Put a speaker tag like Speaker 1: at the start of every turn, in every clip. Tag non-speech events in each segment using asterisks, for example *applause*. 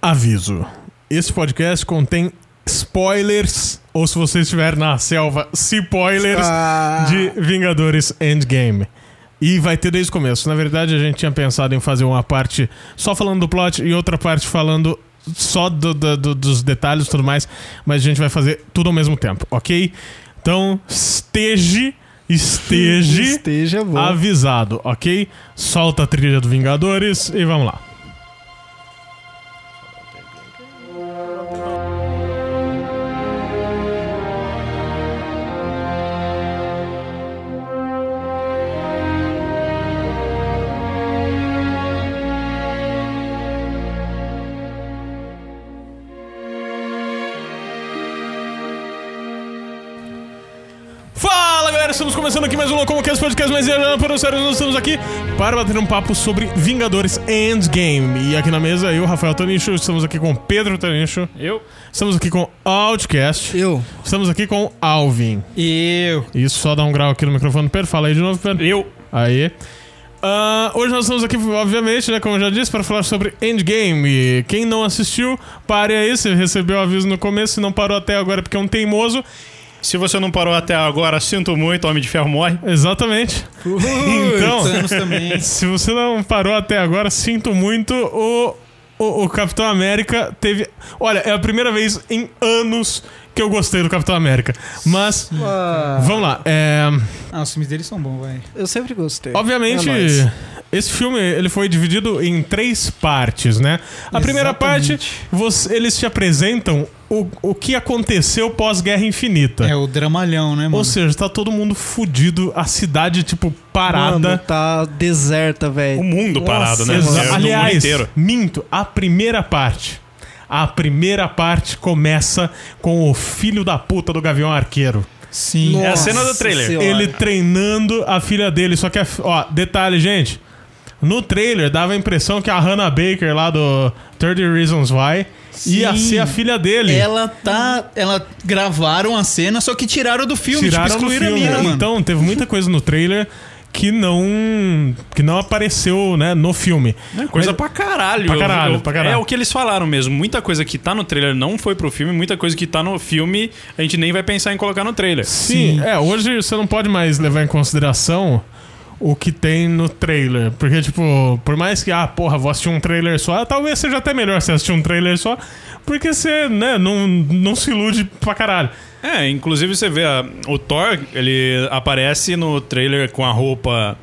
Speaker 1: Aviso: esse podcast contém spoilers, ou se você estiver na selva, spoilers
Speaker 2: Ah.
Speaker 1: de Vingadores Endgame. E vai ter desde o começo. Na verdade, a gente tinha pensado em fazer uma parte só falando do plot e outra parte falando só do- do- do- dos detalhes e tudo mais, mas a gente vai fazer tudo ao mesmo tempo, ok? Então, esteja, esteja
Speaker 2: Esteja é bom.
Speaker 1: avisado, ok? Solta a trilha do Vingadores e vamos lá. Fala galera, estamos começando aqui mais um Locomocast Podcast, mas eu não para sério, nós estamos aqui para bater um papo sobre Vingadores Endgame. E aqui na mesa eu, Rafael Tonicho, estamos aqui com Pedro Tonicho,
Speaker 3: Eu?
Speaker 1: estamos aqui com Outcast,
Speaker 2: Eu.
Speaker 1: estamos aqui com Alvin.
Speaker 2: *laughs*
Speaker 3: Eu.
Speaker 1: Isso, só dá um grau aqui no microfone, Pedro, fala aí de novo, Pedro.
Speaker 3: Eu.
Speaker 1: Aí. Ah, hoje nós estamos aqui, obviamente, né, como eu já disse, para falar sobre Endgame. E Quem não assistiu, pare aí, você recebeu o aviso no começo, se não parou até agora porque é um teimoso.
Speaker 3: Se você não parou até agora, sinto muito, Homem de Ferro morre.
Speaker 1: Exatamente. Então-
Speaker 2: Thanos
Speaker 1: *laughs*
Speaker 2: também.
Speaker 1: Se você não parou até agora, sinto muito. O, o, o Capitão América teve. Olha, é a primeira vez em anos que eu gostei do Capitão América. Mas.
Speaker 2: Ah,
Speaker 1: Vamos lá. É,
Speaker 4: Ah, os filmes deles são bons, vai.
Speaker 2: eu sempre gostei.
Speaker 1: obviamente,
Speaker 2: É nóis.
Speaker 1: esse filme ele foi dividido em três partes, né? A primeira parte, você- eles te apresentam o, o que aconteceu pós-Guerra Infinita.
Speaker 4: É o dramalhão, né, mano?
Speaker 1: Ou seja, tá todo mundo fudido, a cidade, tipo, parada.
Speaker 2: Mano, tá deserta,
Speaker 3: O
Speaker 2: velho.
Speaker 3: mundo
Speaker 2: Nossa,
Speaker 3: parado, né?
Speaker 1: Exa-
Speaker 2: É,
Speaker 3: do mundo
Speaker 1: Aliás,
Speaker 3: inteiro.
Speaker 1: minto, a primeira parte. A primeira parte começa com o filho da puta do Gavião Arqueiro.
Speaker 4: Sim.
Speaker 3: É a
Speaker 2: Nossa
Speaker 3: cena do trailer.
Speaker 2: Senhora.
Speaker 1: Ele treinando a filha dele. Só que, a fi- ó, detalhe, gente. No trailer dava a impressão que a Hannah Baker lá do 30 Reasons Why ia
Speaker 4: Sim.
Speaker 1: ser a filha dele.
Speaker 4: Ela tá. Ela gravaram a cena, só que tiraram do filme.
Speaker 1: Tiraram
Speaker 4: tipo,
Speaker 1: do
Speaker 4: excluíram
Speaker 1: filme.
Speaker 4: a mina, mano.
Speaker 1: Então, teve muita coisa no trailer que não que não apareceu, né, no filme.
Speaker 3: É, Coisa
Speaker 1: Mas-
Speaker 3: pra caralho.
Speaker 1: Pra caralho, pra caralho.
Speaker 3: É o que eles falaram mesmo. Muita coisa que tá no trailer não foi pro filme, muita coisa que tá no filme a gente nem vai pensar em colocar no trailer.
Speaker 1: Sim,
Speaker 4: Sim.
Speaker 1: é, hoje você não pode mais levar em consideração o que tem no trailer. Porque, tipo, por mais que, ah, porra, vou assistir um trailer só, talvez seja até melhor você assistir um trailer só, porque você, né, não, não se ilude pra caralho.
Speaker 3: É, inclusive você vê a- o Thor, ele aparece no trailer com a roupa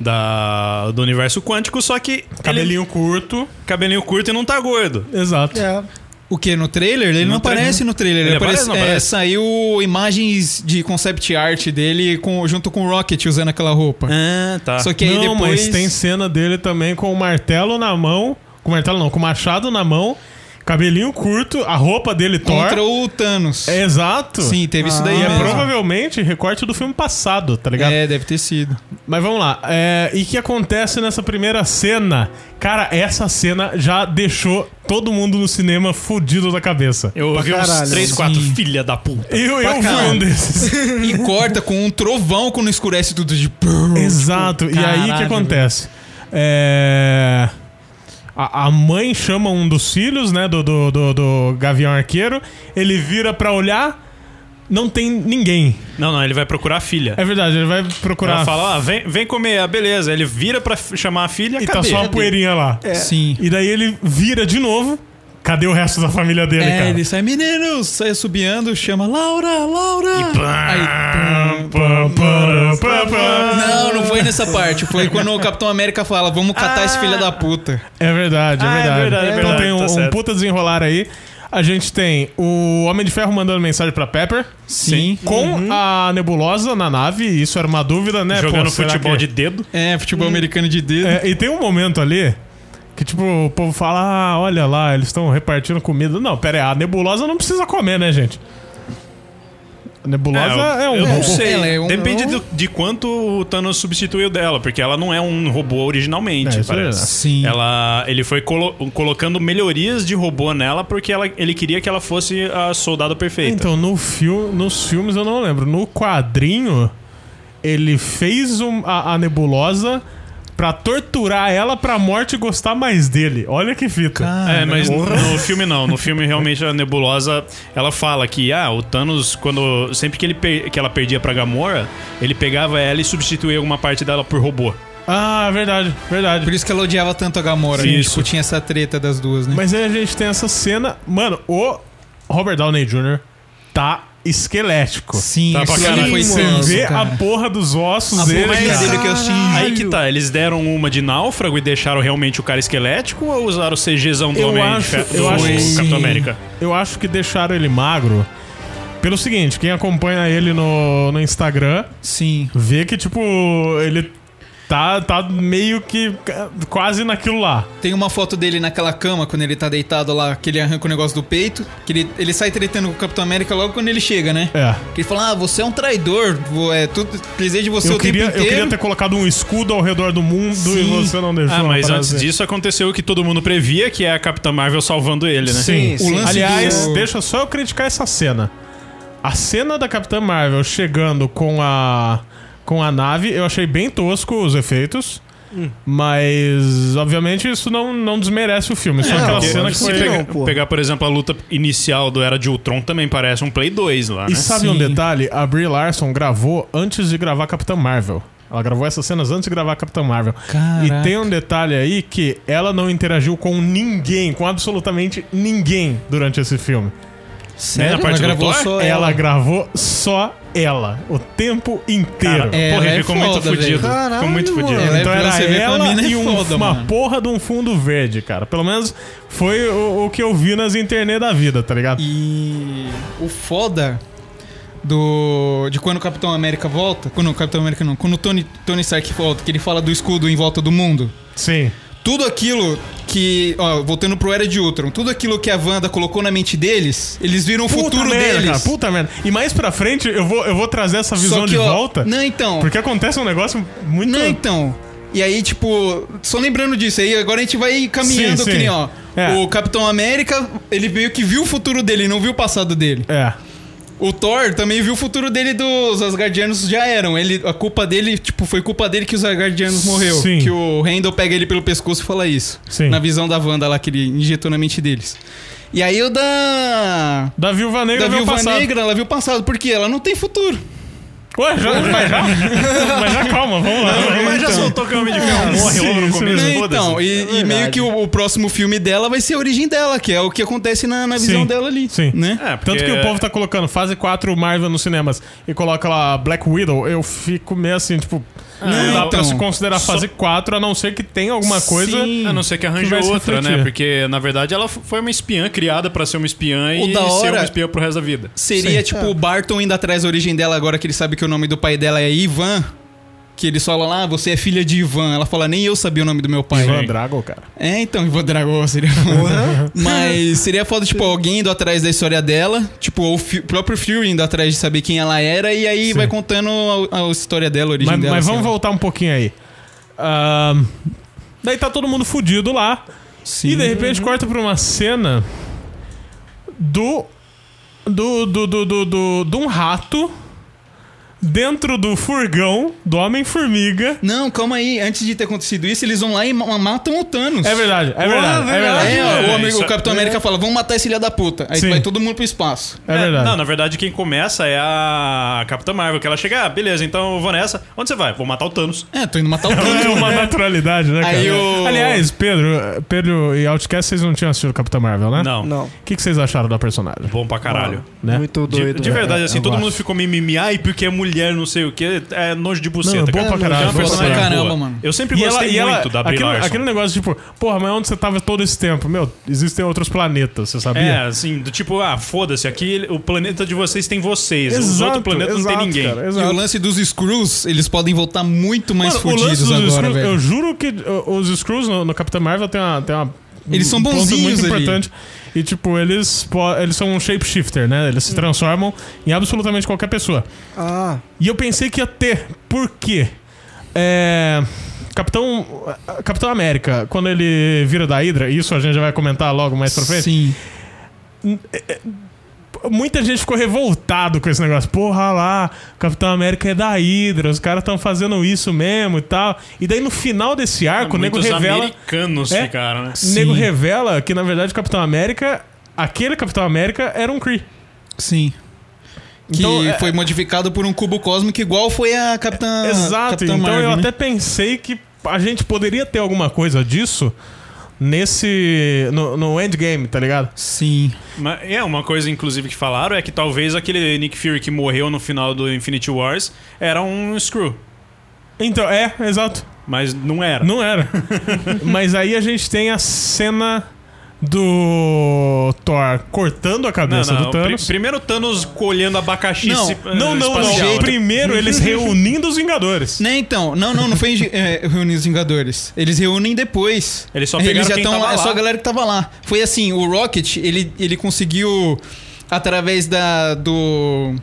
Speaker 3: da, do universo quântico, só que ele,
Speaker 1: Cabelinho curto.
Speaker 3: cabelinho curto e não tá gordo.
Speaker 1: Exato.
Speaker 2: É.
Speaker 4: O que? No trailer? Ele
Speaker 3: No
Speaker 4: não
Speaker 3: trailer.
Speaker 4: aparece no trailer.
Speaker 3: Ele aparece, não
Speaker 4: é,
Speaker 3: aparece?
Speaker 4: Saiu imagens de concept art dele com, junto com o Rocket usando aquela roupa.
Speaker 3: Ah, tá.
Speaker 4: Só que aí
Speaker 1: não,
Speaker 4: depois.
Speaker 1: mas tem cena dele também com o martelo na mão. Com o martelo não, com o machado na mão, cabelinho curto, a roupa dele Thor.
Speaker 4: contra o Thanos.
Speaker 1: Exato.
Speaker 4: Sim, teve isso daí.
Speaker 1: E é
Speaker 4: mesmo.
Speaker 1: provavelmente recorte do filme passado, tá ligado?
Speaker 4: É, deve ter sido.
Speaker 1: Mas vamos lá. É, e o que acontece nessa primeira cena? Cara, essa cena já deixou todo mundo no cinema fudido da cabeça.
Speaker 3: Eu
Speaker 2: Pra
Speaker 3: ouvi uns
Speaker 2: caralho.
Speaker 3: 3, 4
Speaker 4: Sim.
Speaker 3: filha da puta.
Speaker 1: Eu, eu fui
Speaker 4: caralho.
Speaker 1: um desses.
Speaker 4: E corta com um trovão quando escurece tudo de.
Speaker 1: Exato. e aí o que
Speaker 4: caralho,
Speaker 1: acontece? É, A, a mãe chama um dos filhos, né? Do, do, do, do Gavião Arqueiro. Ele vira pra olhar. Não tem ninguém.
Speaker 3: Não, não, ele vai procurar a filha.
Speaker 1: É verdade, ele vai procurar.
Speaker 3: Ela fala, ó, vem, vem comer, ah, beleza. Ele vira pra f- chamar a filha,
Speaker 1: e
Speaker 3: cadê?
Speaker 1: tá
Speaker 3: É,
Speaker 1: só uma
Speaker 3: Cadê?
Speaker 1: poeirinha lá.
Speaker 4: Sim.
Speaker 1: E daí ele vira de novo. Cadê o resto da família dele,
Speaker 4: é,
Speaker 1: cara?
Speaker 4: ele sai, meninos, sai subiando, chama Laura, Laura. Aí,
Speaker 1: Pam, pam, pam, pam.
Speaker 4: não, não foi
Speaker 1: Ah.
Speaker 4: nessa parte. Foi quando o Capitão América fala, vamos catar esse filho da puta.
Speaker 1: É verdade, é
Speaker 3: Ah, é
Speaker 1: verdade.
Speaker 3: verdade, é
Speaker 1: então
Speaker 3: verdade,
Speaker 1: tem
Speaker 3: tá
Speaker 1: um, um
Speaker 3: certo.
Speaker 1: puta desenrolar aí. A gente tem o Homem de Ferro mandando mensagem pra Pepper.
Speaker 4: Sim.
Speaker 1: Com a nebulosa na nave, isso era uma dúvida, né?
Speaker 3: Uhum. Jogando
Speaker 1: Pô, será
Speaker 3: futebol
Speaker 1: que-
Speaker 3: de dedo.
Speaker 4: É, futebol americano de dedo.
Speaker 1: É, e tem um momento ali que, tipo, o povo fala: ah, olha lá, eles estão repartindo comida. Não, pera aí, a nebulosa não precisa comer, né, gente? A nebulosa é, um.
Speaker 3: Eu não
Speaker 1: robô.
Speaker 3: sei.
Speaker 4: Ela é um-
Speaker 3: Depende do- de quanto o Thanos substituiu dela, porque ela não é um robô originalmente,
Speaker 1: É, isso
Speaker 3: parece.
Speaker 4: Sim.
Speaker 3: Ela, ele foi colo- colocando melhorias de robô nela porque ela- ele queria que ela fosse a soldado perfeita.
Speaker 1: Então, no fil nos filmes eu não lembro. No quadrinho, ele fez um- a, a nebulosa pra Pra torturar ela pra morte e gostar mais dele. Olha que fita.
Speaker 4: Ah.
Speaker 3: É, mas no filme não. No filme, realmente, a Nebulosa, ela fala que, ah, o Thanos, quando sempre que, ele per- que ela perdia pra Gamora, ele pegava ela e substituía alguma parte dela por robô.
Speaker 1: Ah, verdade, verdade.
Speaker 4: Por isso que ela odiava tanto a Gamora.
Speaker 1: Sim,
Speaker 4: né?
Speaker 1: isso.
Speaker 4: Tipo, tinha essa treta das duas, né?
Speaker 1: Mas aí a gente tem essa cena. Mano, o Robert Downey Jr. tá esquelético.
Speaker 4: Sim,
Speaker 3: Tá pra
Speaker 4: isso
Speaker 3: caralho.
Speaker 4: aí foi
Speaker 1: Você
Speaker 4: tenso,
Speaker 1: vê
Speaker 4: cara.
Speaker 1: a porra dos ossos
Speaker 4: A
Speaker 1: dele,
Speaker 4: boneca
Speaker 1: cara.
Speaker 4: dele que eu assisti.
Speaker 3: Aí que tá, eles deram uma de náufrago e deixaram realmente o cara esquelético ou usaram o CGzão do
Speaker 1: Eu
Speaker 3: Homem
Speaker 1: acho-
Speaker 3: do
Speaker 1: eu acho
Speaker 4: que
Speaker 3: Capitão
Speaker 4: sim.
Speaker 3: América?
Speaker 1: Eu acho que deixaram ele magro. Pelo seguinte, quem acompanha ele no, no Instagram
Speaker 4: Sim.
Speaker 1: vê que, tipo, ele tá, tá meio que ca- quase naquilo lá.
Speaker 4: Tem uma foto dele naquela cama, quando ele tá deitado lá, que ele arranca o negócio do peito. Que ele, ele sai tretando com o Capitão América logo quando ele chega, né?
Speaker 1: É.
Speaker 4: Que ele fala, ah, você é um traidor, vo- é, tudo, precisei de você
Speaker 1: Eu
Speaker 4: o tempo
Speaker 1: queria, eu
Speaker 4: inteiro.
Speaker 1: queria ter colocado um escudo ao redor do mundo e
Speaker 4: Sim.
Speaker 1: você não deixou.
Speaker 3: Ah, mas
Speaker 1: Prazer.
Speaker 3: antes disso aconteceu o que todo mundo previa, que é a Capitã Marvel salvando ele, né?
Speaker 1: Sim,
Speaker 2: Sim, sim.
Speaker 1: O lance Aliás,
Speaker 4: do-
Speaker 1: deixa só eu criticar essa cena. A cena da Capitã Marvel chegando com a com a nave, eu achei bem tosco os efeitos. Mas, obviamente, isso não, não desmerece o filme. Só
Speaker 2: Não,
Speaker 1: aquela
Speaker 2: porque
Speaker 1: cena que
Speaker 3: se
Speaker 1: foi.
Speaker 3: pega-
Speaker 2: Não, pô.
Speaker 3: pegar, por exemplo, a luta inicial do Era de Ultron também parece um Play 2 lá, né?
Speaker 1: E sabe
Speaker 4: Sim.
Speaker 1: um detalhe? A Brie Larson gravou antes de gravar Capitã Marvel. Ela gravou essas cenas antes de gravar Capitã Marvel.
Speaker 4: Caraca.
Speaker 1: E tem um detalhe aí que ela não interagiu com ninguém, com absolutamente ninguém durante esse filme.
Speaker 3: Né? Na parte
Speaker 4: Ela
Speaker 3: do
Speaker 4: gravou
Speaker 3: Thor?
Speaker 4: só
Speaker 1: Ela
Speaker 4: ela.
Speaker 1: gravou só ela, o tempo inteiro.
Speaker 3: Cara,
Speaker 4: É,
Speaker 3: porra, ele
Speaker 4: ela é
Speaker 3: ficou muito
Speaker 4: foda, velho.
Speaker 3: fudido. ficou
Speaker 2: Caralho,
Speaker 3: muito fudido.
Speaker 4: mano. Ela é-
Speaker 1: então
Speaker 4: pra
Speaker 1: era
Speaker 4: você ver, pra
Speaker 1: ela
Speaker 4: mim, né,
Speaker 1: e um-
Speaker 4: foda,
Speaker 1: uma
Speaker 4: mano.
Speaker 1: porra de um fundo verde, cara. Pelo menos foi o, o que eu vi nas internet da vida, tá ligado?
Speaker 4: E o foda do de quando o Capitão América volta, quando o Capitão América não, quando o Tony, Tony Stark volta, que ele fala do escudo em volta do mundo.
Speaker 1: Sim.
Speaker 4: Tudo aquilo que, ó, voltando pro Era de Ultron, tudo aquilo que a Wanda colocou na mente deles, eles viram o futuro
Speaker 1: merda,
Speaker 4: deles.
Speaker 1: cara. Puta merda. E mais pra frente eu vou, eu vou trazer essa visão
Speaker 4: Só que,
Speaker 1: de
Speaker 4: ó,
Speaker 1: volta.
Speaker 4: Não, então.
Speaker 1: Porque acontece um negócio muito.
Speaker 4: Não, então. E aí, tipo, só lembrando disso, aí agora a gente vai caminhando
Speaker 1: Sim,
Speaker 4: que
Speaker 1: sim.
Speaker 4: nem, ó.
Speaker 1: É.
Speaker 4: O Capitão América, ele meio que viu o futuro dele, não viu o passado dele.
Speaker 1: É.
Speaker 4: O Thor também viu o futuro dele dos Asgardianos já eram. Ele, a culpa dele, tipo, foi culpa dele que os Asgardianos morreu.
Speaker 1: Sim.
Speaker 4: Que o Randall pega ele pelo pescoço e fala isso.
Speaker 1: Sim.
Speaker 4: Na visão da Wanda lá que ele injetou na mente deles. E aí o da.
Speaker 1: Da Viúva Negra
Speaker 4: Da
Speaker 1: veio o
Speaker 4: Viúva
Speaker 1: passado.
Speaker 4: Negra, ela viu o passado, porque ela não tem futuro.
Speaker 1: Ué, já, mas
Speaker 4: *laughs*
Speaker 1: já. mas já calma, vamos lá.
Speaker 3: Mas já soltou que o Homem de Ferro
Speaker 1: Não,
Speaker 3: morre
Speaker 1: sim,
Speaker 3: logo no
Speaker 1: isso
Speaker 3: começo,
Speaker 4: Né,
Speaker 3: foda-se.
Speaker 4: então, e, e
Speaker 2: verdade.
Speaker 4: meio que o, o próximo filme dela vai ser a origem dela, que é o que acontece na, na visão
Speaker 1: Sim,
Speaker 4: dela ali.
Speaker 1: sim.
Speaker 4: Né?
Speaker 3: É, porque-
Speaker 1: Tanto que o povo tá colocando fase 4 Marvel nos cinemas e coloca lá Black Widow, eu fico meio assim, tipo, não dá
Speaker 4: então.
Speaker 1: pra se considerar fase 4, a não ser que tenha alguma coisa.
Speaker 3: A não ser que arranje
Speaker 1: que vai se
Speaker 3: outra, né?
Speaker 1: refletir.
Speaker 3: Porque, na verdade, ela f- foi uma espiã criada pra ser uma espiã
Speaker 4: O
Speaker 3: e
Speaker 4: da
Speaker 3: ser
Speaker 4: hora-
Speaker 3: uma espiã pro resto da vida.
Speaker 4: Seria tipo o Barton indo atrás da origem dela agora que ele sabe que o nome do pai dela é Ivan. Que ele fala lá, "Ah, você é filha de Ivan. Ela fala, nem eu sabia o nome do meu pai.
Speaker 1: Ivan Drago, cara.
Speaker 4: É, então, Ivan Dragão seria foda. *laughs* Mas seria foda, tipo, alguém indo atrás da história dela. Tipo, o fi- próprio Fury indo atrás de saber quem ela era. E aí vai contando a, a história dela, a origem
Speaker 1: Mas,
Speaker 4: dela. assim,
Speaker 1: mas
Speaker 4: sei
Speaker 1: vamos
Speaker 3: né?
Speaker 4: lá.
Speaker 1: voltar um pouquinho aí. Ahn, daí tá todo mundo fudido lá.
Speaker 4: Sim.
Speaker 1: E de repente corta pra uma cena do. do. do. do. do. do- de um rato dentro do furgão do Homem-Formiga.
Speaker 4: Não, calma aí. Antes de ter acontecido isso, eles vão lá e ma- matam o Thanos.
Speaker 1: É verdade, é verdade, é verdade.
Speaker 4: É,
Speaker 3: É,
Speaker 4: ó, o, amigo-
Speaker 3: isso-
Speaker 4: o Capitão América fala, vamos matar esse filho da puta. Aí
Speaker 1: Sim.
Speaker 4: vai todo mundo pro espaço.
Speaker 1: É verdade.
Speaker 3: Não, na verdade, quem começa é a Capitã Marvel, que ela chega, ah, beleza, então eu vou nessa. Onde você vai? Vou matar o Thanos.
Speaker 4: É, tô indo
Speaker 1: *laughs*
Speaker 4: matar o
Speaker 1: É
Speaker 4: Thanos.
Speaker 1: uma naturalidade, né, cara?
Speaker 4: Aí o-
Speaker 1: Aliás, Pedro, Pedro e Outcast, vocês não tinham assistido Capitão Marvel, né?
Speaker 3: Não. é
Speaker 2: Não.
Speaker 1: O que, que vocês acharam da personagem?
Speaker 3: Bom pra caralho.
Speaker 1: Né?
Speaker 2: Muito
Speaker 3: De,
Speaker 2: doido.
Speaker 3: de verdade,
Speaker 1: é,
Speaker 3: assim,
Speaker 1: eu
Speaker 3: todo
Speaker 1: gosto.
Speaker 3: mundo ficou meio mimi, ai, porque é mulher, não sei o quê. É nojo de buceta,
Speaker 1: Não, é bom
Speaker 3: cara.
Speaker 1: pra caralho,
Speaker 3: É
Speaker 1: bom
Speaker 3: uma
Speaker 1: pra
Speaker 3: personagem
Speaker 4: caralho.
Speaker 3: boa.
Speaker 4: Caramba, mano.
Speaker 3: Eu sempre gostei muito da Brie
Speaker 1: aquele,
Speaker 3: Larson.
Speaker 1: aquele negócio tipo, porra, mas onde você tava todo esse tempo? Meu, existem outros planetas, você
Speaker 3: É,
Speaker 1: sabia?
Speaker 3: assim, do tipo, ah, foda-se, aqui o planeta de vocês tem vocês, os
Speaker 1: Exato,
Speaker 3: outros planetas não tem
Speaker 1: exato,
Speaker 3: ninguém.
Speaker 1: cara,
Speaker 4: E
Speaker 1: exato.
Speaker 4: o lance dos Screws, eles podem voltar muito mais
Speaker 1: Mano, o lance
Speaker 4: fodidos
Speaker 1: dos
Speaker 4: agora,
Speaker 1: Skrulls,
Speaker 4: velho.
Speaker 1: eu juro que uh, os Screws no, no Capitão Marvel tem uma. Tem uma
Speaker 4: Eles são
Speaker 1: um ponto
Speaker 4: bonzinhos
Speaker 1: muito
Speaker 4: ali.
Speaker 1: importante. E, tipo, eles, po- eles são um shapeshifter, né? Eles
Speaker 4: Hum.
Speaker 1: se transformam em absolutamente qualquer pessoa.
Speaker 2: Ah,
Speaker 1: E eu pensei que ia ter. Por quê? É. Capitão, Capitão América, quando ele vira da Hydra, isso a gente já vai comentar logo mais pra frente.
Speaker 4: Sim.
Speaker 1: muita gente ficou revoltado com esse negócio. Porra lá, Capitão América é da Hydra, os caras estão fazendo isso mesmo e tal. E daí no final desse arco, Ah, o nego
Speaker 3: É Muitos
Speaker 1: revela.
Speaker 3: americanos
Speaker 1: É.
Speaker 3: ficaram, né?
Speaker 1: O nego revela que, na verdade, o Capitão América. Aquele Capitão América era um Kree.
Speaker 4: Sim. Que
Speaker 1: Então, é-
Speaker 4: foi modificado por um cubo cósmico igual foi a Capitã
Speaker 1: Exato.
Speaker 4: Capitã
Speaker 1: Então
Speaker 4: Marvel,
Speaker 1: eu
Speaker 4: né?
Speaker 1: até pensei que a gente poderia ter alguma coisa disso nesse. no, no endgame, tá ligado?
Speaker 4: Sim.
Speaker 3: Mas, é, uma coisa, inclusive, que falaram é que talvez aquele Nick Fury que morreu no final do Infinity Wars era um Screw.
Speaker 1: Então, é, exato.
Speaker 3: Mas não era.
Speaker 1: Não
Speaker 3: *laughs*
Speaker 1: era. Mas aí a gente tem a cena do Thor cortando a cabeça do
Speaker 3: pri-
Speaker 1: Thanos.
Speaker 3: primeiro o Thanos colhendo abacaxi
Speaker 4: Não,
Speaker 3: se-
Speaker 1: Não, não, não.
Speaker 3: espacial, né?
Speaker 1: Primeiro eles reunindo os Vingadores.
Speaker 4: Né, então. Não, não, não foi em- *laughs* é, reunir os Vingadores. Eles reúnem depois.
Speaker 3: Eles só pegaram quem
Speaker 4: tão-
Speaker 3: tava
Speaker 4: É só
Speaker 3: lá.
Speaker 4: a galera que tava lá. Foi assim, o Rocket, ele, ele conseguiu através da... do...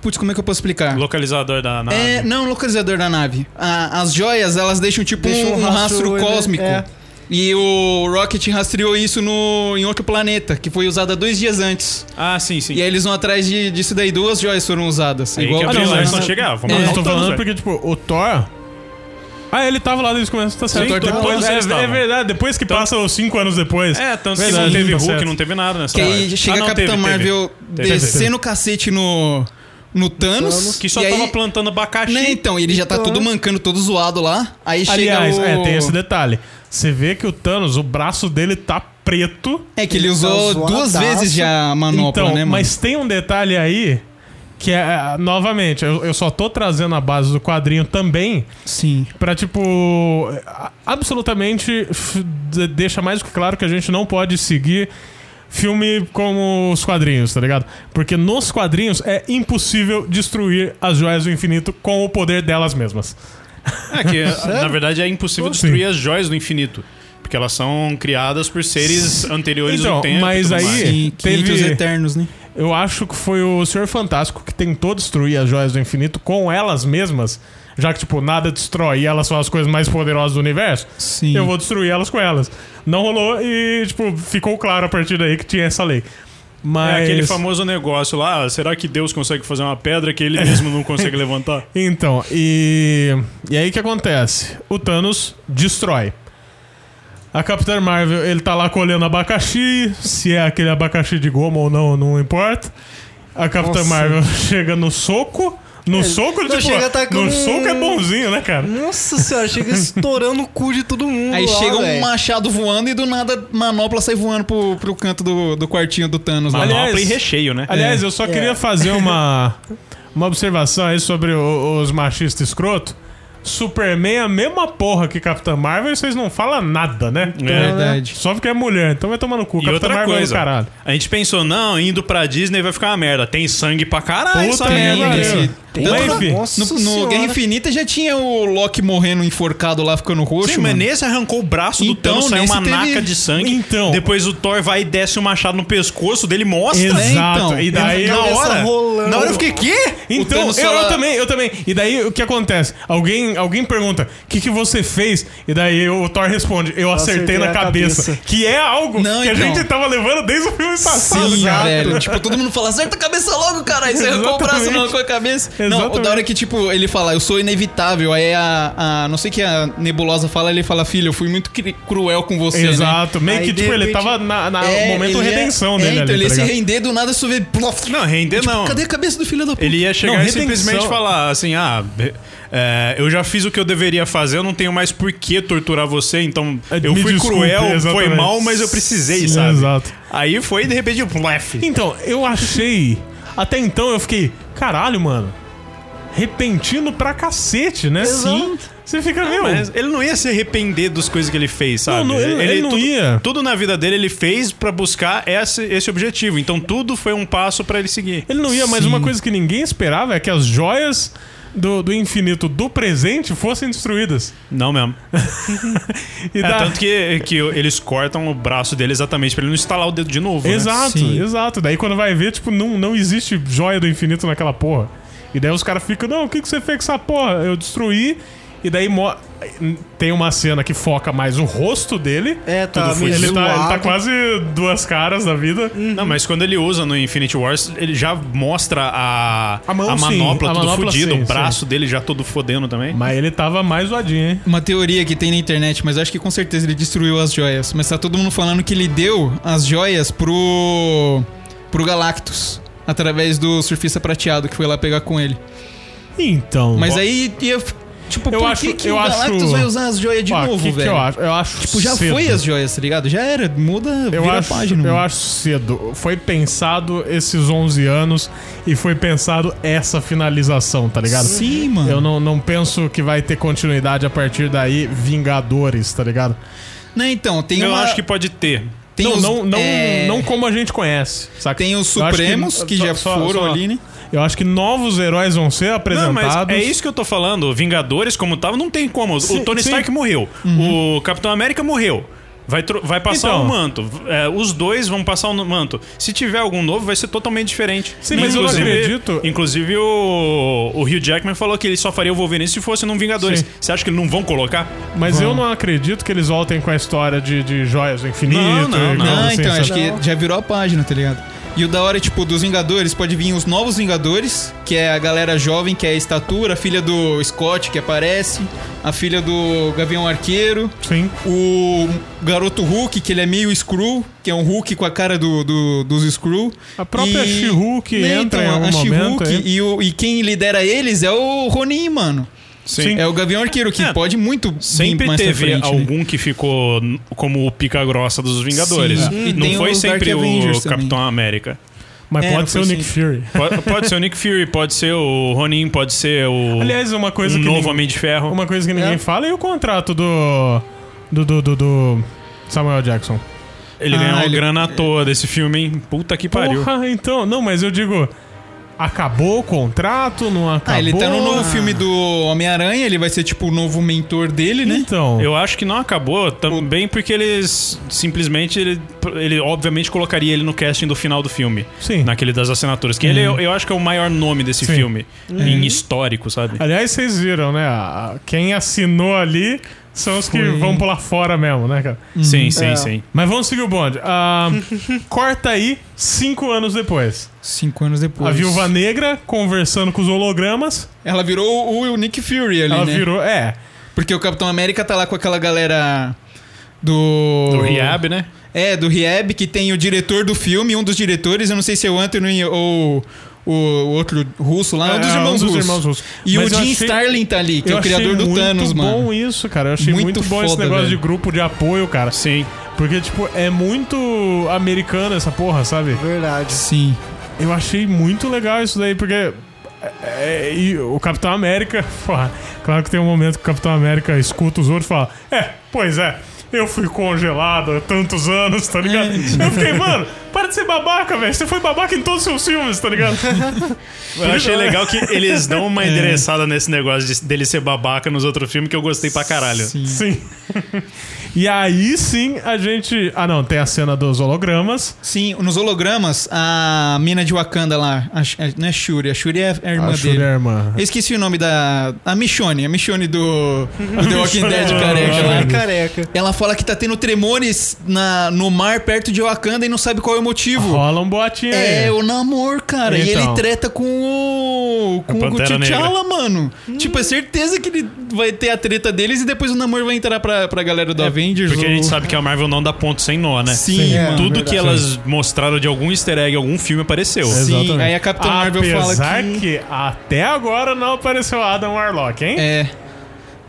Speaker 4: Putz, como é que eu posso explicar?
Speaker 3: Localizador da nave.
Speaker 4: É, não, localizador da nave. A- as joias, elas deixam tipo
Speaker 2: Deixa
Speaker 4: um,
Speaker 2: um
Speaker 4: um rastro,
Speaker 2: rastro, ele-
Speaker 4: cósmico.
Speaker 2: é.
Speaker 4: E o Rocket rastreou isso no, em outro planeta, que foi usada dois dias antes.
Speaker 3: Ah, sim, sim.
Speaker 4: E aí eles vão atrás de, disso daí. Duas joias foram usadas.
Speaker 3: Aí que
Speaker 4: igual
Speaker 3: a
Speaker 4: a
Speaker 1: Ah, não,
Speaker 3: Priscila
Speaker 1: mas-
Speaker 3: só chegava. Vamos
Speaker 1: Não,
Speaker 3: lá,
Speaker 1: eu tô
Speaker 3: Thanos,
Speaker 1: falando
Speaker 3: velho.
Speaker 1: porque, tipo, o Thor. Ah, ele tava lá desde o começo, tá certo.
Speaker 4: Thor tava lá.
Speaker 1: depois,
Speaker 3: Todos eles
Speaker 1: é, é
Speaker 3: estavam.
Speaker 1: verdade, depois que
Speaker 3: Então-
Speaker 1: passa os cinco anos depois.
Speaker 3: É, tanto que
Speaker 1: Verdade,
Speaker 3: não teve
Speaker 1: tá
Speaker 3: Hulk,
Speaker 1: certo.
Speaker 3: não teve nada nessa
Speaker 4: que aí
Speaker 3: parte.
Speaker 4: chega
Speaker 3: Ah,
Speaker 4: a
Speaker 3: não,
Speaker 4: Capitã
Speaker 3: teve, teve.
Speaker 4: Marvel
Speaker 3: Teve.
Speaker 4: descendo o cacete no, no Thanos.
Speaker 3: Que só
Speaker 4: e
Speaker 3: tava
Speaker 4: aí,
Speaker 3: plantando abacaxi.
Speaker 4: né, então, ele já tá
Speaker 2: Então-
Speaker 4: todo mancando, todo zoado lá. Aí chega
Speaker 1: Aliás,
Speaker 4: o...
Speaker 1: é, tem esse detalhe. Você vê que o Thanos, o braço dele tá preto.
Speaker 4: É que ele
Speaker 2: Ele tá
Speaker 4: usou duas
Speaker 2: zoadaço.
Speaker 4: vezes já a manopla,
Speaker 1: então,
Speaker 4: né, mano?
Speaker 1: mas tem um detalhe aí que é, ah, novamente, eu, eu só tô trazendo a base do quadrinho também
Speaker 4: Sim.
Speaker 1: pra, tipo, a- absolutamente f- de- deixa mais do que claro que a gente não pode seguir filme como os quadrinhos, tá ligado? Porque nos quadrinhos é impossível destruir as joias do infinito com o poder delas mesmas. *laughs*
Speaker 3: É que, na verdade, é impossível
Speaker 1: Como assim?
Speaker 3: destruir as joias do infinito. Porque elas são criadas por seres anteriores
Speaker 1: Então,
Speaker 3: ao tempo. e
Speaker 1: mas
Speaker 3: tudo
Speaker 1: aí-
Speaker 3: mais.
Speaker 4: Sim,
Speaker 1: Teve-
Speaker 4: 500 Eternos, né?
Speaker 1: Eu acho que foi o Senhor Fantástico que tentou destruir as joias do infinito com elas mesmas, já que, tipo, nada destrói e elas são as coisas mais poderosas do universo.
Speaker 4: Sim.
Speaker 1: Eu vou destruir elas com elas. Não rolou e, tipo, ficou claro a partir daí que tinha essa lei. Mas.
Speaker 3: É aquele famoso negócio lá, ah, será que Deus consegue fazer uma pedra que ele mesmo não
Speaker 1: *laughs*
Speaker 3: consegue levantar?
Speaker 1: Então, e. E aí o que acontece? O Thanos destrói. A Capitã Marvel, ele tá lá colhendo abacaxi, se é aquele abacaxi de goma ou não, não importa. A Capitã
Speaker 2: Nossa.
Speaker 1: Marvel *laughs* chega no soco. No soco, ele
Speaker 2: não,
Speaker 1: tipo,
Speaker 2: chega a tá
Speaker 1: no
Speaker 2: com-
Speaker 1: soco é bonzinho, né, cara?
Speaker 2: Nossa senhora, chega estourando o cu de todo mundo.
Speaker 4: Aí
Speaker 2: lá,
Speaker 4: chega um
Speaker 2: velho.
Speaker 4: machado voando e do nada manopla sai voando pro, pro canto do, do quartinho do Thanos lá.
Speaker 1: Aliás-
Speaker 3: Manopla e recheio,
Speaker 2: É,
Speaker 3: né?
Speaker 1: Aliás, eu só queria fazer uma, uma observação aí sobre o- os machistas escroto. Superman é a mesma porra que Capitã Marvel e vocês não falam nada, né?
Speaker 3: É.
Speaker 4: Verdade.
Speaker 1: Só porque é mulher, então vai tomar no cu.
Speaker 3: E
Speaker 1: Capitã
Speaker 3: outra
Speaker 1: Marvel
Speaker 3: coisa.
Speaker 1: é do caralho.
Speaker 3: A gente pensou, não, indo pra Disney vai ficar uma merda. Tem sangue pra caralho,
Speaker 1: Puta
Speaker 3: essa merda.
Speaker 1: merda,
Speaker 3: aí.
Speaker 1: né?
Speaker 2: Tem
Speaker 1: Mas
Speaker 2: uma-
Speaker 1: enfim,
Speaker 2: Nossa
Speaker 4: No, no
Speaker 2: Senhora.
Speaker 4: Guerra Infinita já tinha o Loki morrendo enforcado lá, ficando roxo.
Speaker 3: Sim, mas
Speaker 4: mano.
Speaker 3: nesse arrancou o braço do
Speaker 4: Então,
Speaker 3: Thanos, saiu
Speaker 4: nesse
Speaker 3: uma
Speaker 4: teve-
Speaker 3: naca de sangue.
Speaker 1: Então.
Speaker 3: Depois o Thor vai e desce o machado no pescoço dele, mostra.
Speaker 1: Exato.
Speaker 3: né?
Speaker 4: então.
Speaker 1: e daí.
Speaker 3: Na
Speaker 2: Cabeça
Speaker 3: hora,
Speaker 2: rolando.
Speaker 3: na hora eu fiquei, quê?
Speaker 1: Então,
Speaker 4: Thanos
Speaker 1: eu,
Speaker 4: só-
Speaker 1: eu também, eu também. E daí o que acontece? Alguém, alguém pergunta: "O que que você fez?" E daí o Thor responde: "Eu acertei,
Speaker 2: acertei
Speaker 1: na
Speaker 2: a
Speaker 1: cabeça",
Speaker 2: cabeça.
Speaker 1: que é algo
Speaker 4: Não,
Speaker 1: que a
Speaker 4: então.
Speaker 1: gente tava levando desde o filme é passado,
Speaker 4: Sim,
Speaker 1: cara.
Speaker 4: velho. Tipo, todo mundo fala, acerta a cabeça logo, caralho. Você arrancou o braço,
Speaker 1: Exatamente.
Speaker 4: não arrancou a cabeça. Não, o
Speaker 1: Exatamente.
Speaker 4: da hora que, tipo, ele fala, eu sou inevitável. Aí a, a- Não sei o que a Nebulosa fala, ele fala, filho, eu fui muito cri- cruel com você, né?
Speaker 1: Exato, meio
Speaker 2: Aí,
Speaker 1: que
Speaker 2: de
Speaker 1: tipo, ele
Speaker 2: repente-
Speaker 1: tava na, na momento
Speaker 4: ele
Speaker 1: redenção
Speaker 4: é-
Speaker 1: dele
Speaker 4: é,
Speaker 1: ali,
Speaker 4: então, ele
Speaker 1: tá
Speaker 4: ia se
Speaker 1: ligado?
Speaker 4: render do nada, você vê... plof,
Speaker 3: Não, render
Speaker 4: tipo,
Speaker 3: não.
Speaker 4: Cadê a cabeça do filho da puta?
Speaker 3: Ele ia chegar
Speaker 1: Não,
Speaker 3: e
Speaker 1: redenção.
Speaker 3: simplesmente falar assim: ah, be- é, eu já fiz o que eu deveria fazer, eu não tenho mais por que torturar você, então
Speaker 1: É,
Speaker 3: eu
Speaker 1: me
Speaker 3: fui
Speaker 1: desculpe,
Speaker 3: cruel, foi
Speaker 1: exatamente.
Speaker 3: mal, mas eu precisei,
Speaker 1: Sim,
Speaker 3: sabe?
Speaker 1: exato.
Speaker 3: Aí foi de repente, plef.
Speaker 1: Então, eu achei. Até então eu fiquei, caralho, mano. Repentino pra cacete, né?
Speaker 2: Exato.
Speaker 1: Você fica, meu.
Speaker 3: Mas ele não ia se arrepender das coisas que ele fez, sabe?
Speaker 1: Não, não, ele- ele não
Speaker 3: tudo,
Speaker 1: ia.
Speaker 3: Tudo na vida dele ele fez pra buscar esse, esse objetivo. Então tudo foi um passo pra ele seguir.
Speaker 1: Ele não ia, mas uma coisa que ninguém esperava é que as joias do, do infinito do presente fossem destruídas.
Speaker 3: Não mesmo.
Speaker 1: E
Speaker 3: É,
Speaker 1: da-
Speaker 3: tanto que, que eles cortam o braço dele exatamente pra ele não estalar o dedo de novo. né?
Speaker 1: Exato,
Speaker 4: Sim.
Speaker 1: exato. Daí quando vai ver, tipo, não, não existe joia do infinito naquela porra. E daí os caras ficam, não, o que, que você fez com essa porra? Eu destruí E daí mo- tem uma cena que foca mais o rosto dele.
Speaker 2: É, tá
Speaker 1: Tudo
Speaker 2: meio
Speaker 1: fudido. ele, tá, ele tá
Speaker 2: zoado.
Speaker 1: quase duas caras da vida.
Speaker 3: Não, mas quando ele usa no Infinity Wars, ele já mostra a,
Speaker 1: A mão, sim.
Speaker 3: manopla
Speaker 1: A
Speaker 3: tudo
Speaker 1: manopla,
Speaker 3: fodido,
Speaker 1: sim,
Speaker 3: o braço dele já todo fodendo também.
Speaker 1: Mas ele tava mais zoadinho, hein?
Speaker 4: Uma teoria que tem na internet, mas eu acho que com certeza ele destruiu as joias. Mas tá todo mundo falando que ele deu as joias pro. pro Galactus. Através do surfista prateado que foi lá pegar com ele.
Speaker 1: Então.
Speaker 4: Mas aí ia. f- Tipo,
Speaker 1: Eu
Speaker 4: por
Speaker 1: acho-
Speaker 4: que, que
Speaker 1: eu
Speaker 4: o
Speaker 1: acho-
Speaker 4: Galactus vai usar as joias de
Speaker 1: Ó,
Speaker 4: novo,
Speaker 1: que que
Speaker 4: velho?
Speaker 1: eu acho? Eu acho
Speaker 4: Tipo, já
Speaker 1: cedo.
Speaker 4: foi as joias, tá ligado? Já era, muda,
Speaker 1: Eu
Speaker 4: vira
Speaker 1: acho,
Speaker 4: a página.
Speaker 1: eu
Speaker 4: mano.
Speaker 1: acho cedo. Foi pensado esses 11 anos e foi pensado essa finalização, tá ligado?
Speaker 4: Sim, mano.
Speaker 1: Eu não, não penso que vai ter continuidade a partir daí Vingadores, tá ligado?
Speaker 4: Não, então, tem
Speaker 3: eu
Speaker 4: uma-
Speaker 3: acho que pode ter.
Speaker 4: tem
Speaker 1: não,
Speaker 4: os-
Speaker 1: não, não,
Speaker 4: é,
Speaker 1: não como a gente conhece, saca?
Speaker 4: Tem os
Speaker 1: Eu acho
Speaker 4: Supremos que, já
Speaker 1: só-
Speaker 4: foram
Speaker 1: só-
Speaker 4: ali, né?
Speaker 1: Eu acho que novos heróis vão ser
Speaker 3: Não,
Speaker 1: apresentados.
Speaker 3: mas é isso que eu tô falando. Vingadores, como tava, não tem como.
Speaker 1: Sim,
Speaker 3: o Tony
Speaker 1: sim. Uhum.
Speaker 3: Stark morreu. O Capitão América morreu. Vai, tro- vai passar
Speaker 1: Então.
Speaker 3: o manto. É, os dois vão passar o manto. Se tiver algum novo, vai ser totalmente diferente.
Speaker 1: Sim, mas eu não acredito.
Speaker 3: Inclusive, o, o Hugh Jackman falou que ele só faria o Wolverine se fosse num Vingadores.
Speaker 1: Sim.
Speaker 3: Você acha que não vão colocar?
Speaker 1: Mas eu não acredito que eles voltem com a história de, de joias do infinito.
Speaker 3: Não, não,
Speaker 1: e
Speaker 3: não.
Speaker 1: coisa
Speaker 4: Não,
Speaker 1: assim,
Speaker 4: então,
Speaker 1: sabe?
Speaker 4: acho que já virou a página, tá ligado? E o da hora, tipo, dos Vingadores, pode vir os novos Vingadores, que é a galera jovem, que é a estatura, a filha do Scott, que aparece, a filha do Gavião Arqueiro,
Speaker 1: Sim.
Speaker 4: o garoto Hulk, que ele é meio Screw, que é um Hulk com a cara do, do- dos Então, Screw.
Speaker 1: A própria She-Hulk que entra em algum momento aí.
Speaker 4: E, o- e quem lidera eles é o Ronin, mano.
Speaker 1: Sim.
Speaker 4: É o Gavião Arqueiro, que
Speaker 3: É.
Speaker 4: pode muito vir
Speaker 3: Sempre
Speaker 4: mais pra
Speaker 3: teve
Speaker 4: frente, né?
Speaker 3: algum que ficou n- como o pica grossa dos Vingadores.
Speaker 4: Sim. E tem
Speaker 3: Não foi
Speaker 4: os Dark
Speaker 3: sempre o
Speaker 4: Avengers também.
Speaker 3: Capitão América.
Speaker 1: Mas
Speaker 4: É, não
Speaker 1: pode ser o
Speaker 4: foi
Speaker 1: Nick Fury.
Speaker 3: Pode, pode ser o Nick Fury, pode ser o Ronin, pode ser o.
Speaker 1: Aliás, uma coisa
Speaker 3: um
Speaker 1: que
Speaker 3: novo
Speaker 1: ninguém-
Speaker 3: Homem de Ferro.
Speaker 1: Uma coisa que ninguém
Speaker 4: É.
Speaker 1: fala é o contrato do. Do, do, do- do Samuel Jackson.
Speaker 3: Ele
Speaker 4: Ah,
Speaker 3: ganhou
Speaker 4: ele-
Speaker 3: grana à toa desse filme, hein? Puta que pariu.
Speaker 1: Porra, então. Não, mas eu digo. Acabou o contrato, não acabou.
Speaker 4: Ah, ele tá no novo filme do Homem-Aranha, ele vai ser tipo o novo mentor dele, né?
Speaker 1: Então.
Speaker 3: Eu acho que não acabou também porque eles simplesmente ele, ele obviamente colocaria ele no casting do final do filme,
Speaker 1: Sim.
Speaker 3: naquele das assinaturas. Que ele eu, eu acho que é o maior nome desse
Speaker 1: Sim.
Speaker 3: filme em histórico, sabe?
Speaker 1: Aliás, vocês viram, né? A- Quem assinou ali são os que
Speaker 4: Foi.
Speaker 1: vão pular fora mesmo, né, cara?
Speaker 3: Sim, sim,
Speaker 2: É.
Speaker 3: sim.
Speaker 1: Mas vamos seguir o bonde.
Speaker 4: *laughs*
Speaker 1: Ah, corta aí, cinco anos depois.
Speaker 4: Cinco anos depois.
Speaker 1: A Viúva Negra conversando com os hologramas.
Speaker 4: Ela virou o, o Nick Fury ali,
Speaker 1: ela
Speaker 4: né?
Speaker 1: virou. É.
Speaker 4: Porque o Capitão América tá lá com aquela galera do...
Speaker 3: Do Riab, né?
Speaker 4: É, do Riab, que tem o diretor do filme, um dos diretores, eu não sei se é o Anthony ou o, o outro russo lá, um dos
Speaker 1: É,
Speaker 4: irmãos
Speaker 1: um dos
Speaker 4: russos.
Speaker 1: irmãos russos.
Speaker 4: E
Speaker 1: Mas
Speaker 4: o
Speaker 1: eu
Speaker 4: Jim
Speaker 1: achei-
Speaker 4: Starlin tá ali, que é o criador do
Speaker 1: muito
Speaker 4: Thanos,
Speaker 1: bom
Speaker 4: mano.
Speaker 1: isso, cara. Eu achei muito,
Speaker 4: Muito
Speaker 1: bom esse
Speaker 4: foda,
Speaker 1: negócio
Speaker 4: velho.
Speaker 1: de grupo de apoio, cara.
Speaker 3: Sim.
Speaker 1: Porque, tipo, é muito americano essa porra, sabe?
Speaker 2: Verdade.
Speaker 4: Sim.
Speaker 1: Eu achei muito legal isso daí, porque. é, é, e o Capitão América, *laughs* porra, claro que tem um momento que o Capitão América escuta os outros e fala: É, pois é, eu fui congelado há tantos anos, tá ligado? Eu fiquei, mano, para de ser babaca, velho. Você foi babaca em todos os seus filmes, tá ligado?
Speaker 3: Eu achei legal que eles dão
Speaker 4: *laughs* É.
Speaker 3: uma endereçada nesse negócio de- dele ser babaca nos outros filmes que eu gostei pra caralho.
Speaker 4: Sim.
Speaker 1: Sim. E aí sim a gente. Ah, não, tem a cena dos hologramas.
Speaker 4: Sim, nos hologramas, a mina de Wakanda lá, a, Sh- a- não é Shuri, a Shuri é a irmã
Speaker 1: a
Speaker 4: dele.
Speaker 1: Shuri, a né, irmã.
Speaker 4: Eu esqueci o nome da. A Michonne, a Michonne
Speaker 1: *laughs*
Speaker 4: do. do The Walking Dead careca né?
Speaker 2: Ela
Speaker 4: lá.
Speaker 2: é careca.
Speaker 4: Ela fala que tá tendo tremores na, no mar perto de Wakanda e não sabe qual é o motivo.
Speaker 1: Rola um boatinho aí.
Speaker 4: É, o namor, cara. E
Speaker 1: Então.
Speaker 4: ele treta com o. Com o
Speaker 3: Pantera
Speaker 4: T'Challa, mano.
Speaker 1: Hum.
Speaker 4: Tipo, é certeza que ele vai ter a treta deles e depois o namor vai entrar pra, pra galera do Avengers.
Speaker 3: Porque a
Speaker 4: ou-
Speaker 3: gente sabe que a Marvel não dá ponto sem nó, né?
Speaker 4: Sim,
Speaker 1: É,
Speaker 4: é
Speaker 1: Sim,
Speaker 4: mano.
Speaker 3: Tudo
Speaker 2: verdade.
Speaker 3: que elas mostraram de algum easter egg, algum filme apareceu.
Speaker 4: Sim,
Speaker 1: Exatamente.
Speaker 4: aí a Capitã Marvel fala
Speaker 1: Apesar
Speaker 4: que-
Speaker 1: até agora não apareceu Adam Warlock, hein?
Speaker 4: É.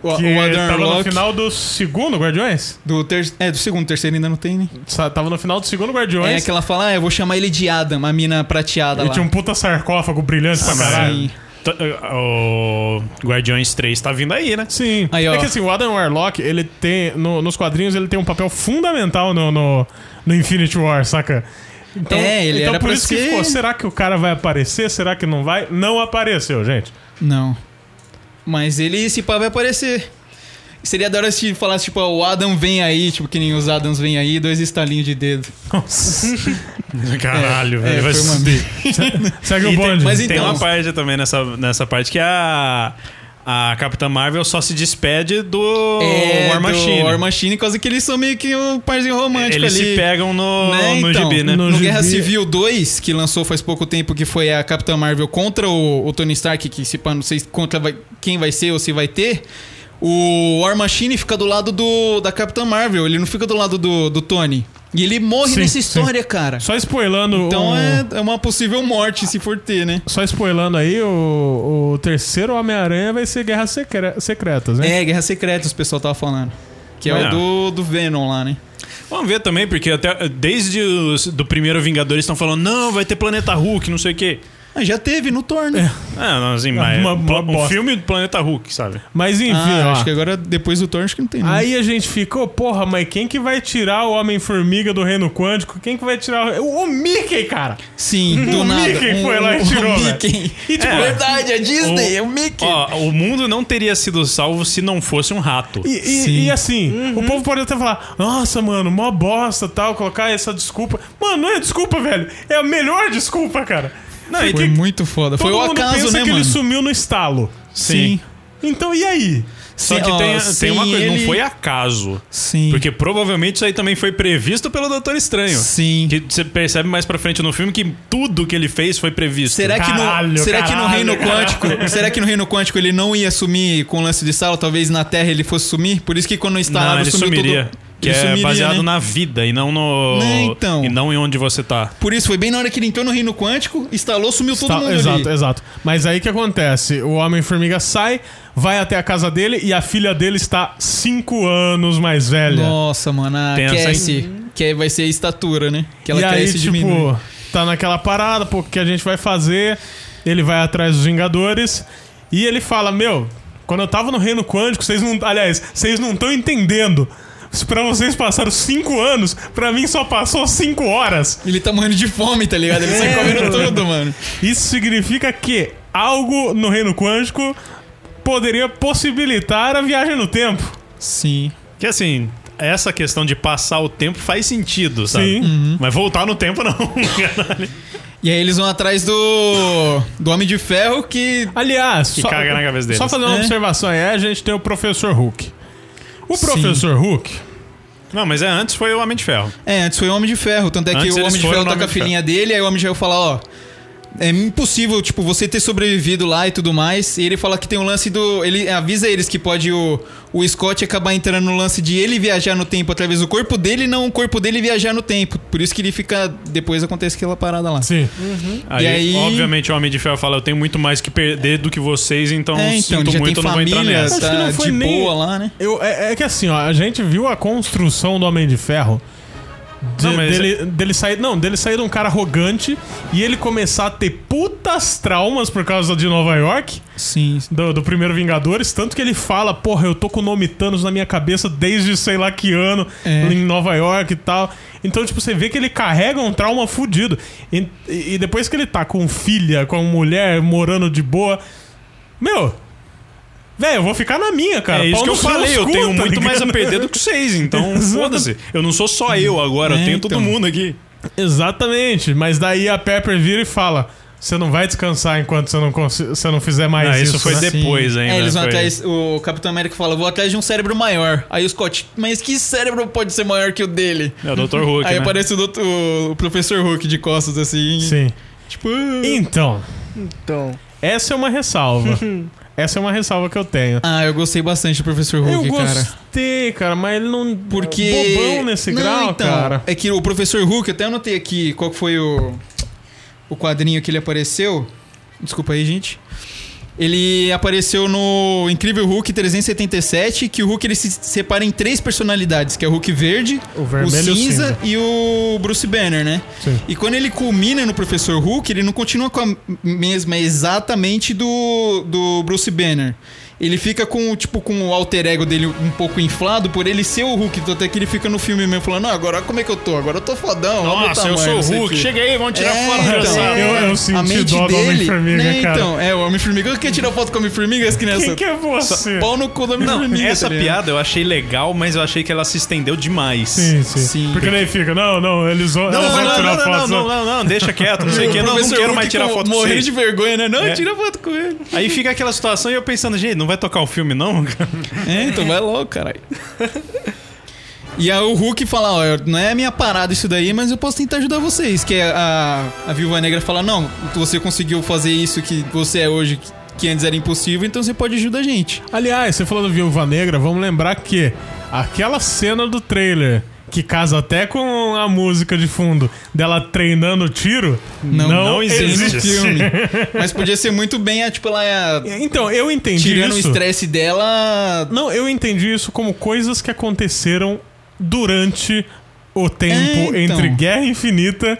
Speaker 4: O,
Speaker 1: Que
Speaker 4: o Adam
Speaker 1: tava no
Speaker 4: Warlock
Speaker 1: final do segundo Guardiões?
Speaker 4: do ter... É, do segundo, terceiro ainda não tem, né?
Speaker 1: Sa- Tava no final do segundo
Speaker 4: É
Speaker 1: Guardiões.
Speaker 4: que ela fala, ah, eu vou chamar ele de Adam, a mina prateada
Speaker 1: e
Speaker 4: lá.
Speaker 1: tinha um puta sarcófago brilhante pra caralho.
Speaker 4: Sim.
Speaker 3: T- eh, O Guardiões 3 tá vindo aí, né?
Speaker 1: Sim.
Speaker 4: Aí, ó.
Speaker 1: é que assim, o Adam Warlock, ele tem. no- nos quadrinhos, ele tem um papel fundamental no, no, no Infinity War, saca? Então,
Speaker 4: É, ele
Speaker 1: então
Speaker 4: era
Speaker 1: por
Speaker 4: pra
Speaker 1: isso que
Speaker 4: ser-
Speaker 1: ficou, será que o cara vai aparecer? Será que não vai? Não apareceu, gente.
Speaker 4: Não. Mas ele, se pá, vai aparecer. Seria da hora se falasse, tipo, ó, o Adam vem aí, tipo, que nem os Adams vem aí, dois estalinhos de dedo.
Speaker 1: Nossa.
Speaker 3: *laughs* Caralho, velho.
Speaker 4: é,
Speaker 3: vai
Speaker 4: foi uma...
Speaker 3: subir.
Speaker 1: Segue
Speaker 3: E
Speaker 1: o
Speaker 3: tem-
Speaker 1: bonde.
Speaker 4: mas
Speaker 3: Tem
Speaker 4: Então-
Speaker 3: uma parte também nessa, nessa parte que é a. a Capitã Marvel só se despede do War
Speaker 4: É, do
Speaker 3: Machine.
Speaker 4: War Machine, quase que eles são meio que um parzinho romântico
Speaker 3: Eles
Speaker 4: ali.
Speaker 3: se pegam no,
Speaker 4: né?
Speaker 3: no
Speaker 4: então,
Speaker 3: gibi, né?
Speaker 4: No,
Speaker 1: No
Speaker 4: Guerra
Speaker 1: gibi.
Speaker 4: Civil 2, que lançou faz pouco tempo, que foi a Capitã Marvel contra o, o Tony Stark, que se pá, não sei contra vai- quem vai ser ou se vai ter. O War Machine fica do lado do da Capitã Marvel, ele não fica do lado do, do Tony. E ele morre
Speaker 1: Sim,
Speaker 4: nessa
Speaker 1: sim. um-
Speaker 4: história, cara.
Speaker 1: Só spoilando.
Speaker 4: Então
Speaker 1: o-
Speaker 4: é, é uma possível morte, se for ter, né?
Speaker 1: Só spoilando aí, o, o terceiro Homem-Aranha vai ser Guerras Secre- Secretas, né?
Speaker 4: É, Guerra Secreta, os pessoal tava falando. Que é,
Speaker 3: É.
Speaker 4: o do, do Venom lá, né?
Speaker 3: Vamos ver também, porque até desde os, do primeiro Vingadores estão falando, não, vai ter Planeta Hulk, não sei o quê.
Speaker 4: Ah, já teve no Thor, né?
Speaker 3: Ah, não, assim, mas
Speaker 1: É Uma- uma
Speaker 3: um
Speaker 1: bosta.
Speaker 3: filme do Planeta Hulk, sabe?
Speaker 1: Mas É, enfim,
Speaker 4: Ah,
Speaker 1: ó.
Speaker 4: acho que agora depois do Thor acho que não tem. né?
Speaker 1: Aí a gente ficou, porra, mas quem que vai tirar o Homem-Formiga do Reino Quântico? Quem que vai tirar o, o Mickey, cara?
Speaker 4: Sim, do
Speaker 1: o
Speaker 4: nada.
Speaker 1: Mickey foi lá e
Speaker 4: o
Speaker 1: tirou,
Speaker 4: Mickey.
Speaker 1: E tipo,
Speaker 3: É.
Speaker 4: Verdade, a Disney, é o Mickey.
Speaker 3: Ó, o mundo não teria sido salvo se não fosse um rato.
Speaker 1: E, e-
Speaker 4: Sim.
Speaker 1: e assim, o povo pode até falar, nossa, mano, mó bosta tal, colocar essa desculpa. Mano, não é desculpa, velho. É a melhor desculpa, cara. Não, e
Speaker 4: foi
Speaker 1: que
Speaker 4: muito foda.
Speaker 1: todo
Speaker 4: Foi o
Speaker 1: mundo
Speaker 4: acaso,
Speaker 1: pensa
Speaker 4: né,
Speaker 1: que
Speaker 4: mano?
Speaker 1: ele sumiu no estalo.
Speaker 4: Sim.
Speaker 1: Então, e aí?
Speaker 3: Só que
Speaker 4: ó,
Speaker 3: tem, tem uma
Speaker 4: sem
Speaker 3: coisa, não
Speaker 4: ele-
Speaker 3: foi acaso.
Speaker 4: Sim.
Speaker 3: Porque provavelmente isso aí também foi previsto pelo Doutor Estranho.
Speaker 4: Sim.
Speaker 3: Que você percebe mais pra frente no filme que tudo que ele fez foi previsto.
Speaker 4: Será que,
Speaker 1: Caralho,
Speaker 4: no, será que no
Speaker 1: caralho,
Speaker 4: Reino
Speaker 1: caralho.
Speaker 4: Quântico. *laughs* Será que no Reino Quântico ele não ia sumir com o lance de sala? Talvez na Terra ele fosse sumir? Por isso que quando instalado
Speaker 3: Não, ele
Speaker 4: sumiu
Speaker 3: sumiria.
Speaker 4: tudo.
Speaker 3: Que
Speaker 4: Ele
Speaker 3: é
Speaker 4: sumiria,
Speaker 3: baseado
Speaker 4: né?
Speaker 3: na vida e não no.
Speaker 4: Né, então.
Speaker 3: E não em onde você tá.
Speaker 4: Por isso, foi bem na hora que ele entrou no Reino Quântico, instalou, sumiu todo
Speaker 1: Tá,
Speaker 4: mundo
Speaker 1: exato,
Speaker 3: é-
Speaker 4: ali.
Speaker 1: exato. Mas aí que acontece? O Homem-Formiga sai, vai até a casa dele e a filha dele está 5 anos mais velha.
Speaker 4: Nossa, mano, a
Speaker 3: Tem essa,
Speaker 4: Cassie, que vai ser a estatura, né? Que ela
Speaker 1: e aí,
Speaker 4: cresce e
Speaker 1: tipo,
Speaker 4: diminui.
Speaker 1: tá naquela parada, pô, o que a gente vai fazer? Ele vai atrás dos Vingadores e ele fala: Meu, quando eu tava no Reino Quântico, vocês não. Aliás, vocês não estão entendendo. Pra vocês passaram 5 anos, pra mim só passou 5 horas.
Speaker 4: Ele tá morrendo de fome, tá
Speaker 3: *laughs*
Speaker 4: ligado?
Speaker 3: É,
Speaker 4: Ele sai comendo tudo, mano.
Speaker 1: Isso significa que algo no Reino Quântico poderia possibilitar a viagem no tempo.
Speaker 4: Sim.
Speaker 3: Que assim, essa questão de passar o tempo faz sentido, sabe? Uhum.
Speaker 1: Sim.
Speaker 4: Uhum.
Speaker 3: Mas voltar no tempo não. *laughs*
Speaker 4: E aí eles vão atrás do. do Homem de Ferro que.
Speaker 1: Aliás, só,
Speaker 3: caga na cabeça deles.
Speaker 1: só fazer uma
Speaker 4: É.
Speaker 1: observação aí, a gente tem o Professor Hulk. O
Speaker 4: Sim.
Speaker 1: Professor Hulk,
Speaker 3: não, mas é antes foi o Homem de Ferro.
Speaker 4: É, antes foi o Homem de Ferro. Tanto é que
Speaker 3: Antes
Speaker 4: o
Speaker 3: eles
Speaker 4: Homem de
Speaker 3: foram
Speaker 4: Ferro
Speaker 3: no
Speaker 4: tá com a
Speaker 3: Homem de
Speaker 4: filhinha dele, aí o Homem de Ferro fala, ó. É impossível, tipo, você ter sobrevivido lá e tudo mais. E ele fala que tem um lance do. Ele avisa eles que pode o, o Scott acabar entrando no lance de ele viajar no tempo através do corpo dele e não o corpo dele viajar no tempo. Por isso que ele fica. Depois acontece aquela parada lá.
Speaker 1: sim.
Speaker 3: Aí,
Speaker 4: aí-
Speaker 3: obviamente, o Homem de Ferro fala: Eu tenho muito mais que perder do que vocês, então,
Speaker 4: É, então, ele
Speaker 3: sinto
Speaker 4: já
Speaker 3: muito, eu
Speaker 4: tem
Speaker 3: não vou entrar
Speaker 4: família,
Speaker 3: nessa.
Speaker 1: Acho que
Speaker 4: tá
Speaker 1: não foi
Speaker 4: de
Speaker 1: nem-
Speaker 4: boa lá, né?
Speaker 1: Eu- é, é que assim, ó, a gente viu a construção do Homem de Ferro. de-
Speaker 3: Não, mas- é-
Speaker 1: dele, dele sair, não, dele sair de um cara arrogante e ele começar a ter putas traumas por causa de Nova York,
Speaker 4: Sim.
Speaker 1: do, do primeiro Vingadores. Tanto que ele fala, porra, eu tô com o nome Thanos na minha cabeça desde sei lá que ano,
Speaker 4: É.
Speaker 1: em Nova York e tal. Então, tipo, você vê que ele carrega um trauma fudido. E, e depois que ele tá com filha, com mulher, morando de boa. Meu. Velho, eu vou ficar na minha, cara.
Speaker 3: É isso
Speaker 1: Pau
Speaker 3: que eu
Speaker 1: no seu
Speaker 3: falei, eu
Speaker 1: escuro,
Speaker 3: tenho
Speaker 1: tá
Speaker 3: muito mais a
Speaker 1: ligado?
Speaker 3: perder do que vocês,
Speaker 4: *laughs*
Speaker 3: então
Speaker 1: Exato.
Speaker 3: foda-se. Eu não sou só eu agora, eu
Speaker 4: É,
Speaker 3: tenho todo
Speaker 4: então.
Speaker 3: mundo aqui.
Speaker 1: *laughs* Exatamente, mas daí a Pepper vira e fala: Você não vai descansar enquanto você não, consi- você não fizer mais
Speaker 3: Ah,
Speaker 1: isso.
Speaker 3: isso foi
Speaker 1: né?"
Speaker 3: depois ainda.
Speaker 4: É, eles vão
Speaker 3: foi-
Speaker 4: atrás. O Capitão América fala: vou atrás de um cérebro maior. Aí o Scott, mas que cérebro pode ser maior que o dele?
Speaker 3: É o Dr. Hulk.
Speaker 4: Aí
Speaker 3: né?
Speaker 4: aparece o, doutor- o professor Hulk de costas assim.
Speaker 1: Sim.
Speaker 4: Tipo.
Speaker 1: Então,
Speaker 2: Então.
Speaker 1: essa é uma
Speaker 4: *laughs*
Speaker 1: ressalva. essa é uma ressalva que eu tenho.
Speaker 4: Ah, eu gostei bastante do professor
Speaker 1: eu
Speaker 4: Hulk, cara.
Speaker 1: gostei, cara. mas ele não.
Speaker 4: Porque.
Speaker 1: Bobão nesse
Speaker 4: Não,
Speaker 1: grau,
Speaker 4: então,
Speaker 1: cara.
Speaker 4: É que o professor Hulk, eu até anotei aqui qual que foi o. O quadrinho que ele apareceu. Desculpa aí, gente. Ele apareceu no Incrível Hulk 377, que o Hulk ele se separa em três personalidades, que é o Hulk verde,
Speaker 1: O vermelho e
Speaker 4: o
Speaker 1: o
Speaker 4: cinza
Speaker 1: cinza.
Speaker 4: e o Bruce Banner, né?
Speaker 1: Sim.
Speaker 4: E quando ele culmina no Professor Hulk, ele não continua com a mesma exatamente do, do Bruce Banner. Ele fica com, o- tipo, com o alter ego dele um pouco inflado por ele ser o Hulk. Tanto é que ele fica no filme mesmo falando, não, agora como é que eu tô? Agora eu tô fodão. olha o meu
Speaker 3: Nossa, eu
Speaker 4: um tamanho,
Speaker 3: sou
Speaker 4: não sei
Speaker 3: o
Speaker 4: o
Speaker 3: Hulk,
Speaker 4: quê."
Speaker 3: chega aí, vamos tirar
Speaker 4: É,
Speaker 3: fora
Speaker 4: então.
Speaker 3: dessa-
Speaker 1: Eu- eu senti
Speaker 4: a mente
Speaker 1: dó do
Speaker 4: dele,
Speaker 1: Homem-Formiga,
Speaker 4: né,
Speaker 1: cara.
Speaker 4: Então, é, o Homem-Formiga quer tirar foto com o Homem-Formiga, as crianças.
Speaker 1: Quem que é você?
Speaker 4: Pau no cu do Homem-Formiga.
Speaker 3: Essa
Speaker 4: tá ligado?
Speaker 3: piada eu achei legal, mas eu achei que ela se estendeu demais.
Speaker 1: Sim, sim.
Speaker 4: Sim.
Speaker 1: Porque daí fica, não, não, eles vão.
Speaker 3: Não,
Speaker 1: elas
Speaker 3: não,
Speaker 1: vão
Speaker 3: não,
Speaker 1: tirar
Speaker 3: não, não,
Speaker 1: foto.
Speaker 3: não, não, não, não, deixa quieto, não sei o que, não, não
Speaker 4: Professor
Speaker 3: quero
Speaker 4: Hulk
Speaker 3: mais tirar
Speaker 4: com-
Speaker 3: foto com
Speaker 4: Morrendo
Speaker 3: vocês.
Speaker 4: de vergonha, né? Não,
Speaker 3: É.
Speaker 4: tira foto com ele.
Speaker 3: Aí fica aquela situação e eu pensando, gente, não vai vai tocar o filme, não? *laughs*
Speaker 4: É, então vai logo, caralho. E aí o Hulk fala, ó, não é minha parada isso daí, mas eu posso tentar ajudar vocês. Que é a, a Viúva Negra fala, não, você conseguiu fazer isso que você é hoje, que- que antes era impossível, então você pode ajudar a gente.
Speaker 1: Aliás, você falou do Viúva Negra, vamos lembrar que aquela cena do trailer que casa até com a música de fundo dela treinando o tiro
Speaker 4: Não,
Speaker 3: existe.
Speaker 1: *laughs*
Speaker 4: no filme. mas podia ser muito bem, é, tipo, ela é,
Speaker 1: Então, eu entendi
Speaker 4: tirando o
Speaker 1: isso.
Speaker 4: estresse dela...
Speaker 1: Não, eu entendi isso como coisas que aconteceram durante o tempo
Speaker 4: É, então.
Speaker 1: entre Guerra Infinita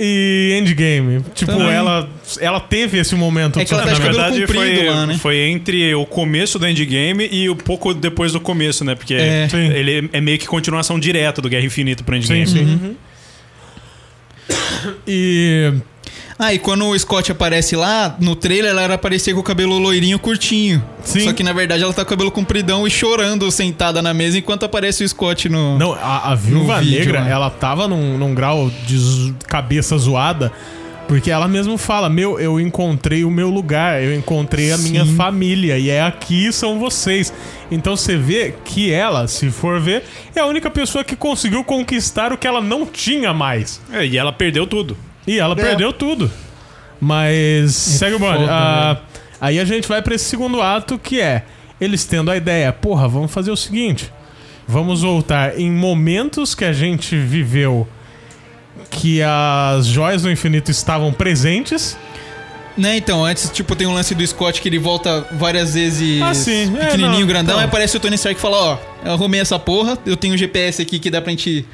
Speaker 1: e Endgame. Tipo,
Speaker 4: Também.
Speaker 1: ela ela teve esse momento.
Speaker 4: É que ela tá
Speaker 1: absolutamente.
Speaker 4: de cabelo comprido
Speaker 3: foi,
Speaker 4: lá, né?
Speaker 3: foi entre o começo do Endgame e o pouco depois do começo, né? Porque
Speaker 4: É.
Speaker 1: Sim.
Speaker 3: ele é meio que continuação direta do Guerra Infinita pro Endgame.
Speaker 1: Sim, sim. E
Speaker 4: Ah, e quando o Scott aparece lá, no trailer ela era aparecer com o cabelo loirinho curtinho.
Speaker 1: Sim.
Speaker 4: Só que na verdade ela tá com o cabelo compridão e chorando sentada na mesa enquanto aparece o Scott no.
Speaker 1: Não, a, a viúva
Speaker 4: No vídeo,
Speaker 1: negra,
Speaker 4: né?
Speaker 1: ela tava num, num grau de zo- cabeça zoada. Porque ela mesmo fala, meu, eu encontrei o meu lugar, eu encontrei a minha família, e é aqui são vocês. Então você vê que ela, se for ver, é a única pessoa que conseguiu conquistar o que ela não tinha mais.
Speaker 3: É, e ela perdeu tudo.
Speaker 1: E ela perdeu tudo. Mas segue o bonde.
Speaker 4: foda,
Speaker 1: Ah, aí a gente vai pra esse segundo ato que é eles tendo a ideia, porra, vamos fazer o seguinte. Vamos voltar em momentos que a gente viveu que as joias do infinito estavam presentes.
Speaker 4: Né, então, antes, tipo, tem um lance do Scott que ele volta várias vezes
Speaker 1: Ah, sim. É,
Speaker 4: pequenininho,
Speaker 1: não,
Speaker 4: grandão,
Speaker 1: então.
Speaker 4: aí aparece o Tony Stark e fala, ó, eu arrumei essa porra, eu tenho um GPS aqui que dá pra gente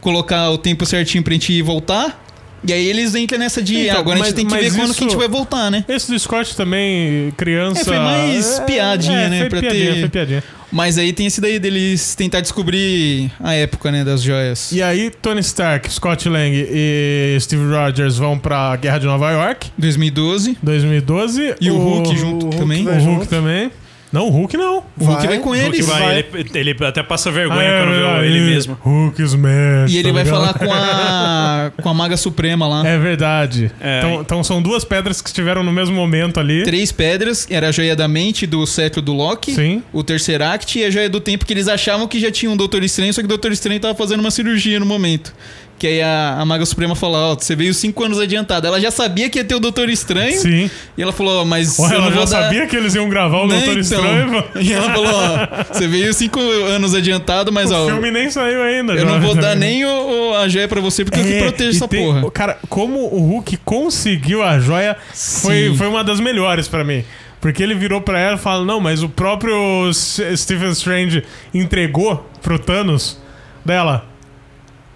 Speaker 4: colocar o tempo certinho pra gente voltar. E aí eles entram nessa de,
Speaker 1: Então,
Speaker 4: ah, agora a
Speaker 1: mas-
Speaker 4: gente tem que
Speaker 1: mas
Speaker 4: ver quando que a gente
Speaker 1: isso-
Speaker 4: vai voltar, né?
Speaker 1: Esse do Scott também, criança. é,
Speaker 4: É, foi mais piadinha, né,
Speaker 1: Foi
Speaker 4: pra
Speaker 1: piadinha,
Speaker 4: ter-
Speaker 1: foi piadinha.
Speaker 4: Mas aí tem esse daí deles tentar descobrir a época, né, das joias.
Speaker 1: E aí, Tony Stark, Scott Lang e Steve Rogers vão pra Guerra de Nova York,
Speaker 4: 2012.
Speaker 1: 2012.
Speaker 4: E o Hulk junto
Speaker 2: o Hulk
Speaker 4: também.
Speaker 1: O
Speaker 2: vai-
Speaker 1: Hulk também. Não, o Hulk não.
Speaker 4: O Hulk vai com
Speaker 3: O Hulk
Speaker 4: eles.
Speaker 3: vai, ele, ele até passa vergonha
Speaker 1: Ah, é,
Speaker 3: quando
Speaker 1: verdade.
Speaker 3: vê ele mesmo.
Speaker 1: Hulk Smash.
Speaker 4: E ele
Speaker 1: tá
Speaker 4: vai
Speaker 1: ligado?
Speaker 4: falar com a. com a maga suprema lá.
Speaker 1: É verdade.
Speaker 3: É.
Speaker 1: Então, então são duas pedras que estiveram no mesmo momento ali.
Speaker 4: Três pedras, era a joia da mente do cetro do Loki,
Speaker 1: Sim.
Speaker 4: o Tesseract e a joia do tempo que eles achavam que já tinha um Doutor Estranho, só que o Doutor Estranho tava fazendo uma cirurgia no momento. Que aí a, a Maga Suprema fala, ó, você veio cinco anos adiantada. Ela já sabia que ia ter o Doutor Estranho.
Speaker 1: Sim.
Speaker 4: E ela falou, ó, mas.
Speaker 1: Olha,
Speaker 4: eu
Speaker 1: ela
Speaker 4: não
Speaker 1: já
Speaker 4: vou dar-
Speaker 1: sabia que eles iam gravar o
Speaker 4: Né,
Speaker 1: Doutor
Speaker 4: então.
Speaker 1: Estranho. mano.
Speaker 4: *laughs* E ela falou, ó, você veio cinco anos adiantado, mas ó,
Speaker 1: O filme nem saiu ainda.
Speaker 4: eu
Speaker 1: já.
Speaker 4: não vou dar nem o, o- a joia pra você porque eu que
Speaker 1: É,
Speaker 4: protejo
Speaker 1: e
Speaker 4: essa
Speaker 1: tem-
Speaker 4: porra.
Speaker 1: Cara, como o Hulk conseguiu a joia foi,
Speaker 4: Sim.
Speaker 1: foi uma das melhores pra mim. Porque ele virou pra ela e falou: Não, mas o próprio S- Stephen Strange entregou pro Thanos dela.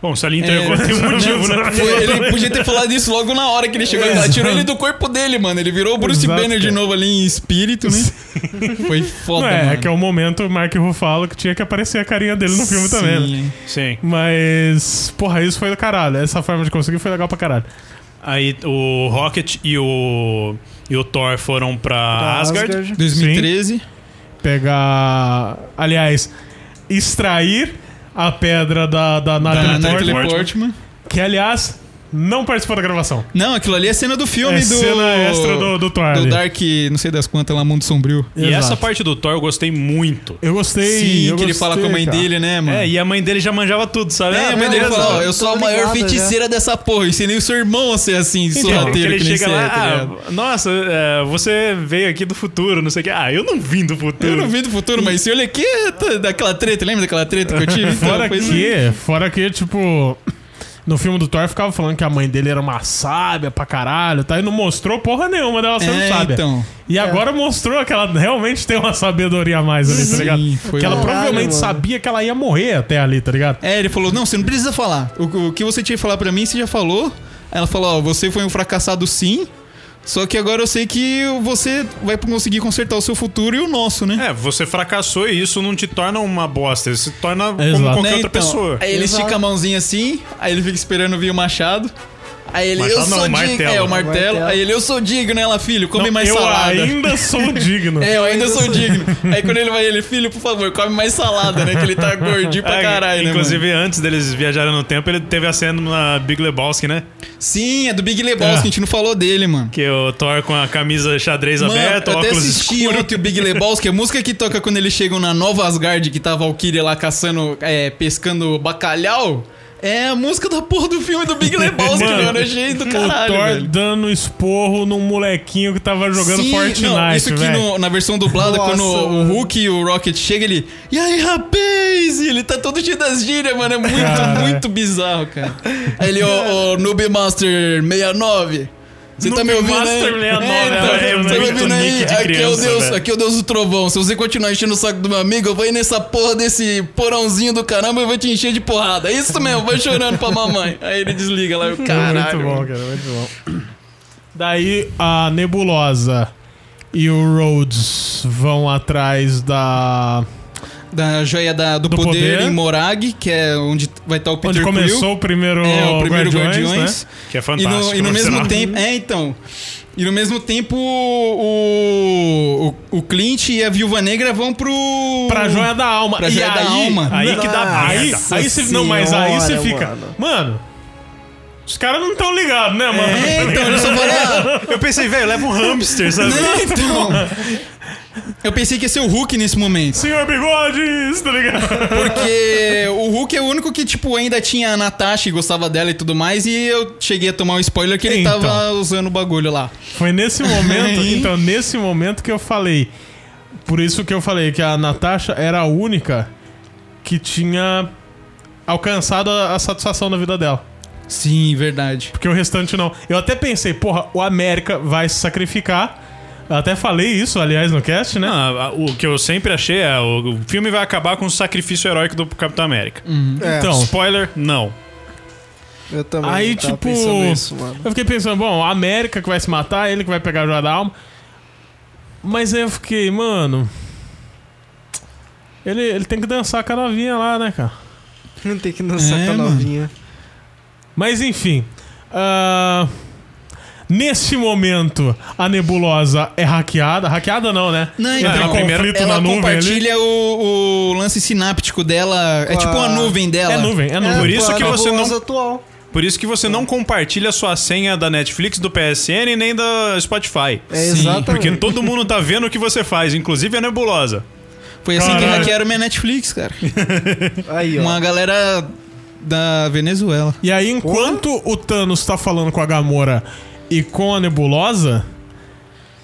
Speaker 3: Bom, se ele entregou,
Speaker 4: É,
Speaker 3: tem um motivo, né?
Speaker 4: Foi- ele podia ter falado isso logo na hora que ele chegou. Ela tirou ele do corpo dele, mano. Ele virou o Bruce
Speaker 1: Exato,
Speaker 4: Banner de
Speaker 1: cara.
Speaker 4: novo ali em espírito, né? Foi foda,
Speaker 1: Não é,
Speaker 4: mano.
Speaker 1: é que é o momento Mark Ruffalo que tinha que aparecer a carinha dele no filme
Speaker 4: Sim.
Speaker 1: também. Né?
Speaker 3: Sim.
Speaker 1: Mas, porra, isso foi do caralho. Essa forma de conseguir foi legal pra caralho.
Speaker 3: Aí o Rocket e o, e o Thor foram pra Asgard.
Speaker 4: 2013.
Speaker 1: Pegar. Aliás, extrair a pedra da, da Natalie
Speaker 4: Da
Speaker 3: Natalie
Speaker 1: Portman,
Speaker 4: Natalie
Speaker 3: Portman.
Speaker 4: Portman.
Speaker 1: que aliás não participou da gravação.
Speaker 4: Não, aquilo ali é cena do filme
Speaker 1: é
Speaker 4: do.
Speaker 1: cena extra do, do Thor.
Speaker 4: do
Speaker 1: ali.
Speaker 4: Dark, não sei das quantas lá, Mundo Sombrio.
Speaker 3: E
Speaker 1: Exato.
Speaker 3: essa parte do Thor eu gostei muito.
Speaker 1: Eu gostei.
Speaker 4: Sim,
Speaker 1: eu
Speaker 4: que ele
Speaker 1: gostei,
Speaker 4: fala com a mãe
Speaker 1: cara.
Speaker 4: dele, né, mano?
Speaker 3: É, e a mãe dele já manjava tudo, sabe?
Speaker 4: É,
Speaker 3: Ah,
Speaker 4: mas ele
Speaker 3: beleza.
Speaker 4: fala, ó, eu sou a
Speaker 2: Tô
Speaker 4: maior
Speaker 2: ligado,
Speaker 4: feiticeira dessa porra. Ensinei o seu irmão a ser assim,
Speaker 3: Então, que
Speaker 4: sorrateiro
Speaker 3: ele
Speaker 4: que nem
Speaker 3: chega
Speaker 4: você é,
Speaker 3: lá,
Speaker 4: tá ligado?
Speaker 3: ah, nossa, é, você veio aqui do futuro, não sei o que. Ah, eu não vim do futuro.
Speaker 4: Eu não vi do futuro, mas se olha aqui, tá- daquela treta, lembra daquela treta que eu tive? Então,
Speaker 1: Fora
Speaker 4: pois é.
Speaker 1: que, fora que, tipo. No filme do Thor ficava falando que a mãe dele era uma sábia pra caralho, tá? E não mostrou porra nenhuma dela sendo
Speaker 4: É,
Speaker 1: sábia.
Speaker 4: então.
Speaker 1: E agora mostrou que ela realmente tem uma sabedoria a mais ali, tá ligado?
Speaker 4: Sim, foi
Speaker 1: que ela
Speaker 4: lá.
Speaker 1: provavelmente
Speaker 2: mano.
Speaker 1: sabia que ela ia morrer até ali, tá ligado?
Speaker 4: É, ele falou, não, você não precisa falar. O, o que você tinha que falar pra mim, você já falou. Aí Ela falou, ó, você foi um fracassado sim, só que agora eu sei que você vai conseguir consertar o seu futuro e o nosso, né?
Speaker 3: É, você fracassou e isso não te torna uma bosta, isso te torna como
Speaker 1: Exato.
Speaker 3: qualquer
Speaker 4: Né,
Speaker 3: outra
Speaker 4: então,
Speaker 3: pessoa.
Speaker 4: Aí ele
Speaker 2: Exato.
Speaker 4: estica a mãozinha assim, aí ele fica esperando vir o machado. Aí ele,
Speaker 3: Machado
Speaker 4: eu
Speaker 3: não,
Speaker 4: sou digno.
Speaker 3: martelo.
Speaker 4: É, o martelo.
Speaker 2: Martelo.
Speaker 4: Aí ele, eu sou digno, ela, filho, come
Speaker 1: Não,
Speaker 4: É mais
Speaker 1: eu
Speaker 4: salada.
Speaker 1: ainda
Speaker 4: *laughs*
Speaker 1: sou digno.
Speaker 4: É, eu ainda sou
Speaker 1: assim-
Speaker 4: digno. Aí quando ele vai, ele, filho, por favor, come mais salada, né? Que ele
Speaker 1: *laughs*
Speaker 4: tá gordinho pra
Speaker 3: É,
Speaker 4: caralho, né?
Speaker 3: Inclusive, antes deles viajarem no tempo, ele teve a cena na Big Lebowski, né?
Speaker 4: mano? Sim, é do Big Lebowski,
Speaker 1: É.
Speaker 4: a gente não falou dele, mano.
Speaker 3: Que o Thor com a camisa xadrez
Speaker 4: Mano,
Speaker 3: aberta,
Speaker 4: eu até
Speaker 3: óculos
Speaker 4: assisti
Speaker 3: escuros.
Speaker 4: ontem o Big Lebowski, a música que toca quando eles chegam na Nova Asgard, que tá a Valkyria lá caçando, é, pescando bacalhau, é a música da porra do filme
Speaker 1: *laughs*
Speaker 4: do Big Lebowski,
Speaker 1: Mano,
Speaker 4: mano. Eu achei do
Speaker 1: o
Speaker 4: caralho,
Speaker 1: Thor
Speaker 4: velho.
Speaker 1: dando esporro num molequinho que tava jogando
Speaker 4: Sim,
Speaker 1: Fortnite,
Speaker 4: não, isso aqui
Speaker 1: velho.
Speaker 4: no- na versão dublada,
Speaker 2: Nossa,
Speaker 4: quando o- o
Speaker 2: mano.
Speaker 4: Hulk e o Rocket chegam, ele... E aí, rapaz? E ele tá todo cheio das gírias, mano. É muito,
Speaker 1: Cara.
Speaker 4: muito bizarro, cara. Aí ele, ô, ô, Noob Master 69... Você tá
Speaker 3: Noob
Speaker 4: me ouvindo,
Speaker 3: Master
Speaker 4: aí?
Speaker 3: 69,
Speaker 4: É, então,
Speaker 3: é
Speaker 4: tá me
Speaker 3: muito
Speaker 4: ouvindo aí?
Speaker 3: nick de
Speaker 4: Aqui é o
Speaker 3: criança,
Speaker 4: Deus,
Speaker 3: velho.
Speaker 4: aqui é o Deus do Trovão. Se você continuar enchendo o saco do meu amigo, eu vou ir nessa porra desse porãozinho do caramba e vou te encher de porrada. É isso mesmo, vai chorando pra mamãe. Aí ele desliga lá, eu, caralho.
Speaker 1: Muito bom, cara, muito bom. Daí a Nebulosa e o Rhodes vão atrás da.
Speaker 4: da joia da- do,
Speaker 1: Do
Speaker 4: poder,
Speaker 1: poder.
Speaker 4: em Morag, que é onde vai estar o Peter
Speaker 1: Onde
Speaker 4: Quill.
Speaker 1: começou o primeiro,
Speaker 4: é, o primeiro
Speaker 1: Guardiões,
Speaker 4: Guardiões.
Speaker 1: né?
Speaker 3: Que é
Speaker 4: E no,
Speaker 3: fantástico.
Speaker 4: e no
Speaker 3: por
Speaker 4: mesmo
Speaker 3: sinal.
Speaker 4: tempo. É, então. E no mesmo tempo, o, o, o Clint e a Viúva Negra vão pro.
Speaker 1: Pra joia da alma.
Speaker 4: Pra
Speaker 1: e
Speaker 4: joia
Speaker 1: aí,
Speaker 4: da alma.
Speaker 1: Aí que dá
Speaker 3: Nossa
Speaker 1: aí, aí você, Não, mas aí você
Speaker 2: senhora,
Speaker 1: fica. Mano,
Speaker 2: mano.
Speaker 1: os caras não estão ligados, né, mano?
Speaker 4: É, então, eles
Speaker 1: *laughs*
Speaker 4: só falaram.
Speaker 3: Eu pensei, velho, leva um hamster,
Speaker 4: "Ah,
Speaker 3: sabe?
Speaker 4: né, então. Eu pensei que ia ser o Hulk nesse momento.
Speaker 1: Senhor Bigodes, tá ligado?
Speaker 4: Porque o Hulk é o único que, tipo, ainda tinha a Natasha e gostava dela e tudo mais. E eu cheguei a tomar um spoiler que ele
Speaker 1: Então.
Speaker 4: tava usando o bagulho lá.
Speaker 1: Foi nesse momento,
Speaker 4: Aí.
Speaker 1: então, nesse momento que eu falei. Por isso que eu falei que a Natasha era a única que tinha alcançado a, a satisfação da vida dela.
Speaker 4: Sim, verdade.
Speaker 1: Porque o restante não. Eu até pensei, porra, o América vai se sacrificar. Eu até falei isso, aliás, no cast, né?
Speaker 3: Não, a- a- o que eu sempre achei é o o filme vai acabar com o sacrifício heróico do Capitão América.
Speaker 2: É,
Speaker 1: Então,
Speaker 3: Spoiler, não.
Speaker 2: eu também
Speaker 1: aí,
Speaker 2: tava
Speaker 1: tipo,
Speaker 2: pensando nisso, mano.
Speaker 1: *laughs* Eu fiquei pensando, bom, a América que vai se matar, ele que vai pegar a joia da alma. Mas aí eu fiquei, mano. Ele, ele tem que dançar com a novinha lá, né, cara?
Speaker 2: Não tem que dançar
Speaker 4: É,
Speaker 2: com a
Speaker 4: mano.
Speaker 2: novinha.
Speaker 1: Mas enfim. ah, nesse momento, a nebulosa é hackeada. Hackeada não, né?
Speaker 4: Não,
Speaker 1: Entra
Speaker 4: então.
Speaker 1: em conflito
Speaker 4: Ela
Speaker 1: na nuvem ali.
Speaker 4: compartilha o, o lance sináptico dela. É
Speaker 2: Com
Speaker 4: tipo uma
Speaker 2: a-
Speaker 4: nuvem dela.
Speaker 1: É nuvem, é
Speaker 3: Por
Speaker 1: nuvem.
Speaker 3: isso
Speaker 2: pô,
Speaker 3: que
Speaker 2: a
Speaker 3: você não-
Speaker 2: nebulosa atual.
Speaker 3: Por isso que você não compartilha sua senha da Netflix, do PSN nem da Spotify.
Speaker 2: É
Speaker 4: Sim,
Speaker 2: exatamente.
Speaker 3: Porque todo mundo tá vendo o que você faz, inclusive a nebulosa.
Speaker 4: Foi assim que
Speaker 1: Caralho.
Speaker 4: hackearam minha Netflix, cara.
Speaker 2: Aí, ó.
Speaker 4: Uma galera da Venezuela.
Speaker 1: E aí, enquanto o Thanos tá falando com a Gamora e com a Nebulosa,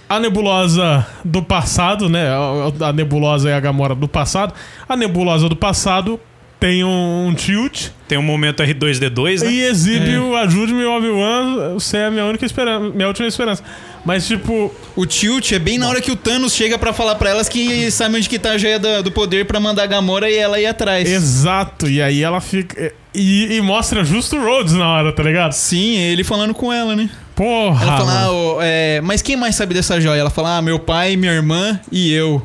Speaker 1: a Nebulosa do passado, né? a- A Nebulosa e a Gamora do passado. A Nebulosa do passado tem um, um tilt
Speaker 3: Tem um momento R2D2, né?
Speaker 1: e exibe
Speaker 4: É.
Speaker 1: o Ajude-me, Obi-Wan. Você é a minha única esperança, minha última esperança. Mas, tipo,
Speaker 4: O tilt é bem na hora que o Thanos chega pra falar pra elas que sabe onde que tá a joia da- do poder pra mandar a Gamora e ela ir atrás.
Speaker 1: exato. E aí ela fica. E, e mostra justo o Rhodes na hora, tá ligado?
Speaker 4: Sim, ele falando com ela, né?
Speaker 1: Porra!
Speaker 4: Ela fala, ah,
Speaker 1: mano.
Speaker 4: ô, é, mas quem mais sabe dessa joia? Ela fala, ah, meu pai, minha irmã e eu.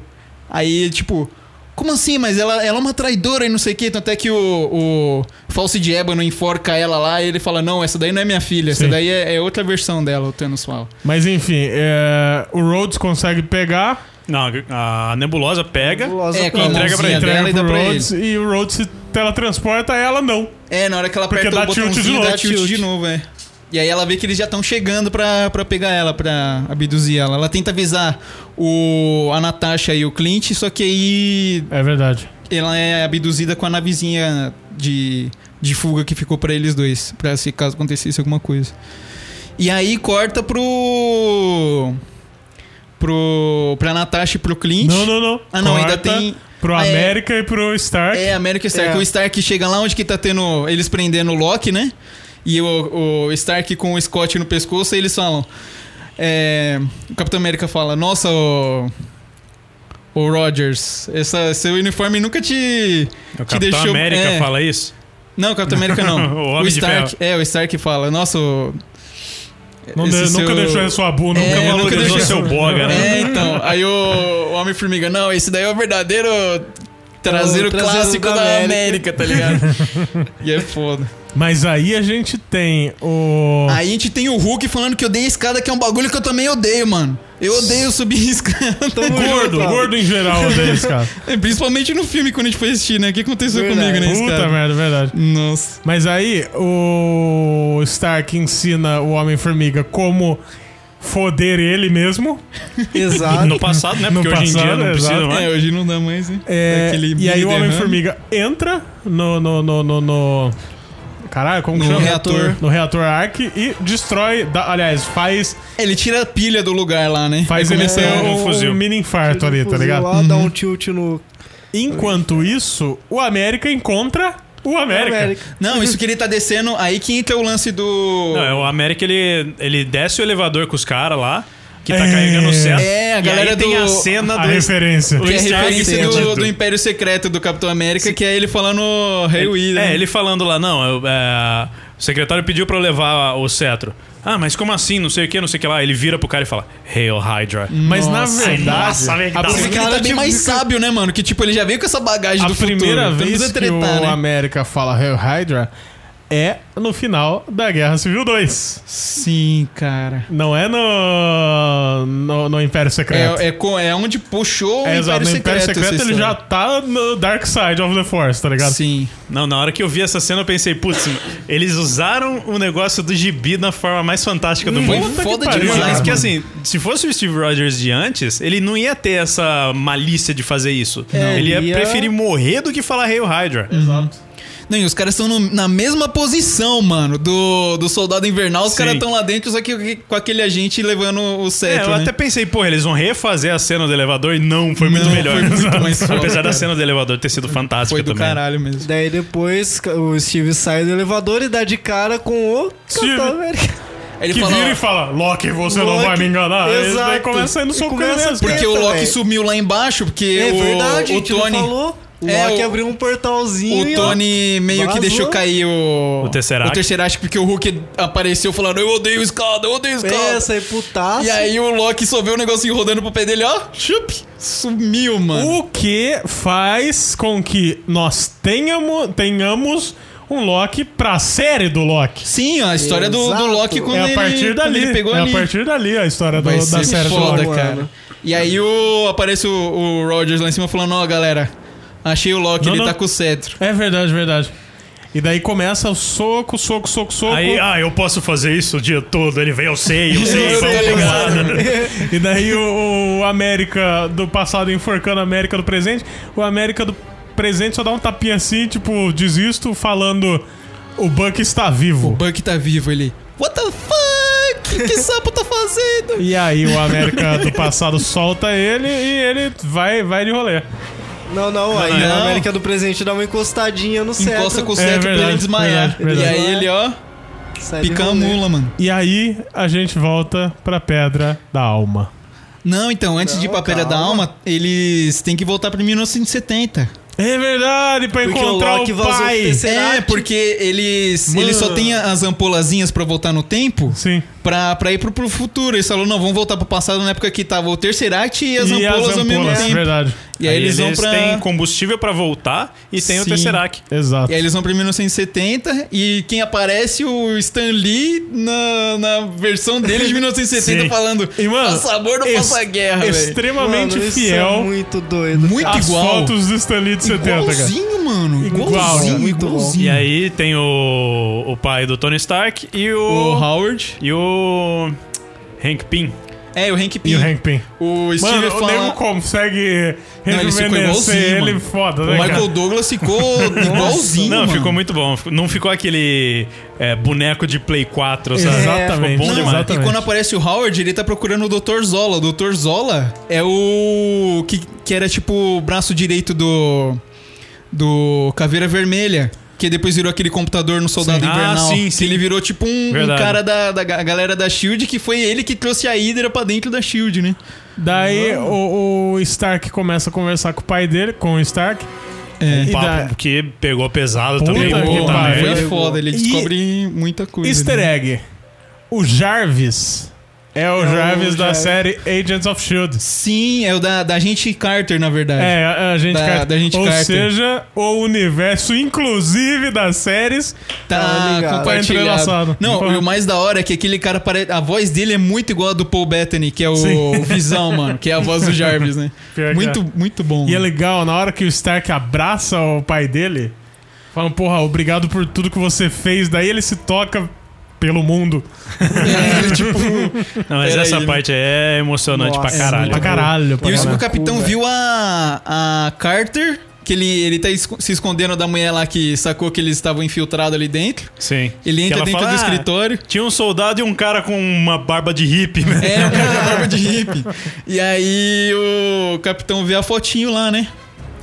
Speaker 4: Aí, tipo, como assim? Mas ela, ela é uma traidora e não sei o quê. Tanto é que o, o Falso de Ébano enforca ela lá e ele fala, não, essa daí não é minha filha.
Speaker 1: Sim.
Speaker 4: Essa daí é, é outra versão dela, o Thanos fala.
Speaker 1: Mas enfim, é, o Rhodes consegue pegar.
Speaker 3: Não, a nebulosa pega.
Speaker 2: Nebulosa
Speaker 4: É, com a
Speaker 2: atual.
Speaker 3: Entrega pra
Speaker 4: mãozinha
Speaker 3: ele.
Speaker 4: dela
Speaker 1: entrega
Speaker 4: e dá
Speaker 1: pro
Speaker 4: pra
Speaker 1: Rhodes e o Rhodes se teletransporta, ela não.
Speaker 4: É, na hora que ela
Speaker 1: Porque
Speaker 4: aperta o
Speaker 1: dá tilt de
Speaker 4: botãozinho,
Speaker 1: novo.
Speaker 4: dá tilt de novo, é. E aí ela vê que eles já estão chegando pra, pra pegar ela, pra abduzir ela. Ela tenta avisar o, a Natasha e o Clint, só que aí
Speaker 1: É verdade.
Speaker 4: ela é abduzida com a navezinha de, de fuga que ficou pra eles dois, pra se caso acontecesse alguma coisa. E aí corta pro pro pra Natasha e pro Clint.
Speaker 1: Não, não, não.
Speaker 4: Ah, não, ainda
Speaker 1: Corta
Speaker 4: tem
Speaker 1: Pro
Speaker 4: Ah, é.
Speaker 1: América e pro Stark.
Speaker 4: É, América Stark.
Speaker 2: É.
Speaker 4: O Stark chega lá onde que tá tendo. Eles prendendo o Loki, né? E o, o Stark com o Scott no pescoço, aí eles falam. é, o Capitão América fala: Nossa, o. O Rogers, essa, seu uniforme nunca te.
Speaker 3: O
Speaker 4: te
Speaker 3: Capitão
Speaker 4: deixou-
Speaker 3: América
Speaker 4: é.
Speaker 3: fala isso.
Speaker 4: Não, o Capitão América
Speaker 1: *laughs*
Speaker 4: não.
Speaker 3: O Homem de
Speaker 4: Stark. É, o Stark fala: Nossa, o.
Speaker 1: Não
Speaker 4: esse
Speaker 1: de-
Speaker 4: seu-
Speaker 1: Nunca deixou sua bunda.
Speaker 4: É,
Speaker 1: nunca
Speaker 4: nunca
Speaker 1: falou
Speaker 3: Valorizou
Speaker 4: deixou-
Speaker 1: disso.
Speaker 3: seu boga, né?
Speaker 4: É, então. Aí o, o Homem-Formiga, não, esse daí é o verdadeiro Trazer
Speaker 2: Trazer
Speaker 4: o
Speaker 2: o
Speaker 4: clássico
Speaker 2: da
Speaker 4: da América, tá ligado? *laughs* e é foda.
Speaker 1: Mas aí a gente tem o.
Speaker 4: Aí a gente tem o Hulk falando que odeia escada, que é um bagulho que eu também odeio, mano. Eu odeio subir escada.
Speaker 1: *laughs*
Speaker 4: É,
Speaker 2: Tamo
Speaker 1: gordo,
Speaker 2: junto,
Speaker 1: gordo em
Speaker 4: *laughs*
Speaker 1: geral odeia esse cara.
Speaker 4: Principalmente no filme quando a gente foi assistir, né? O que aconteceu
Speaker 2: Verdade.
Speaker 4: comigo, né,
Speaker 1: Puta
Speaker 4: escada?
Speaker 1: merda, é verdade.
Speaker 4: Nossa.
Speaker 1: Mas aí o Stark ensina o Homem-Formiga como foder ele mesmo.
Speaker 2: Exato.
Speaker 3: No passado, né?
Speaker 1: No
Speaker 3: Porque hoje em dia
Speaker 1: passado,
Speaker 3: não precisa
Speaker 1: exato.
Speaker 3: mais.
Speaker 4: É, hoje não dá mais, né?
Speaker 1: É,
Speaker 4: Daquele
Speaker 1: e aí o
Speaker 4: Bilderham.
Speaker 1: Homem-Formiga entra no, no, no, no, no- Caralho, como que
Speaker 4: No
Speaker 1: chama?
Speaker 4: reator.
Speaker 1: No reator Arc e destrói. dá- aliás, faz,
Speaker 4: Ele tira a pilha do lugar lá, né?
Speaker 1: faz
Speaker 4: Vai
Speaker 1: ele
Speaker 4: começar
Speaker 1: ter
Speaker 3: um
Speaker 1: um,
Speaker 3: fuzil.
Speaker 1: mini infarto ali, tá
Speaker 2: Fuzil
Speaker 1: ligado?
Speaker 2: Lá,
Speaker 4: Uhum.
Speaker 2: dá um tilt no
Speaker 1: Enquanto isso, o América encontra o América.
Speaker 2: América.
Speaker 4: Não, isso que ele tá descendo, aí que entra o lance do.
Speaker 3: Não, é o América ele, ele desce o elevador com os caras lá, que tá
Speaker 1: É.
Speaker 3: carregando o céu.
Speaker 4: É, a galera
Speaker 3: e aí tem
Speaker 4: do-
Speaker 3: a cena
Speaker 1: A
Speaker 3: do.
Speaker 1: referência.
Speaker 3: do
Speaker 4: que é a
Speaker 3: Easter egg
Speaker 4: referência do,
Speaker 3: perdido.
Speaker 4: do Império Secreto do Capitão América, que é ele falando Hey We, né?
Speaker 3: É, ele falando lá, não, eu, é, o secretário pediu pra eu levar o cetro. Ah, mas como assim? Não sei o que, não sei o que lá. Ele vira pro cara e fala, Hail Hydra.
Speaker 1: Mas
Speaker 4: Nossa,
Speaker 1: na verdade,
Speaker 3: nossa, velho, que
Speaker 1: a
Speaker 3: da hora.
Speaker 4: Esse
Speaker 1: primeira-
Speaker 4: cara tá
Speaker 2: Cara,
Speaker 4: bem
Speaker 2: tipo,
Speaker 4: mais
Speaker 2: fica-
Speaker 4: sábio, né, mano? Que tipo, ele já veio com essa bagagem
Speaker 1: A
Speaker 4: do futuro.
Speaker 1: primeira
Speaker 4: Então
Speaker 1: vez
Speaker 4: precisa
Speaker 1: que
Speaker 4: tretar,
Speaker 1: o
Speaker 4: né?
Speaker 1: América fala Hail Hydra é no final da Guerra Civil 2.
Speaker 4: Sim, cara.
Speaker 1: Não é no, no, no Império Secreto.
Speaker 4: É, é, co- é onde puxou o
Speaker 1: É, exato.
Speaker 4: Império,
Speaker 1: No
Speaker 4: Secreto,
Speaker 1: Império Secreto,
Speaker 4: essa
Speaker 1: ele já tá
Speaker 4: história.
Speaker 1: no Dark Side of the Force, tá ligado?
Speaker 4: Sim.
Speaker 3: Não, na hora que eu vi essa cena eu pensei, putz, eles usaram o negócio do gibi na forma mais fantástica do
Speaker 4: Foi
Speaker 3: mundo.
Speaker 1: Puta que
Speaker 4: foda
Speaker 1: pariu,
Speaker 4: demais,
Speaker 1: cara.
Speaker 3: Mas
Speaker 4: mano.
Speaker 3: que assim, se fosse o Steve Rogers de antes, ele não ia ter essa malícia de fazer isso.
Speaker 2: É,
Speaker 3: ele ia,
Speaker 2: ele ia-
Speaker 3: preferir morrer do que falar Hail Hydra.
Speaker 4: Uhum.
Speaker 1: Exato.
Speaker 4: Não, e os caras estão no- na mesma posição, mano, do, do Soldado Invernal. Os
Speaker 3: Sim.
Speaker 4: caras estão lá dentro, só que com aquele agente levando o
Speaker 3: É,
Speaker 4: cetro,
Speaker 3: eu
Speaker 4: né?
Speaker 3: até pensei, porra, eles vão refazer a cena do elevador e não, foi muito
Speaker 4: Não,
Speaker 3: melhor.
Speaker 4: foi
Speaker 3: *laughs*
Speaker 4: muito mais foda,
Speaker 3: Apesar da
Speaker 4: cara.
Speaker 3: cena do elevador ter sido fantástica
Speaker 4: Foi do
Speaker 3: também.
Speaker 4: caralho mesmo.
Speaker 2: Daí depois o Steve sai do elevador e dá de cara com o
Speaker 1: Steve.
Speaker 2: Capitão América.
Speaker 4: Aí ele
Speaker 1: que
Speaker 4: fala,
Speaker 1: vira e fala, Loki, você não
Speaker 2: Loki,
Speaker 1: vai me enganar. Exato.
Speaker 2: exato.
Speaker 1: Daí começa a ir no
Speaker 2: E
Speaker 1: soco
Speaker 2: começa
Speaker 1: mesmo.
Speaker 2: a
Speaker 1: Porque-
Speaker 4: porque o
Speaker 2: Eita,
Speaker 4: Loki
Speaker 2: véi.
Speaker 4: sumiu lá embaixo, porque
Speaker 2: É
Speaker 4: o,
Speaker 2: verdade,
Speaker 4: o
Speaker 2: a gente não
Speaker 4: Tony...
Speaker 2: falou. O
Speaker 4: É,
Speaker 2: Loki
Speaker 4: o-
Speaker 2: abriu um portalzinho
Speaker 4: O
Speaker 2: e, ó,
Speaker 4: Tony meio que
Speaker 2: vazou.
Speaker 4: deixou cair o.
Speaker 3: O Tesseract.
Speaker 4: O Tesseract, porque o Hulk apareceu falando: Eu odeio escada, eu odeio escada.
Speaker 2: É, sai putaço.
Speaker 4: E aí o Loki só vê o negocinho rodando pro pé dele, ó. Chup! Sumiu,
Speaker 2: Uh,
Speaker 4: mano.
Speaker 1: O que faz com que nós tenhamos, tenhamos um Loki pra série do Loki.
Speaker 4: Sim, a história do, do
Speaker 2: Exato.
Speaker 4: Loki quando
Speaker 1: é a
Speaker 4: ele,
Speaker 1: partir
Speaker 4: quando
Speaker 1: dali.
Speaker 4: ele pegou
Speaker 1: é
Speaker 4: ali.
Speaker 1: a partir dali a história do-
Speaker 4: Vai
Speaker 1: da
Speaker 4: ser
Speaker 1: série do
Speaker 4: foda,
Speaker 1: Loki.
Speaker 2: Loki.
Speaker 4: cara. E aí o, aparece o, o Rogers lá em cima falando, ó, galera, achei o Loki,
Speaker 1: Não,
Speaker 4: ele
Speaker 1: não.
Speaker 4: tá com o cetro.
Speaker 1: É verdade, verdade. E daí começa o soco, soco, soco, soco.
Speaker 3: Aí, ah, eu posso fazer isso o dia todo. Ele vem, eu sei, eu sei,
Speaker 4: Eu
Speaker 3: vamos
Speaker 4: tô
Speaker 3: lá.
Speaker 1: E daí o, o América do passado enforcando a América do presente. O América do presente só dá um tapinha assim, tipo, desisto, falando: O Buck está vivo.
Speaker 4: Buck tá vivo, ele. What the fuck? que sapo tá fazendo?
Speaker 1: *laughs* E aí o América do passado solta ele e ele vai, vai de rolê.
Speaker 2: Não, não, aí
Speaker 4: não.
Speaker 2: a América do presente dá uma encostadinha no céu.
Speaker 4: Encosta com o cetro pra ele
Speaker 1: verdade,
Speaker 4: desmaiar.
Speaker 1: verdade,
Speaker 4: E
Speaker 1: verdade.
Speaker 4: aí ele, ó, pica a mula, mano.
Speaker 1: E aí a gente volta pra Pedra da Alma.
Speaker 4: Não, então, antes de ir pra
Speaker 2: Não,
Speaker 4: Pedra da
Speaker 2: calma.
Speaker 4: Alma, eles têm que voltar pra 1970.
Speaker 1: É verdade, pra
Speaker 2: Porque o
Speaker 1: encontrar o,
Speaker 2: Loki vazou o
Speaker 1: pai.
Speaker 2: terceiro- Será
Speaker 4: é,
Speaker 2: que-
Speaker 4: porque eles,
Speaker 1: Mano.
Speaker 4: eles só têm as ampolazinhas pra voltar no tempo
Speaker 1: Sim.
Speaker 4: pra, pra ir pro, pro futuro. Eles falaram, não, vamos voltar pro passado na época que tava o Terceract e as ampolas ao mesmo tempo.
Speaker 1: é verdade.
Speaker 4: E aí, eles vão pra...
Speaker 3: têm combustível pra voltar e tem o
Speaker 4: Sim.
Speaker 3: Tesseract.
Speaker 1: Exato.
Speaker 4: E aí eles vão pra 1970 e quem aparece o Stan Lee na, na versão dele de 1970
Speaker 1: Sim.
Speaker 4: falando
Speaker 1: E, mano,
Speaker 4: "O sabor do
Speaker 1: ex-
Speaker 4: passa-guerra, ah, velho.
Speaker 1: Extremamente
Speaker 2: Mano, isso
Speaker 1: fiel.
Speaker 2: é muito doido.
Speaker 4: Muito
Speaker 1: As
Speaker 4: igual.
Speaker 1: fotos do Stan Lee de 70, cara.
Speaker 4: Igualzinho, mano.
Speaker 1: Igual,
Speaker 4: Igualzinho,
Speaker 2: cara. Muito
Speaker 4: igualzinho.
Speaker 3: E aí tem o, o pai do Tony Stark e o.
Speaker 4: O Howard.
Speaker 3: E o. Hank Pym.
Speaker 4: É, o Hank
Speaker 1: E
Speaker 4: Pym.
Speaker 1: o Hank Pym.
Speaker 4: O Steve
Speaker 1: Mano, o
Speaker 4: fala...
Speaker 1: nego consegue
Speaker 4: é Não, ele ficou
Speaker 1: rejuvenescer
Speaker 4: igualzinho,
Speaker 1: ele,
Speaker 4: mano.
Speaker 1: foda,
Speaker 4: O
Speaker 1: né,
Speaker 4: Michael
Speaker 1: cara?
Speaker 4: Douglas ficou
Speaker 1: *laughs*
Speaker 4: igualzinho,
Speaker 3: Não,
Speaker 4: mano.
Speaker 3: ficou muito bom. Não ficou aquele é, boneco de Play 4,
Speaker 4: né?
Speaker 3: sabe?
Speaker 1: Exatamente,
Speaker 3: Ficou bom demais.
Speaker 1: exatamente.
Speaker 4: E quando aparece o Howard, ele tá procurando o Dr. Zola. O Dr. Zola é o. que, que era tipo o braço direito do. do Caveira Vermelha. Que depois virou aquele computador no Soldado
Speaker 3: Sim. Ah,
Speaker 4: Invernal.
Speaker 3: sim,
Speaker 4: Que
Speaker 3: sim.
Speaker 4: Ele virou tipo um, um
Speaker 3: Verdade.
Speaker 4: cara da, da ga- galera da Shield, que foi ele que trouxe a Hydra pra dentro da Shield, né?
Speaker 1: Daí o, o Stark começa a conversar com o pai dele, com o Stark.
Speaker 4: É.
Speaker 3: Um
Speaker 1: E
Speaker 3: papo
Speaker 1: da-
Speaker 3: que pegou pesado
Speaker 1: Puta
Speaker 3: também.
Speaker 1: que
Speaker 3: Puta
Speaker 1: pariu.
Speaker 3: merda.
Speaker 4: Foi foda, ele
Speaker 1: E-
Speaker 4: né? descobre muita coisa.
Speaker 1: Easter
Speaker 4: né?
Speaker 1: egg. O Jarvis É o Jarvis
Speaker 2: o
Speaker 1: da
Speaker 2: Jarvis.
Speaker 1: série Agents of S.H.I.E.L.D.
Speaker 4: Sim, é o da, da gente Carter, na verdade.
Speaker 1: É, a, a gente
Speaker 4: Da-
Speaker 1: Carter.
Speaker 4: da gente
Speaker 1: Ou
Speaker 4: Carter.
Speaker 1: seja, o universo, inclusive, das séries.
Speaker 2: Tá
Speaker 4: Tá,
Speaker 2: ligado.
Speaker 4: compartilhado.
Speaker 1: Tá entrelaçado.
Speaker 4: Não,
Speaker 1: Porra.
Speaker 4: e o mais da hora é que aquele cara parece. A voz dele é muito igual a do Paul Bettany, que é o,
Speaker 1: Sim.
Speaker 4: o *laughs* Visão, mano. Que é a voz do Jarvis, né?
Speaker 1: Pior que
Speaker 4: muito, muito bom.
Speaker 1: E é
Speaker 4: mano.
Speaker 1: legal, na hora que o Stark abraça o pai dele, falam, porra, obrigado por tudo que você fez. Daí ele se toca pelo mundo.
Speaker 4: É, tipo,
Speaker 3: Não, mas
Speaker 4: Pera
Speaker 3: essa
Speaker 4: aí.
Speaker 3: parte aí é emocionante
Speaker 2: Nossa,
Speaker 3: pra caralho.
Speaker 1: pra caralho, pra
Speaker 4: Tá, e o,
Speaker 1: caralho.
Speaker 4: o capitão
Speaker 2: Pô,
Speaker 4: viu a, a Carter, que ele, ele tá esco- se escondendo da mulher lá que sacou que eles estavam infiltrados ali dentro.
Speaker 3: Sim.
Speaker 4: Ele
Speaker 3: Que
Speaker 4: entra
Speaker 3: ela
Speaker 4: dentro
Speaker 3: fala,
Speaker 4: do
Speaker 3: "Ah,
Speaker 4: escritório.
Speaker 3: Tinha um soldado e um cara com uma barba de hippie, né?
Speaker 1: *laughs*
Speaker 4: É, o cara com a barba de hippie. E aí o capitão vê a fotinho lá, né?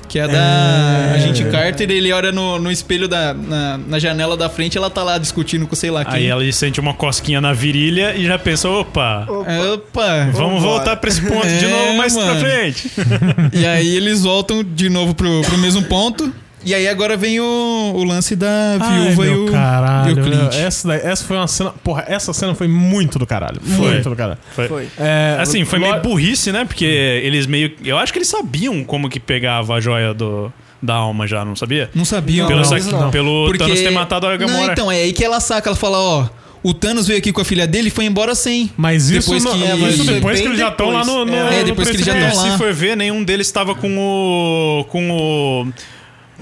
Speaker 4: Que é a da agente Carter, ele olha no, no espelho da na, na janela da frente, ela tá lá discutindo com sei lá quem.
Speaker 3: Aí ela sente uma cosquinha na virilha e já pensa, opa,
Speaker 4: É, Opa!
Speaker 3: vamos
Speaker 2: Vambora.
Speaker 3: voltar pra esse ponto de
Speaker 4: *laughs* É,
Speaker 3: novo mais pra
Speaker 4: mano.
Speaker 3: frente.
Speaker 4: e aí eles voltam de novo pro, pro mesmo ponto. E aí agora vem o, o lance da
Speaker 1: Ai,
Speaker 4: viúva e
Speaker 1: meu
Speaker 4: o,
Speaker 1: caralho,
Speaker 4: e o Clint.
Speaker 1: meu, é- essa, daí- essa foi uma cena. Porra, essa cena foi muito do caralho.
Speaker 3: Foi.
Speaker 1: Muito do caralho.
Speaker 3: Foi.
Speaker 4: *laughs*
Speaker 2: Foi.
Speaker 1: É,
Speaker 3: Assim, foi
Speaker 1: lo-
Speaker 3: meio burrice, né? Porque eles meio. Eu acho que eles sabiam como que pegava a joia do, da alma já, não sabia?
Speaker 4: Não sabiam.
Speaker 3: pelo
Speaker 4: não.
Speaker 3: sac-
Speaker 2: eles não.
Speaker 3: pelo Thanos ter matado a Gamora.
Speaker 4: Não, então, é aí que ela saca, ela fala, ó, o Thanos veio aqui com a filha dele e foi embora sem.
Speaker 1: Mas isso,
Speaker 4: Depois
Speaker 1: não-
Speaker 4: que-
Speaker 1: é, mas isso
Speaker 4: Isso é
Speaker 1: depois
Speaker 2: bem
Speaker 1: que eles já estão lá no. no
Speaker 2: depois.
Speaker 4: É, depois
Speaker 1: no
Speaker 4: que eles já
Speaker 1: precipício.
Speaker 4: tão
Speaker 3: Se
Speaker 4: lá.
Speaker 3: for ver, nenhum deles tava com o. com o.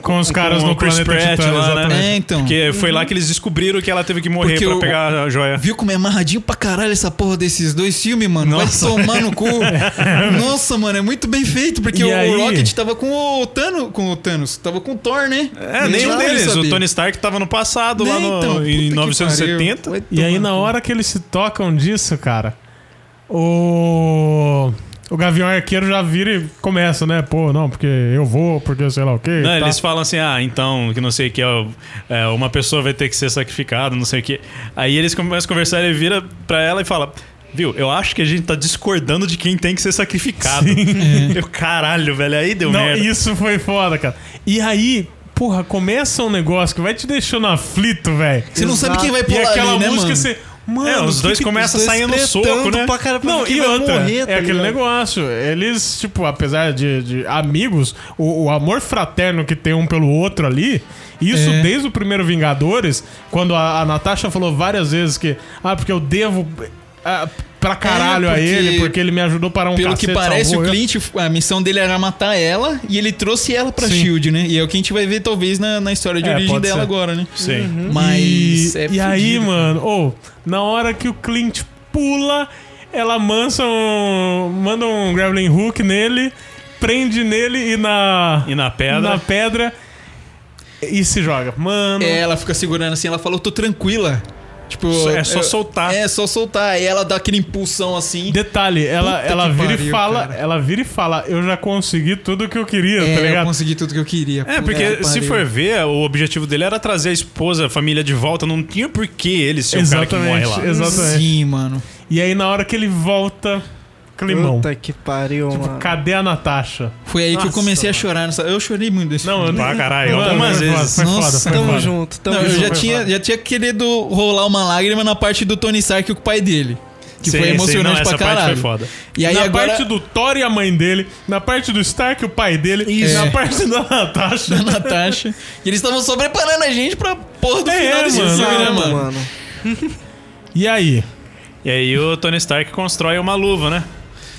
Speaker 1: Com os caras
Speaker 3: com
Speaker 1: no
Speaker 3: o Chris
Speaker 1: planeta
Speaker 3: Pratt
Speaker 1: Titã,
Speaker 3: lá, né?
Speaker 1: exatamente.
Speaker 4: É, então.
Speaker 3: Porque foi lá que eles descobriram que ela teve que morrer
Speaker 4: Porque
Speaker 3: pra
Speaker 4: o-
Speaker 3: pegar a joia.
Speaker 4: Viu como é amarradinho pra caralho essa porra desses dois filmes, mano?
Speaker 3: Nossa.
Speaker 4: Vai tomar no cu. Nossa, mano, é muito bem feito, porque
Speaker 1: E
Speaker 4: o
Speaker 1: aí?
Speaker 4: Rocket tava com o Thanos, com o Thanos, tava com o Thor, né?
Speaker 3: É, nenhum deles. O Tony Stark tava no passado, lá no, em 1970.
Speaker 1: E aí, na hora que eles se tocam disso, cara, o. O Gavião Arqueiro já vira e começa, né? Pô, não, porque eu vou, porque sei lá o quê. e
Speaker 3: Não,
Speaker 1: tal.
Speaker 3: Eles falam assim, ah, então, que não sei o que, ó, é, uma pessoa vai ter que ser sacrificada, não sei o que. Aí eles começam a conversar, ele vira pra ela e fala, viu, eu acho que a gente tá discordando de quem tem que ser sacrificado. *laughs* Eu, caralho, velho, aí deu
Speaker 1: Não,
Speaker 3: merda.
Speaker 1: isso foi foda, cara. E aí, porra, começa um negócio que vai te deixando aflito, velho.
Speaker 4: Você não sabe quem vai
Speaker 1: E
Speaker 4: pular
Speaker 1: aquela
Speaker 4: ali, né,
Speaker 1: música
Speaker 4: mano?
Speaker 1: você. Mano,
Speaker 3: É, os
Speaker 1: que
Speaker 3: dois
Speaker 1: que-
Speaker 3: começam
Speaker 1: os dois
Speaker 3: saindo no soco,
Speaker 1: tretando
Speaker 3: né?
Speaker 1: pra cara, pra
Speaker 2: Não,
Speaker 1: ver quem
Speaker 2: e
Speaker 1: vai
Speaker 2: outra,
Speaker 1: morrer,
Speaker 2: tá
Speaker 1: é aquele
Speaker 2: ligado?
Speaker 1: negócio. Eles, tipo, apesar de, de amigos, o, o amor fraterno que tem um pelo outro ali. Isso
Speaker 4: É.
Speaker 1: desde o primeiro Vingadores, quando a, a Natasha falou várias vezes que. Ah, porque eu devo. ah, pra caralho a
Speaker 4: É, porque-
Speaker 1: ele, porque ele me ajudou para um
Speaker 4: Pelo
Speaker 1: cacete,
Speaker 4: que parece, o
Speaker 1: salvou eu."
Speaker 4: Clint, a missão dele era matar ela e ele trouxe ela pra
Speaker 1: Sim.
Speaker 4: Shield, né? E é o que a gente vai ver, talvez, na, na história de
Speaker 1: É,
Speaker 4: origem
Speaker 1: pode
Speaker 4: dela
Speaker 1: ser.
Speaker 4: agora, né?
Speaker 3: Sim.
Speaker 4: Mas
Speaker 1: e,
Speaker 4: é
Speaker 1: e aí,
Speaker 4: fudido.
Speaker 1: mano, ou na hora que o Clint pula, ela mansa um, manda um grappling hook nele, prende nele e na
Speaker 3: E na pedra.
Speaker 1: na pedra e se joga. Mano,
Speaker 4: É, ela fica segurando assim, ela fala, eu tô tranquila. Tipo,
Speaker 3: Só- é só
Speaker 4: eu-
Speaker 3: soltar.
Speaker 4: É, só soltar. Aí ela dá aquele impulsão assim.
Speaker 1: detalhe, ela
Speaker 4: Puta
Speaker 1: ela
Speaker 4: que
Speaker 1: vira e
Speaker 4: pariu,
Speaker 1: fala,
Speaker 4: cara.
Speaker 1: ela vira e fala, eu já consegui tudo que eu queria,
Speaker 4: É,
Speaker 1: tá
Speaker 4: eu
Speaker 1: ligado?
Speaker 4: consegui tudo que eu queria.
Speaker 3: É,
Speaker 4: Puta
Speaker 3: porque
Speaker 4: que
Speaker 3: se
Speaker 4: pariu.
Speaker 3: for ver, o objetivo dele era trazer a esposa, a família de volta, não tinha por que ele ser o cara que morre
Speaker 1: Exatamente,
Speaker 3: lá.
Speaker 1: exatamente.
Speaker 4: Sim, mano.
Speaker 1: E aí na hora que ele volta, climão.
Speaker 2: Puta que pariu,
Speaker 4: Tipo,
Speaker 2: mano.
Speaker 1: Cadê a Natasha?
Speaker 4: Foi aí que eu
Speaker 2: Nossa,
Speaker 4: comecei a chorar. nessa- Eu chorei muito desse
Speaker 1: Não, eu
Speaker 4: filme.
Speaker 3: Pra caralho,
Speaker 1: Mano,
Speaker 3: algumas
Speaker 1: foi
Speaker 3: vezes.
Speaker 1: Foda, foi
Speaker 4: Nossa,
Speaker 1: foda, foi
Speaker 2: Tamo
Speaker 1: foda.
Speaker 2: junto, tamo
Speaker 4: Não, eu
Speaker 2: junto.
Speaker 4: já tinha, já tinha querido rolar uma lágrima na parte do Tony Stark com o pai dele. Que
Speaker 3: Sim,
Speaker 4: foi
Speaker 3: sim,
Speaker 4: emocionante
Speaker 3: não,
Speaker 4: pra
Speaker 3: essa parte
Speaker 4: caralho.
Speaker 3: foi foda.
Speaker 4: E aí
Speaker 1: na
Speaker 4: agora.
Speaker 1: parte do Thor e a mãe dele, na parte do Stark o pai dele, e
Speaker 4: Isso.
Speaker 1: na
Speaker 4: É.
Speaker 1: parte da Natasha.
Speaker 4: *laughs* Da Natasha. E eles estavam só preparando a gente pra porra do
Speaker 1: É,
Speaker 4: final desse
Speaker 1: mano,
Speaker 4: filme, né,
Speaker 2: Exato,
Speaker 4: mano? *laughs*
Speaker 2: mano.
Speaker 1: E aí?
Speaker 3: E aí o Tony Stark constrói uma luva, né?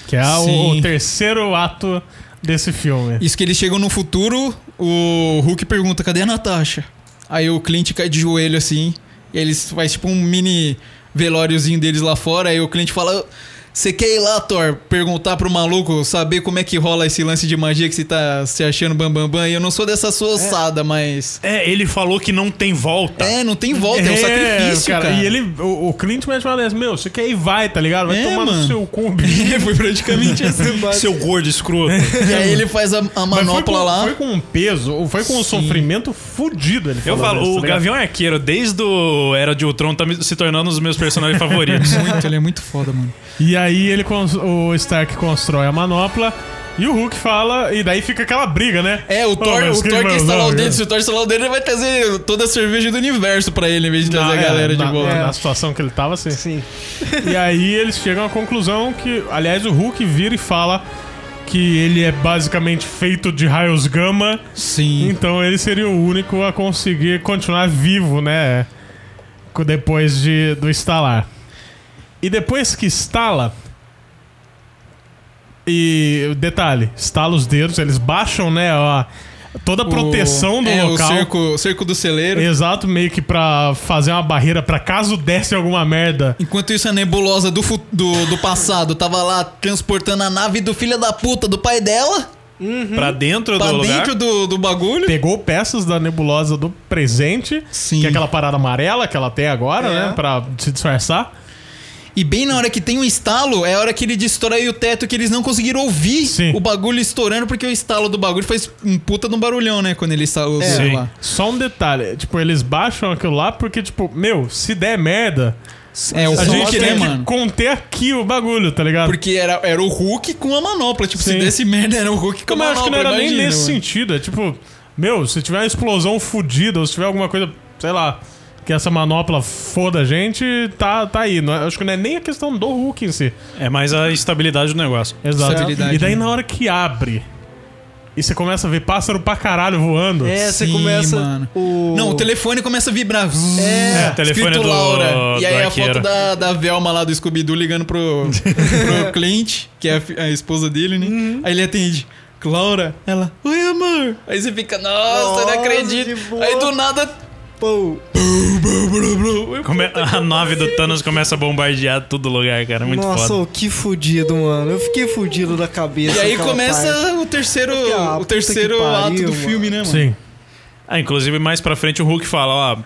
Speaker 1: Que é o,
Speaker 4: Sim.
Speaker 1: o terceiro ato desse filme.
Speaker 4: Isso que eles chegam no futuro, o Hulk pergunta, cadê a Natasha? Aí o Clint cai de joelho assim, e eles faz tipo um mini velóriozinho deles lá fora, aí o Clint fala. Você quer ir lá, Thor, perguntar pro maluco, saber como é que rola esse lance de magia que você tá se achando bambambam? Bam, bam? E Eu não sou dessa
Speaker 1: É.
Speaker 4: sua ossada, mas.
Speaker 3: É, ele falou que não tem volta.
Speaker 4: É, não tem volta, é um sacrifício, cara.
Speaker 1: Tá.
Speaker 4: *laughs*
Speaker 1: E ele, o, o Clint mete uma dessa, meu, você quer ir vai, tá ligado? Vai
Speaker 4: É,
Speaker 1: tomar no
Speaker 4: mano.
Speaker 1: seu cu,
Speaker 4: *laughs*
Speaker 1: bicho.
Speaker 4: É, foi
Speaker 1: *laughs*
Speaker 4: praticamente assim.
Speaker 2: é
Speaker 3: Seu gordo
Speaker 4: *laughs*
Speaker 3: escroto.
Speaker 4: e aí ele faz a, a
Speaker 1: Mas foi
Speaker 4: manopla
Speaker 1: com,
Speaker 4: lá.
Speaker 1: Foi com um peso, ou foi com um
Speaker 4: Sim.
Speaker 1: sofrimento fudido ele
Speaker 3: Eu
Speaker 1: falando
Speaker 3: falo,
Speaker 1: isso,
Speaker 3: o
Speaker 1: tá ligado?
Speaker 3: Gavião é Arqueiro, desde o Era de Ultron, tá me- se tornando um dos meus
Speaker 4: *laughs*
Speaker 3: personagens favoritos.
Speaker 4: Muito, ele é muito foda, mano.
Speaker 1: E aí ele cons- o Stark constrói a manopla E o Hulk fala, e daí fica aquela briga, né?
Speaker 4: É, o Thor,
Speaker 1: mas
Speaker 4: o
Speaker 1: que
Speaker 4: Thor quer instalar
Speaker 1: maldade,
Speaker 4: o dedo.
Speaker 1: né?
Speaker 4: Se o Thor instalar o dedo, ele vai trazer toda a cerveja do universo pra ele, em vez de
Speaker 1: Na-
Speaker 4: trazer a
Speaker 1: é,
Speaker 4: galera de
Speaker 1: na-
Speaker 4: boa.
Speaker 1: Na situação que ele tava, *laughs* assim.
Speaker 2: Sim.
Speaker 1: E aí eles chegam à conclusão que, aliás, o Hulk vira e fala que ele é basicamente feito de raios gama,
Speaker 4: Sim.
Speaker 1: então ele seria o único a conseguir continuar vivo, né? co- Depois de, do instalar. E depois que instala. E detalhe, estala os dedos, eles baixam, né? ó, toda a proteção
Speaker 4: O-
Speaker 1: do
Speaker 4: é,
Speaker 1: local.
Speaker 4: O cerco, cerco do celeiro.
Speaker 1: Exato, meio que pra fazer uma barreira pra caso desse alguma merda.
Speaker 4: Enquanto isso, a nebulosa do, fu- do, do passado tava lá transportando a nave do filho da puta do pai dela
Speaker 3: Pra dentro
Speaker 4: pra
Speaker 3: do lugar.
Speaker 4: dentro do, do bagulho.
Speaker 1: Pegou peças da nebulosa do presente,
Speaker 4: Sim.
Speaker 1: que é aquela parada amarela que ela tem agora,
Speaker 2: É.
Speaker 1: né? Pra se disfarçar.
Speaker 4: E bem na hora que tem um estalo, é a hora que ele destrói o teto que eles não conseguiram ouvir
Speaker 1: Sim.
Speaker 4: o bagulho estourando, porque o estalo do bagulho faz um puta de um barulhão, né? Quando ele estala o
Speaker 3: Sim.
Speaker 4: celular.
Speaker 1: Só um detalhe, tipo, eles baixam aquilo lá porque, tipo, meu, se der merda,
Speaker 4: É, o
Speaker 1: a
Speaker 4: Hulk,
Speaker 1: gente
Speaker 4: né,
Speaker 1: tem que
Speaker 4: mano?
Speaker 1: conter aqui o bagulho, tá ligado?
Speaker 4: Porque era, era o Hulk com a manopla. Tipo, se
Speaker 1: Sim.
Speaker 4: desse merda, era o Hulk com a
Speaker 1: Como eu
Speaker 4: manopla.
Speaker 1: acho que não era nem
Speaker 4: imagina,
Speaker 1: nesse
Speaker 4: mano.
Speaker 1: sentido, é tipo, meu, se tiver uma explosão fodida ou se tiver alguma coisa, sei lá, que essa manopla foda a gente, tá, tá aí. Não é- acho que não é nem a questão do Hulk em si.
Speaker 3: É mais a estabilidade do negócio.
Speaker 1: Exato.
Speaker 4: Estabilidade,
Speaker 1: E daí
Speaker 4: né?
Speaker 1: na hora que abre e você começa a ver pássaro pra caralho voando.
Speaker 2: É, você
Speaker 4: Sim,
Speaker 2: começa.
Speaker 4: mano.
Speaker 2: O...
Speaker 4: Não, o telefone começa a vibrar.
Speaker 2: É.
Speaker 3: É, o telefone
Speaker 4: Escrito
Speaker 3: do-
Speaker 4: Laura. E aí
Speaker 3: do
Speaker 4: a foto
Speaker 3: arqueiro.
Speaker 4: da, da Velma lá do Scooby-Doo ligando pro, pro Clint, que é a, fi- a esposa dele, né? Aí ele atende. Laura, ela, oi amor. Aí você fica, nossa, eu não
Speaker 2: Nossa, de
Speaker 4: acredito.
Speaker 2: boa.
Speaker 4: Aí do nada.
Speaker 2: Pô,
Speaker 3: Come- *laughs* A nave do Thanos começa a bombardear todo lugar, cara. Muito
Speaker 2: Nossa,
Speaker 3: foda.
Speaker 2: ô, que fudido, mano. Eu fiquei fudido da cabeça.
Speaker 4: E aí
Speaker 2: aquela parte.
Speaker 4: começa o terceiro,
Speaker 2: Porque, ah,
Speaker 4: o
Speaker 2: puta
Speaker 4: terceiro
Speaker 2: que pariu,
Speaker 4: ato do
Speaker 2: mano.
Speaker 4: filme, né, mano?
Speaker 1: Sim.
Speaker 3: Ah, inclusive, mais pra frente o Hulk fala, ó.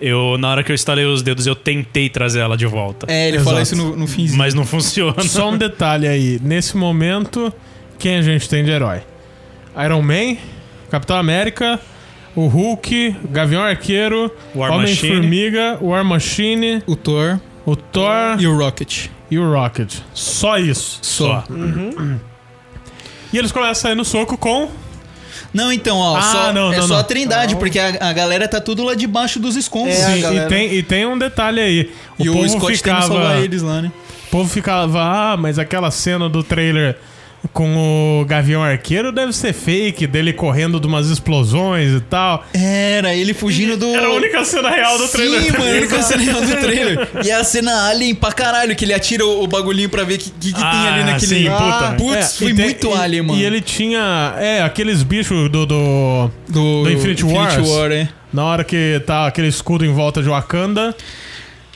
Speaker 3: Eu, na hora que eu estalei os dedos, eu tentei trazer ela de volta.
Speaker 4: É, ele
Speaker 1: Exato.
Speaker 4: fala isso no, no finzinho.
Speaker 3: Mas não funciona.
Speaker 1: *laughs* Só um detalhe aí. Nesse momento, quem a gente tem de herói? Iron Man, Capitão América, o Hulk, Gavião Arqueiro,
Speaker 3: War Machine.
Speaker 1: Homem-Formiga, War Machine,
Speaker 4: O Thor
Speaker 1: o Thor
Speaker 4: e o Rocket.
Speaker 1: e o Rocket. Só isso.
Speaker 4: Só.
Speaker 2: Uhum.
Speaker 1: E eles começam a sair no soco com.
Speaker 4: Não, então, ó,
Speaker 1: Ah,
Speaker 4: só,
Speaker 1: não,
Speaker 4: é
Speaker 1: não,
Speaker 4: só a
Speaker 1: não.
Speaker 4: Trindade,
Speaker 2: Não.
Speaker 4: porque a, a galera tá tudo lá debaixo dos escombros.
Speaker 2: É, a
Speaker 1: Sim,
Speaker 2: galera.
Speaker 1: e, tem, e tem um detalhe aí. O
Speaker 4: E o,
Speaker 1: povo
Speaker 4: Scott tem que
Speaker 1: ficava.
Speaker 4: salvar eles lá, né?
Speaker 1: O povo ficava, ah, mas aquela cena do trailer com o Gavião Arqueiro deve ser fake, dele correndo de umas explosões e tal.
Speaker 4: Era, ele fugindo do...
Speaker 1: Era a única cena real do trailer.
Speaker 4: Sim, mano, a única cena real do trailer. E a cena Alien pra caralho, que ele atira o, o bagulhinho pra ver o que, que, que tem
Speaker 3: Ah,
Speaker 4: ali naquele...
Speaker 3: sim,
Speaker 4: Ah,
Speaker 3: puta.
Speaker 4: Putz,
Speaker 1: É,
Speaker 4: foi
Speaker 1: e tem-
Speaker 4: muito
Speaker 1: e-
Speaker 4: Alien, mano.
Speaker 1: E ele tinha, é, aqueles bichos do, do-
Speaker 4: Do,
Speaker 1: do Infinity Wars.
Speaker 4: War, é.
Speaker 1: Na hora que tá aquele escudo em volta de Wakanda.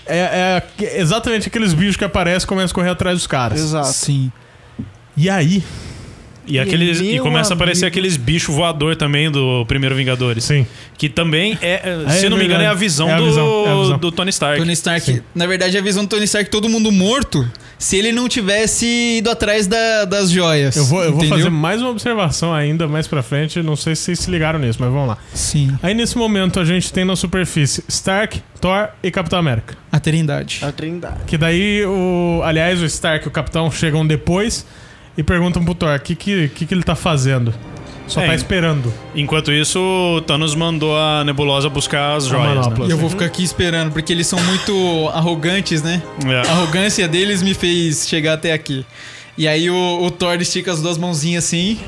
Speaker 1: É, é exatamente aqueles bichos que aparecem e começam a correr atrás dos caras.
Speaker 2: Exato.
Speaker 4: Sim.
Speaker 1: E aí?
Speaker 3: E, aqueles,
Speaker 1: é
Speaker 3: e
Speaker 2: Meu
Speaker 3: começa a aparecer
Speaker 2: amigo.
Speaker 3: aqueles bichos voador também do Primeiro Vingadores.
Speaker 1: Sim.
Speaker 3: Que também é,
Speaker 1: É,
Speaker 3: se
Speaker 1: é
Speaker 3: não me engano,
Speaker 1: verdade.
Speaker 3: é a visão,
Speaker 1: É a
Speaker 3: do,
Speaker 1: visão, é a visão.
Speaker 3: do Tony Stark.
Speaker 4: Tony Stark... Na verdade, a visão do Tony Stark, todo mundo morto, se ele não tivesse ido atrás da- das joias.
Speaker 1: Eu vou, eu vou
Speaker 4: entendeu?
Speaker 1: fazer mais uma observação ainda mais pra frente. Não sei se vocês se ligaram nisso, mas vamos lá.
Speaker 4: Sim,
Speaker 1: Aí nesse momento a gente tem na superfície Stark, Thor e Capitão América.
Speaker 4: a Trindade.
Speaker 2: A trindade.
Speaker 1: Que daí o. Aliás, o Stark e o Capitão chegam depois e perguntam pro Thor: o que, que, que, que ele tá fazendo? Só
Speaker 3: É,
Speaker 1: tá esperando.
Speaker 3: Enquanto isso, o Thanos mandou a Nebulosa buscar as joias. né?
Speaker 1: manopla.
Speaker 4: E eu vou ficar aqui esperando, porque eles são muito arrogantes, né?
Speaker 3: Né?
Speaker 4: A arrogância deles me fez chegar até aqui. E aí o, o Thor estica as duas mãozinhas assim,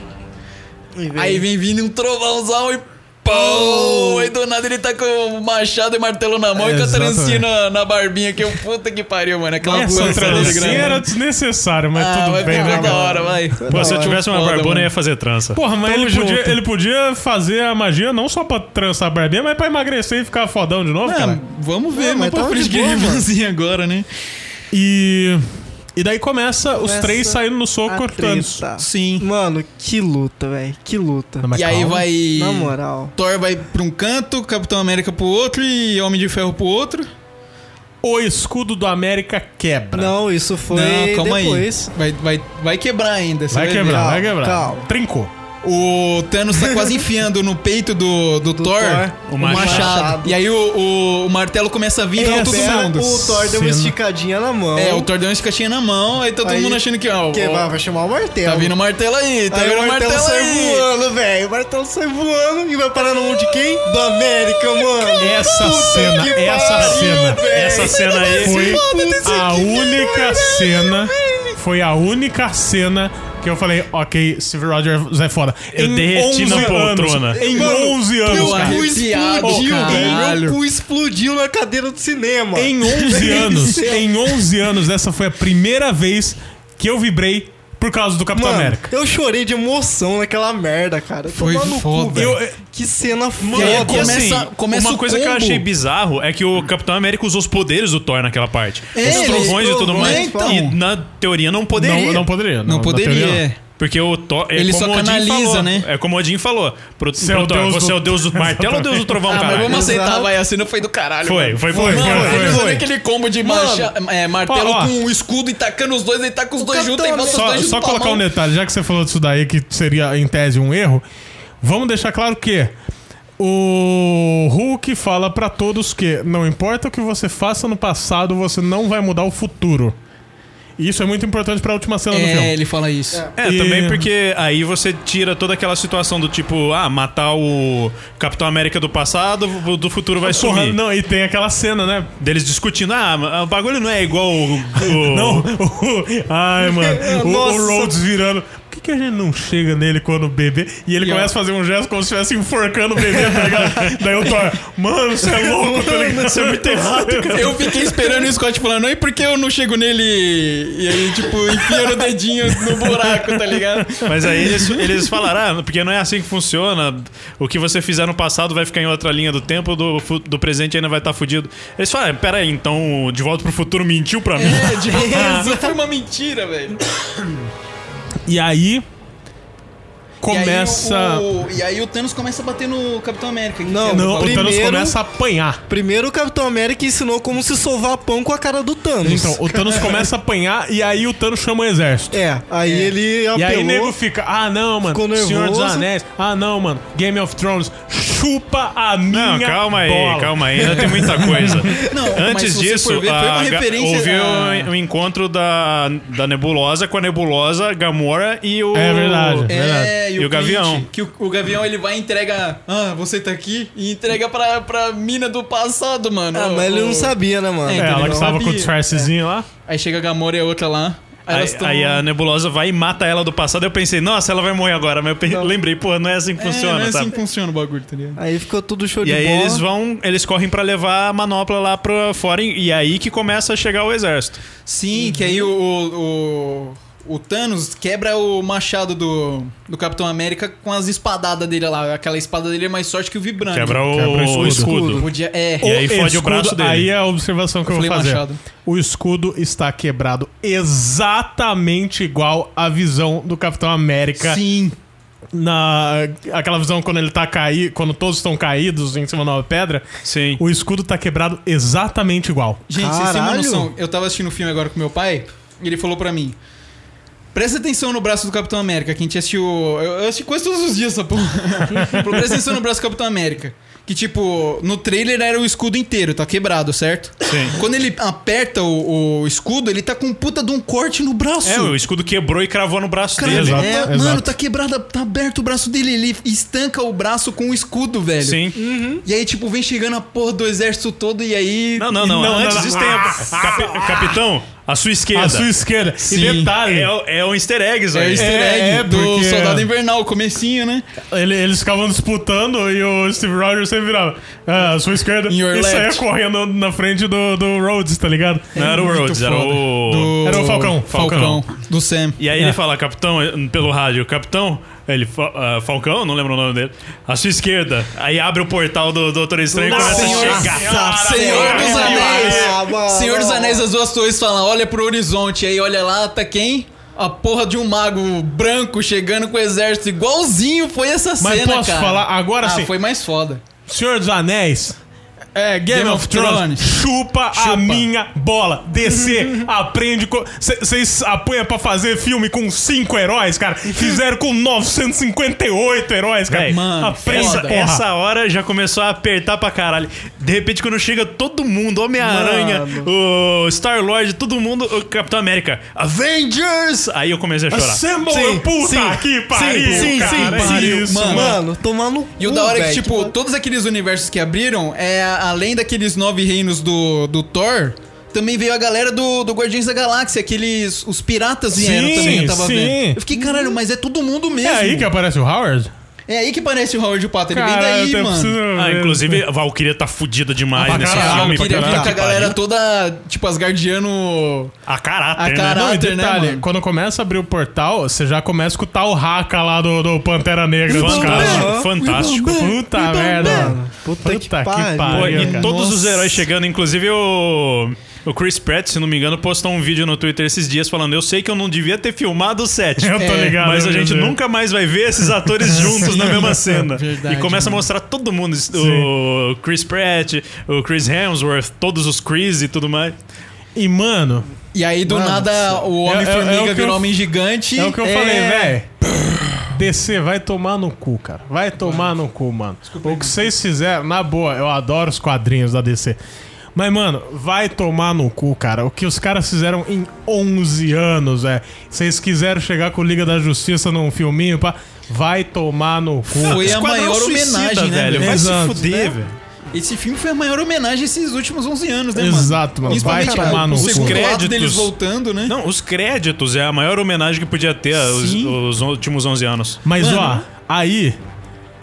Speaker 4: aí vem vindo um trovãozão e pau! Aí do nada ele tá com o machado e martelo na mão
Speaker 1: É,
Speaker 4: e com a
Speaker 1: exatamente.
Speaker 4: trancinha na, na barbinha, que eu puta que pariu, mano. Aquela
Speaker 1: Essa
Speaker 4: bagunça dele
Speaker 1: trancinha
Speaker 4: grande. né?
Speaker 1: era desnecessária, mas
Speaker 4: Ah,
Speaker 1: tudo
Speaker 4: vai
Speaker 2: é
Speaker 1: bem,
Speaker 4: ficar
Speaker 1: né,
Speaker 4: da
Speaker 1: cara?
Speaker 4: hora, vai.
Speaker 3: Pô, se eu tivesse uma
Speaker 4: Foda,
Speaker 3: barbona,
Speaker 4: mano.
Speaker 3: eu ia fazer trança.
Speaker 1: Porra, mas
Speaker 4: Tamo
Speaker 1: ele podia,
Speaker 4: junto.
Speaker 1: ele podia fazer a magia não só pra trançar a barbinha, mas pra emagrecer e ficar fodão de novo,
Speaker 4: Ah,
Speaker 1: cara.
Speaker 4: vamos ver,
Speaker 2: Não,
Speaker 4: mas
Speaker 2: mas
Speaker 4: pra
Speaker 2: tava de
Speaker 4: frente que
Speaker 2: boa,
Speaker 4: ele
Speaker 2: mano.
Speaker 4: fazia agora, né?
Speaker 1: E. E daí começa, os
Speaker 2: Começa
Speaker 1: três saindo no soco
Speaker 2: a
Speaker 1: cortando.
Speaker 2: treta.
Speaker 4: Sim.
Speaker 2: Mano, que luta, velho. Que luta.
Speaker 3: Tá
Speaker 1: Não, mas
Speaker 4: E aí
Speaker 1: calma.
Speaker 4: vai.
Speaker 2: Na moral.
Speaker 4: Thor vai pra um canto, Capitão América pro outro e Homem de Ferro pro outro.
Speaker 1: O escudo do América quebra.
Speaker 2: Não, isso foi
Speaker 4: Tá. Não, calma
Speaker 2: depois.
Speaker 4: aí. Vai, vai, vai quebrar ainda. você
Speaker 1: Vai
Speaker 4: ver.
Speaker 1: quebrar,
Speaker 2: calma,
Speaker 1: vai quebrar.
Speaker 2: calma.
Speaker 1: Trincou.
Speaker 4: O Thanos tá quase *laughs* enfiando no peito do, do, Thor,
Speaker 2: Thor,
Speaker 4: o
Speaker 3: o
Speaker 4: machado.
Speaker 2: machado.
Speaker 4: E aí o, o- o martelo começa a vir e
Speaker 2: É,
Speaker 4: tá todo
Speaker 2: pera,
Speaker 4: mundo.
Speaker 2: O Thor deu uma
Speaker 1: Cena.
Speaker 2: esticadinha na mão.
Speaker 4: É, o Thor deu uma escatinha na mão, aí tá todo
Speaker 2: Aí-
Speaker 4: mundo achando que, ó,
Speaker 2: Que
Speaker 4: ó,
Speaker 2: vai, vai chamar o martelo.
Speaker 4: tá vindo o martelo aí, tá
Speaker 2: Aí
Speaker 4: vindo
Speaker 2: o martelo, sai
Speaker 4: aí.
Speaker 2: voando, velho. O martelo sai voando e vai parar na mão de quem? Do América, mano.
Speaker 1: Essa cena,
Speaker 2: que
Speaker 1: essa
Speaker 2: pariu,
Speaker 1: cena,
Speaker 2: velho.
Speaker 3: Essa cena aí.
Speaker 1: foi
Speaker 2: Puta
Speaker 1: a única cena. Foi a única cena que eu falei, ok, Steve Rogers é foda.
Speaker 3: Eu derreti na poltrona.
Speaker 1: Anos, em
Speaker 2: Mano,
Speaker 1: 11 anos,
Speaker 2: Meu
Speaker 4: Deus,
Speaker 1: cara.
Speaker 2: cu
Speaker 4: Arrepiado,
Speaker 2: explodiu, velho.
Speaker 4: caralho.
Speaker 2: Meu cu explodiu na cadeira do cinema.
Speaker 1: Em 11 anos, em 11 anos, essa foi a primeira vez que eu vibrei por causa do Capitão
Speaker 2: Mano,
Speaker 1: América.
Speaker 2: eu chorei de emoção naquela merda, cara.
Speaker 4: Foi
Speaker 2: Tomar no cu,
Speaker 4: foda.
Speaker 2: velho.
Speaker 1: Eu-
Speaker 2: que cena
Speaker 3: Mano,
Speaker 4: aí
Speaker 2: foda.
Speaker 3: e assim,
Speaker 4: começa- começa
Speaker 3: uma
Speaker 4: o
Speaker 3: coisa que eu
Speaker 4: combo.
Speaker 3: achei bizarro é que o Capitão América usou os poderes do Thor naquela parte.
Speaker 4: Ele-
Speaker 3: os trovões e tudo
Speaker 2: trovões,
Speaker 3: mais.
Speaker 4: então.
Speaker 3: E na teoria não poderia.
Speaker 1: Não, não poderia.
Speaker 4: Não
Speaker 1: na
Speaker 4: poderia.
Speaker 1: teoria não.
Speaker 4: é.
Speaker 3: Porque o Thor. é
Speaker 4: Ele
Speaker 3: como
Speaker 4: só
Speaker 3: o Odin
Speaker 4: canaliza,
Speaker 3: falou,
Speaker 4: né?
Speaker 3: É como o Odin falou. Pro,
Speaker 1: Você é
Speaker 3: pro
Speaker 1: o
Speaker 3: Thor,
Speaker 1: deus do-
Speaker 3: você é o deus do martelo ou o deus do trovão,
Speaker 4: *laughs* Ah,
Speaker 3: cara?
Speaker 4: mas vamos aceitar,
Speaker 2: Exato.
Speaker 4: vai, a cena foi do caralho.
Speaker 3: Foi,
Speaker 4: mano.
Speaker 3: foi, foi,
Speaker 4: Mano,
Speaker 3: foi,
Speaker 4: ele
Speaker 3: foi,
Speaker 4: usando
Speaker 3: foi.
Speaker 4: aquele combo de macha, é, martelo
Speaker 1: Ó, ó.
Speaker 4: com o escudo e tacando os dois, ele taca os dois
Speaker 2: Capitão
Speaker 4: juntos e volta os
Speaker 1: Só,
Speaker 4: dois juntos
Speaker 1: só
Speaker 4: pra
Speaker 1: colocar
Speaker 4: mão.
Speaker 1: um detalhe, já que você falou disso daí, que seria em tese um erro, vamos deixar claro que o Hulk fala pra todos que não importa o que você faça no passado, você não vai mudar o futuro. E isso é muito importante pra última cena do
Speaker 4: É,
Speaker 1: filme.
Speaker 4: ele fala isso.
Speaker 3: É,
Speaker 1: E-
Speaker 3: também porque aí você tira toda aquela situação do tipo, ah, matar o Capitão América do passado, o do futuro vai
Speaker 1: Ah, Porra,
Speaker 3: sumir.
Speaker 1: não, e tem aquela cena, né?
Speaker 3: Deles discutindo, ah, mas o bagulho não é igual o. o-
Speaker 1: *laughs* Não, o- ai, mano, o,
Speaker 2: Nossa.
Speaker 1: o Rhodes virando. Por que, que a gente não chega nele quando o bebê. E ele
Speaker 4: E, ó.
Speaker 1: começa a fazer um gesto como se estivesse enforcando o bebê, tá ligado? Daí o Thor, mano, você é louco, tá ligado? Você é muito errado, cara.
Speaker 4: Eu fiquei esperando o Scott falando, e por que eu não chego nele? E aí, tipo, enfiando o dedinho no buraco, tá ligado?
Speaker 3: Mas aí eles, eles falaram, ah, porque não é assim que funciona. O que você fizer no passado vai ficar em outra linha do tempo, do, fu- do presente ainda vai estar fudido. Eles falam, ah, peraí, então o de volta pro futuro mentiu pra mim.
Speaker 4: É, *laughs* tipo, isso foi uma mentira, velho.
Speaker 1: E aí. Começa.
Speaker 4: E aí, o, e aí o Thanos começa a bater no Capitão América. é
Speaker 2: Não,
Speaker 1: Não,
Speaker 2: Primeiro-
Speaker 1: o Thanos começa a apanhar.
Speaker 2: Primeiro o Capitão América ensinou como se sovar pão com a cara do Thanos.
Speaker 1: Então, o Thanos começa a apanhar e aí o Thanos chama o exército.
Speaker 2: É, aí ele apelou.
Speaker 1: E aí o nego fica, ah não, mano,
Speaker 2: Ficou nervoso.
Speaker 1: Senhor dos Anéis, ah não, mano, Game of Thrones, chupa a minha
Speaker 3: Não, calma aí,
Speaker 1: bola.
Speaker 3: calma aí, ainda tem muita coisa.
Speaker 4: *laughs* Não, mas se
Speaker 3: Antes
Speaker 4: você
Speaker 3: disso,
Speaker 4: for ver, foi uma
Speaker 3: a Ga-
Speaker 4: referência
Speaker 3: houve
Speaker 4: a-
Speaker 3: o o encontro da, da Nebulosa com a Nebulosa, Gamora e o.
Speaker 1: É verdade.
Speaker 4: É,
Speaker 1: Verdade.
Speaker 4: e o, Gavião. Que o, o Gavião ele vai e entrega. Ah, você tá aqui? E entrega pra, pra mina do passado, mano.
Speaker 2: Ah,
Speaker 4: O-
Speaker 2: mas ele
Speaker 4: o-
Speaker 2: não sabia, né, mano?
Speaker 4: É,
Speaker 1: É, ela
Speaker 4: Entendeu?
Speaker 1: que estava com o
Speaker 4: Sabia.
Speaker 1: disfarcezinho lá.
Speaker 4: Aí chega a Gamora e a outra lá. Aí, ah,
Speaker 3: Aí,
Speaker 4: elas tão...
Speaker 3: aí a Nebulosa vai e mata ela do passado. Eu pensei, nossa, ela vai morrer agora. Mas eu pe- lembrei, pô, não é assim que
Speaker 4: É,
Speaker 3: funciona,
Speaker 4: não é assim
Speaker 3: sabe?
Speaker 4: que funciona o bagulho, tá ligado?
Speaker 2: Aí ficou tudo show
Speaker 3: E
Speaker 2: de
Speaker 3: aí
Speaker 2: bola.
Speaker 3: eles vão, eles correm pra levar a manopla lá pra fora e e aí que começa a chegar o exército.
Speaker 4: Sim, que aí o, o, o- o Thanos quebra o machado do, do Capitão América com as espadadas dele lá. Aquela espada dele é mais sorte que o vibrante.
Speaker 3: Quebra o,
Speaker 1: Quebra o
Speaker 3: o
Speaker 1: escudo.
Speaker 3: escudo.
Speaker 4: Podia, é,
Speaker 3: E aí fode o braço dele.
Speaker 1: Aí é a observação que eu, vou
Speaker 4: falei
Speaker 1: fazer.
Speaker 4: machado.
Speaker 1: O escudo está quebrado exatamente igual à visão do Capitão América
Speaker 4: sim.
Speaker 1: na aquela visão quando ele tá cair, quando todos estão caídos em cima de uma pedra,
Speaker 3: Sim.
Speaker 1: o escudo tá quebrado exatamente igual.
Speaker 4: Gente, vocês têm uma
Speaker 2: Caralho.
Speaker 4: noção. Eu tava assistindo um filme agora com meu pai e ele falou pra mim. Presta atenção no braço do Capitão América, que a gente assistiu. Eu, eu assisti quase todos os dias
Speaker 3: *laughs*
Speaker 4: essa porra. Presta atenção no braço do Capitão América. Que, tipo, no trailer era o escudo inteiro, tá quebrado, certo? Sim. Quando ele aperta o, o escudo, ele tá com um puta de um corte no braço.
Speaker 3: É, o escudo quebrou e cravou no braço
Speaker 4: Cara,
Speaker 3: dele.
Speaker 1: Exato,
Speaker 4: é,
Speaker 1: exato.
Speaker 4: mano, tá quebrado, tá aberto o braço dele, ele estanca o braço com o escudo, velho.
Speaker 3: Sim.
Speaker 4: E aí, tipo, vem chegando a porra do exército todo e aí.
Speaker 3: Não, não, não.
Speaker 1: Não,
Speaker 3: Antes
Speaker 1: não, não.
Speaker 3: disso tem a... Capi- Capitão, a sua esquerda.
Speaker 1: A sua esquerda. E
Speaker 4: Sim.
Speaker 1: detalhe,
Speaker 3: É, o- é um easter egg, isso
Speaker 4: É o
Speaker 3: aí.
Speaker 4: easter
Speaker 1: É,
Speaker 4: egg
Speaker 1: é,
Speaker 4: do
Speaker 1: porque-
Speaker 4: Soldado Invernal, o comecinho, né?
Speaker 1: ele- eles ficavam disputando e o Steve Rogers sempre virava. Ah, a sua esquerda.
Speaker 4: In your
Speaker 1: E saia
Speaker 4: left.
Speaker 1: correndo na frente do, do Rhodes, tá ligado?
Speaker 3: Não era o
Speaker 4: muito
Speaker 3: Rhodes, era
Speaker 4: foda.
Speaker 3: o...
Speaker 1: Era o Falcão,
Speaker 4: Falcão. Do Sam.
Speaker 3: E aí ele fala, capitão, eh, pelo rádio, capitão, ele, fa- ah, Falcão, não lembro o nome dele, à sua esquerda. Aí abre o portal do Doutor Estranho e começa a
Speaker 2: Senhor-
Speaker 3: chegar.
Speaker 4: Senhor dos
Speaker 2: Ah,
Speaker 4: Anéis!
Speaker 2: mano.
Speaker 4: Senhor dos Anéis, as duas torres falam: olha pro horizonte, aí olha lá, tá quem? A porra de um mago branco chegando com o exército, igualzinho foi essa
Speaker 1: Mas
Speaker 4: cena,
Speaker 1: posso
Speaker 4: cara.
Speaker 1: falar? Agora
Speaker 4: ah,
Speaker 1: sim.
Speaker 4: foi mais foda.
Speaker 1: Senhor dos Anéis É, Game,
Speaker 4: Game
Speaker 1: of,
Speaker 4: of
Speaker 1: Thrones.
Speaker 4: Thrones.
Speaker 1: Chupa, a
Speaker 4: Chupa.
Speaker 1: minha bola.
Speaker 3: *laughs*
Speaker 1: DC, aprende. Vocês apanham pra fazer filme com cinco heróis,
Speaker 3: *laughs*
Speaker 1: cara. Fizeram com 958 heróis, cara.
Speaker 3: Véi,
Speaker 4: mano,
Speaker 1: aprende,
Speaker 3: Essa,
Speaker 1: porra.
Speaker 3: essa hora já começou a apertar pra caralho. De repente, quando chega todo mundo, Homem-Aranha, o Star-Lord, todo mundo, o Capitão América, Avengers! Aí eu comecei a chorar.
Speaker 1: Assemble,
Speaker 4: Sim,
Speaker 1: é puta
Speaker 4: sim,
Speaker 1: que pariu,
Speaker 4: sim,
Speaker 1: cara.
Speaker 4: sim,
Speaker 1: é
Speaker 4: pariu,
Speaker 1: isso,
Speaker 4: mano.
Speaker 2: Mano, tomar no
Speaker 4: E o da hora é que,
Speaker 2: velho,
Speaker 4: tipo, todos aqueles universos que abriram, é, além daqueles nove reinos do, do Thor, também veio a galera do, do Guardiões da Galáxia, aqueles. Os piratas vieram
Speaker 1: Sim,
Speaker 4: também, eu tava
Speaker 1: sim.
Speaker 4: vendo. Eu fiquei, caralho, mas é todo mundo mesmo.
Speaker 1: É aí que aparece o Howard?
Speaker 4: É aí que parece o Howard Potter, ele
Speaker 1: Caralho,
Speaker 4: vem daí,
Speaker 1: eu
Speaker 4: mano.
Speaker 1: preciso
Speaker 3: Ah,
Speaker 1: ver.
Speaker 3: inclusive, a Valkyria tá fudida demais
Speaker 1: Ah, pra
Speaker 3: nesse
Speaker 1: caralho,
Speaker 4: Ah,
Speaker 3: filme.
Speaker 4: eu queria
Speaker 3: pra
Speaker 4: ver
Speaker 3: caralho.
Speaker 4: com a galera toda, tipo, as guardiano.
Speaker 3: A caráter,
Speaker 4: A
Speaker 3: né?
Speaker 4: cara-
Speaker 1: Não, e
Speaker 4: Carter, né,
Speaker 1: detalhe,
Speaker 4: mano?
Speaker 1: quando começa a abrir o portal, você já começa com o tal Haka lá do, do Pantera Negra dos caras.
Speaker 3: Fantástico, fantástico.
Speaker 1: Puta merda. Puta,
Speaker 2: que pariu.
Speaker 3: Pô, e
Speaker 1: cara.
Speaker 3: todos os
Speaker 4: Nossa.
Speaker 3: heróis chegando, inclusive o. O Chris Pratt, se não me engano, postou um vídeo no Twitter esses dias falando: Eu sei que eu não devia ter filmado o set.
Speaker 1: Eu
Speaker 4: É.
Speaker 1: tô ligado,
Speaker 3: Mas a
Speaker 1: meu
Speaker 3: gente
Speaker 1: Deus.
Speaker 3: nunca mais vai ver esses
Speaker 4: *laughs*
Speaker 3: atores juntos na mesma cena.
Speaker 4: É Verdade,
Speaker 3: e começa a
Speaker 4: mano.
Speaker 3: mostrar todo mundo: o Chris Pratt, o Chris Hemsworth, todos os Chris e tudo mais.
Speaker 1: E, mano,
Speaker 4: E aí, do
Speaker 2: Mano,
Speaker 1: é
Speaker 4: nada, o
Speaker 1: o que
Speaker 4: Homem-Formiga
Speaker 1: eu-
Speaker 4: virou homem gigante.
Speaker 1: é o que eu falei, velho. DC, vai tomar no cu, cara. Vai tomar no cu, mano. o que vocês fizeram, na boa, eu adoro os quadrinhos da DC. Mas, mano, vai tomar no cu, cara. O que os caras fizeram em 11 anos, é. Vocês quiseram chegar com Liga da Justiça num filminho, pá. Vai tomar no cu.
Speaker 4: Foi a
Speaker 3: Esquadrão
Speaker 4: maior
Speaker 3: Suicida,
Speaker 4: homenagem, né,
Speaker 3: velho?
Speaker 4: velho?
Speaker 3: Vai se
Speaker 1: Exato.
Speaker 3: fuder,
Speaker 4: Né?
Speaker 3: velho.
Speaker 4: Esse filme foi a maior homenagem a esses últimos 11 anos, né, mano?
Speaker 1: Exato, mano. Vai
Speaker 4: Principalmente,
Speaker 1: tomar
Speaker 4: ah,
Speaker 1: no
Speaker 4: o
Speaker 1: cu.
Speaker 4: segundo
Speaker 3: Os
Speaker 4: ato deles
Speaker 3: créditos.
Speaker 4: voltando, né?
Speaker 3: Não, os créditos é a maior homenagem que podia ter os,
Speaker 4: Sim.
Speaker 3: os últimos 11 anos.
Speaker 1: Mas
Speaker 4: Mano.
Speaker 1: ó, aí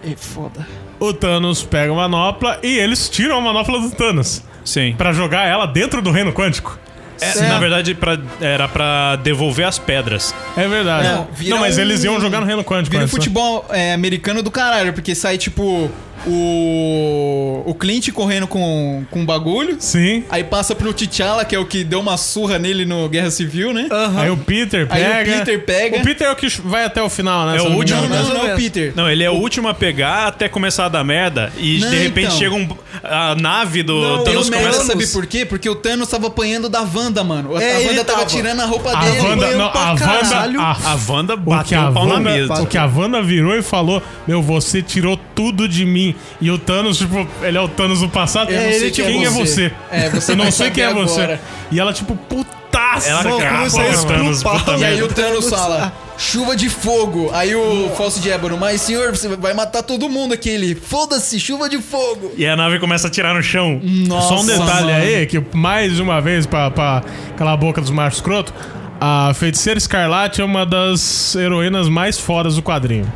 Speaker 4: É foda.
Speaker 1: o Thanos pega a manopla e eles tiram a manopla do Thanos
Speaker 3: Sim.
Speaker 1: Pra jogar ela dentro do reino quântico.
Speaker 3: É,
Speaker 4: Certo.
Speaker 3: na verdade, pra- era pra devolver as pedras.
Speaker 1: É verdade.
Speaker 4: Não,
Speaker 1: Não,
Speaker 4: vira
Speaker 1: mas
Speaker 4: um-
Speaker 1: eles iam jogar no reino quântico.
Speaker 4: Vira um
Speaker 1: antes, né?
Speaker 4: futebol é, americano do caralho, porque sai, tipo, o, o Clint correndo com, com um bagulho.
Speaker 1: Sim.
Speaker 4: Aí passa pro T'Challa, que é o que deu uma surra nele no Guerra Civil, né?
Speaker 1: Aí o Peter
Speaker 4: Aí
Speaker 1: pega.
Speaker 4: o Peter pega.
Speaker 1: O Peter é o que vai até o final, né?
Speaker 3: É
Speaker 1: se
Speaker 3: o
Speaker 1: eu não me
Speaker 3: último,
Speaker 4: Não,
Speaker 1: engano,
Speaker 4: não,
Speaker 1: né?
Speaker 4: não, é o Peter.
Speaker 3: Não, ele é o último a pegar até começar a dar merda. E
Speaker 4: Não,
Speaker 3: de repente
Speaker 4: então.
Speaker 3: chega um, a nave do
Speaker 4: Não,
Speaker 3: Thanos
Speaker 4: eu
Speaker 3: começa.
Speaker 4: começa... sabe por quê? Porque o Thanos tava apanhando da Wanda, mano. A,
Speaker 2: É,
Speaker 4: a
Speaker 2: ele
Speaker 4: Wanda tava,
Speaker 2: tava.
Speaker 4: tirando a roupa
Speaker 1: A
Speaker 4: dele.
Speaker 1: Wanda,
Speaker 2: apanhou
Speaker 1: não,
Speaker 2: pra
Speaker 1: a
Speaker 2: caralho.
Speaker 1: Wanda, a,
Speaker 3: A Wanda
Speaker 1: o que
Speaker 3: bateu
Speaker 1: a
Speaker 3: o pau na
Speaker 1: Wanda,
Speaker 3: mesa.
Speaker 1: o que a Wanda virou e falou: Meu, você tirou tudo de mim. E o Thanos, tipo, ele é o Thanos do passado.
Speaker 4: Eu não sei quem é
Speaker 1: quem é você?
Speaker 4: você. É, você
Speaker 1: Eu não
Speaker 4: vai
Speaker 1: sei quem é
Speaker 4: saber
Speaker 1: você.
Speaker 4: agora.
Speaker 1: E ela, tipo, putaça.
Speaker 3: Ela
Speaker 1: Pô,
Speaker 3: capa,
Speaker 1: começou a
Speaker 3: o Thanos,
Speaker 1: esculpar.
Speaker 3: puta
Speaker 4: E aí
Speaker 3: merda.
Speaker 4: o Thanos fala, chuva de fogo. Aí o falso de ébano, mas senhor, você vai matar todo mundo aqui. Ele, foda-se, chuva de fogo.
Speaker 3: E a nave começa a tirar no chão.
Speaker 4: Hum.
Speaker 1: Só um detalhe
Speaker 4: mano.
Speaker 1: aí, que mais uma vez, pra, pra calar a boca dos machos escroto, a Feiticeira Escarlate é uma das heroínas mais fodas do quadrinho.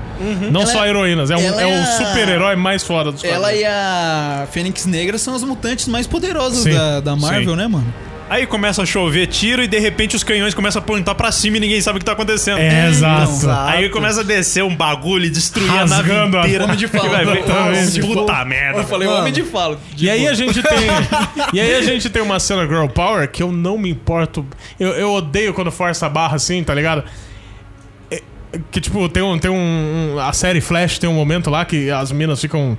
Speaker 1: Não
Speaker 4: Ela
Speaker 1: só
Speaker 4: é-
Speaker 1: heroínas, é, um,
Speaker 4: ela
Speaker 1: é
Speaker 4: é
Speaker 1: o
Speaker 4: a-
Speaker 1: super-herói mais foda dos quadrinhos.
Speaker 4: Ela e a Fênix Negra são as mutantes mais poderosas
Speaker 1: Sim,
Speaker 4: da, da Marvel,
Speaker 3: sim.
Speaker 4: né, mano?
Speaker 3: Aí começa a chover tiro e de repente os canhões começam a apontar pra cima e ninguém sabe o que tá acontecendo.
Speaker 4: Hum.
Speaker 1: É, exato.
Speaker 2: exato.
Speaker 3: Aí começa a descer um bagulho e destruir a
Speaker 1: Rasgando
Speaker 3: nave
Speaker 1: a-
Speaker 3: inteira.
Speaker 4: Homem de
Speaker 3: *laughs* E
Speaker 4: fala.
Speaker 3: vai ver,
Speaker 1: Exatamente.
Speaker 3: "Nossa, puta merda.
Speaker 4: Eu falei,
Speaker 2: Mano.
Speaker 4: homem de fala. tipo, De
Speaker 1: E aí
Speaker 4: boa.
Speaker 1: a gente
Speaker 4: *laughs*
Speaker 1: tem. e aí a gente tem uma cena Girl Power que eu não me importo. Eu, eu odeio quando força a barra assim, tá ligado? É- Que tipo, tem um. Tem um, um- A série Flash tem um momento lá que as minas ficam.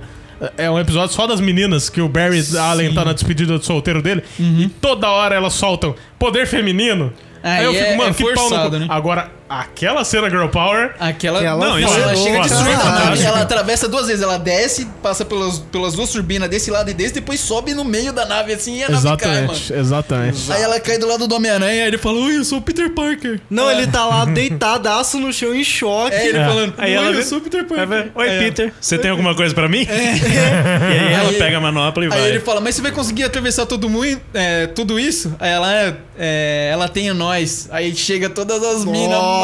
Speaker 1: É um episódio só das meninas que o Barry Allen tá na despedida do solteiro dele. E toda hora elas soltam poder feminino.
Speaker 4: Ah,
Speaker 1: aí eu
Speaker 4: e
Speaker 1: fico,
Speaker 4: Uhum. é-
Speaker 1: mano,
Speaker 4: é
Speaker 1: que pau no cu.
Speaker 4: forçado, né?
Speaker 1: Agora, aquela cena Girl Power.
Speaker 4: Aquela.
Speaker 2: Aquela
Speaker 3: Não, isso
Speaker 4: ela
Speaker 3: é
Speaker 4: chega de
Speaker 3: foda.
Speaker 4: surda,
Speaker 2: Caralho.
Speaker 4: mano. Ela atravessa duas vezes. Ela desce, passa pelas, pelas duas turbinas desse lado e desse, depois sobe no meio da nave assim e a nave cai, mano.
Speaker 1: Exatamente, exatamente.
Speaker 4: Aí ela cai do lado do Homem-Aranha e ele fala: Oi, eu sou o Peter Parker.
Speaker 2: Não, ele tá lá deitadaço no chão em choque.
Speaker 4: É, ele
Speaker 1: É.
Speaker 4: falando:
Speaker 3: Aí
Speaker 4: Oi,
Speaker 3: ela
Speaker 4: eu
Speaker 3: vê-
Speaker 4: sou o Peter
Speaker 3: Vai
Speaker 4: Parker.
Speaker 3: ver, Oi,
Speaker 4: Aí ela-
Speaker 3: Peter, você tem alguma coisa pra mim? *laughs* E aí ela
Speaker 4: é. Aí-
Speaker 3: pega a manopla e vai.
Speaker 4: Aí ele fala, mas você vai conseguir atravessar todo mundo, é, tudo isso? Aí ela, é, é, ela tem nós. Aí chega todas as minas, mano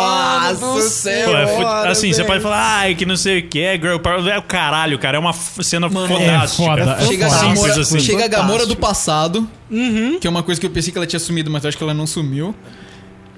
Speaker 4: do
Speaker 2: Nossa
Speaker 4: céu.
Speaker 3: Pô, é fut-
Speaker 2: Bora,
Speaker 3: Assim, você
Speaker 2: velho.
Speaker 3: pode falar, ai, que não sei o que, é girl power, é o caralho, cara, é uma f- cena fodástica.
Speaker 1: é foda, é
Speaker 4: Chega,
Speaker 1: foda.
Speaker 4: a Gamora,
Speaker 3: Simples assim.
Speaker 4: chega a Gamora do
Speaker 2: Fantástico. Uhum.
Speaker 4: passado, que é uma coisa que eu pensei que ela tinha sumido, mas eu acho que ela não sumiu.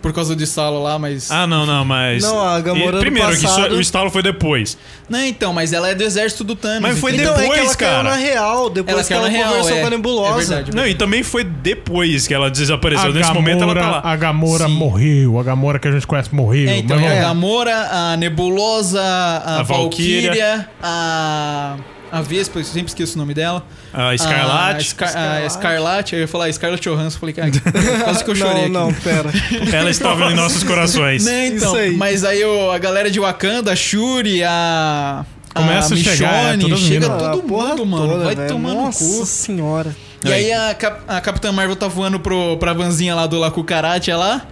Speaker 4: Por causa do estalo lá, mas...
Speaker 3: Ah, não, não, mas.
Speaker 2: Não, a Gamora do
Speaker 3: Primeiro, que
Speaker 2: passado-
Speaker 3: isso- o estalo foi depois.
Speaker 4: Não, então, mas ela é do exército do Thanos.
Speaker 3: Mas foi
Speaker 4: entendeu?
Speaker 2: então é que
Speaker 3: depois,
Speaker 2: ela
Speaker 3: cara.
Speaker 2: caiu na real, depois
Speaker 4: Ela
Speaker 2: que
Speaker 4: caiu
Speaker 2: ela
Speaker 4: na real,
Speaker 2: conversou
Speaker 4: é.
Speaker 2: com a nebulosa.
Speaker 4: É verdade.
Speaker 3: Não, e também foi depois que ela desapareceu.
Speaker 1: A
Speaker 3: Nesse momento ela tá
Speaker 1: Gamora-
Speaker 3: lá.
Speaker 1: A Gamora
Speaker 4: Sim.
Speaker 1: morreu, a Gamora que a gente conhece morreu.
Speaker 4: É, então,
Speaker 1: mas
Speaker 4: é
Speaker 1: vamos-
Speaker 4: a Gamora, a Nebulosa, a,
Speaker 3: A Valkyria.
Speaker 4: Valkyria, a... a Vespa, eu sempre esqueço o nome dela.
Speaker 3: A
Speaker 1: Ah,
Speaker 4: A,
Speaker 3: Escarlate,
Speaker 4: Scar- a Escarlate, aí eu ia falar Scarlett Johansson, falei, cara,
Speaker 1: *laughs*
Speaker 4: quase que eu chorei
Speaker 2: *laughs*
Speaker 4: aqui.
Speaker 2: Não, não,
Speaker 4: *laughs*
Speaker 2: pera.
Speaker 3: ela estava em nossos corações.
Speaker 4: Né, então,
Speaker 2: Isso aí.
Speaker 4: Mas aí o- a galera de Wakanda, a Shuri, a.
Speaker 1: Começa a chegar, é, todas
Speaker 4: chega
Speaker 1: minas.
Speaker 4: Tá todo
Speaker 2: Tá A porra
Speaker 4: mundo, mano.
Speaker 2: toda,
Speaker 4: vai
Speaker 2: velho.
Speaker 4: tomando
Speaker 2: Nossa
Speaker 4: cu.
Speaker 2: senhora.
Speaker 4: E aí a, Cap- a Capitã Marvel tá voando pro, pra vanzinha lá do Lacucaratia lá.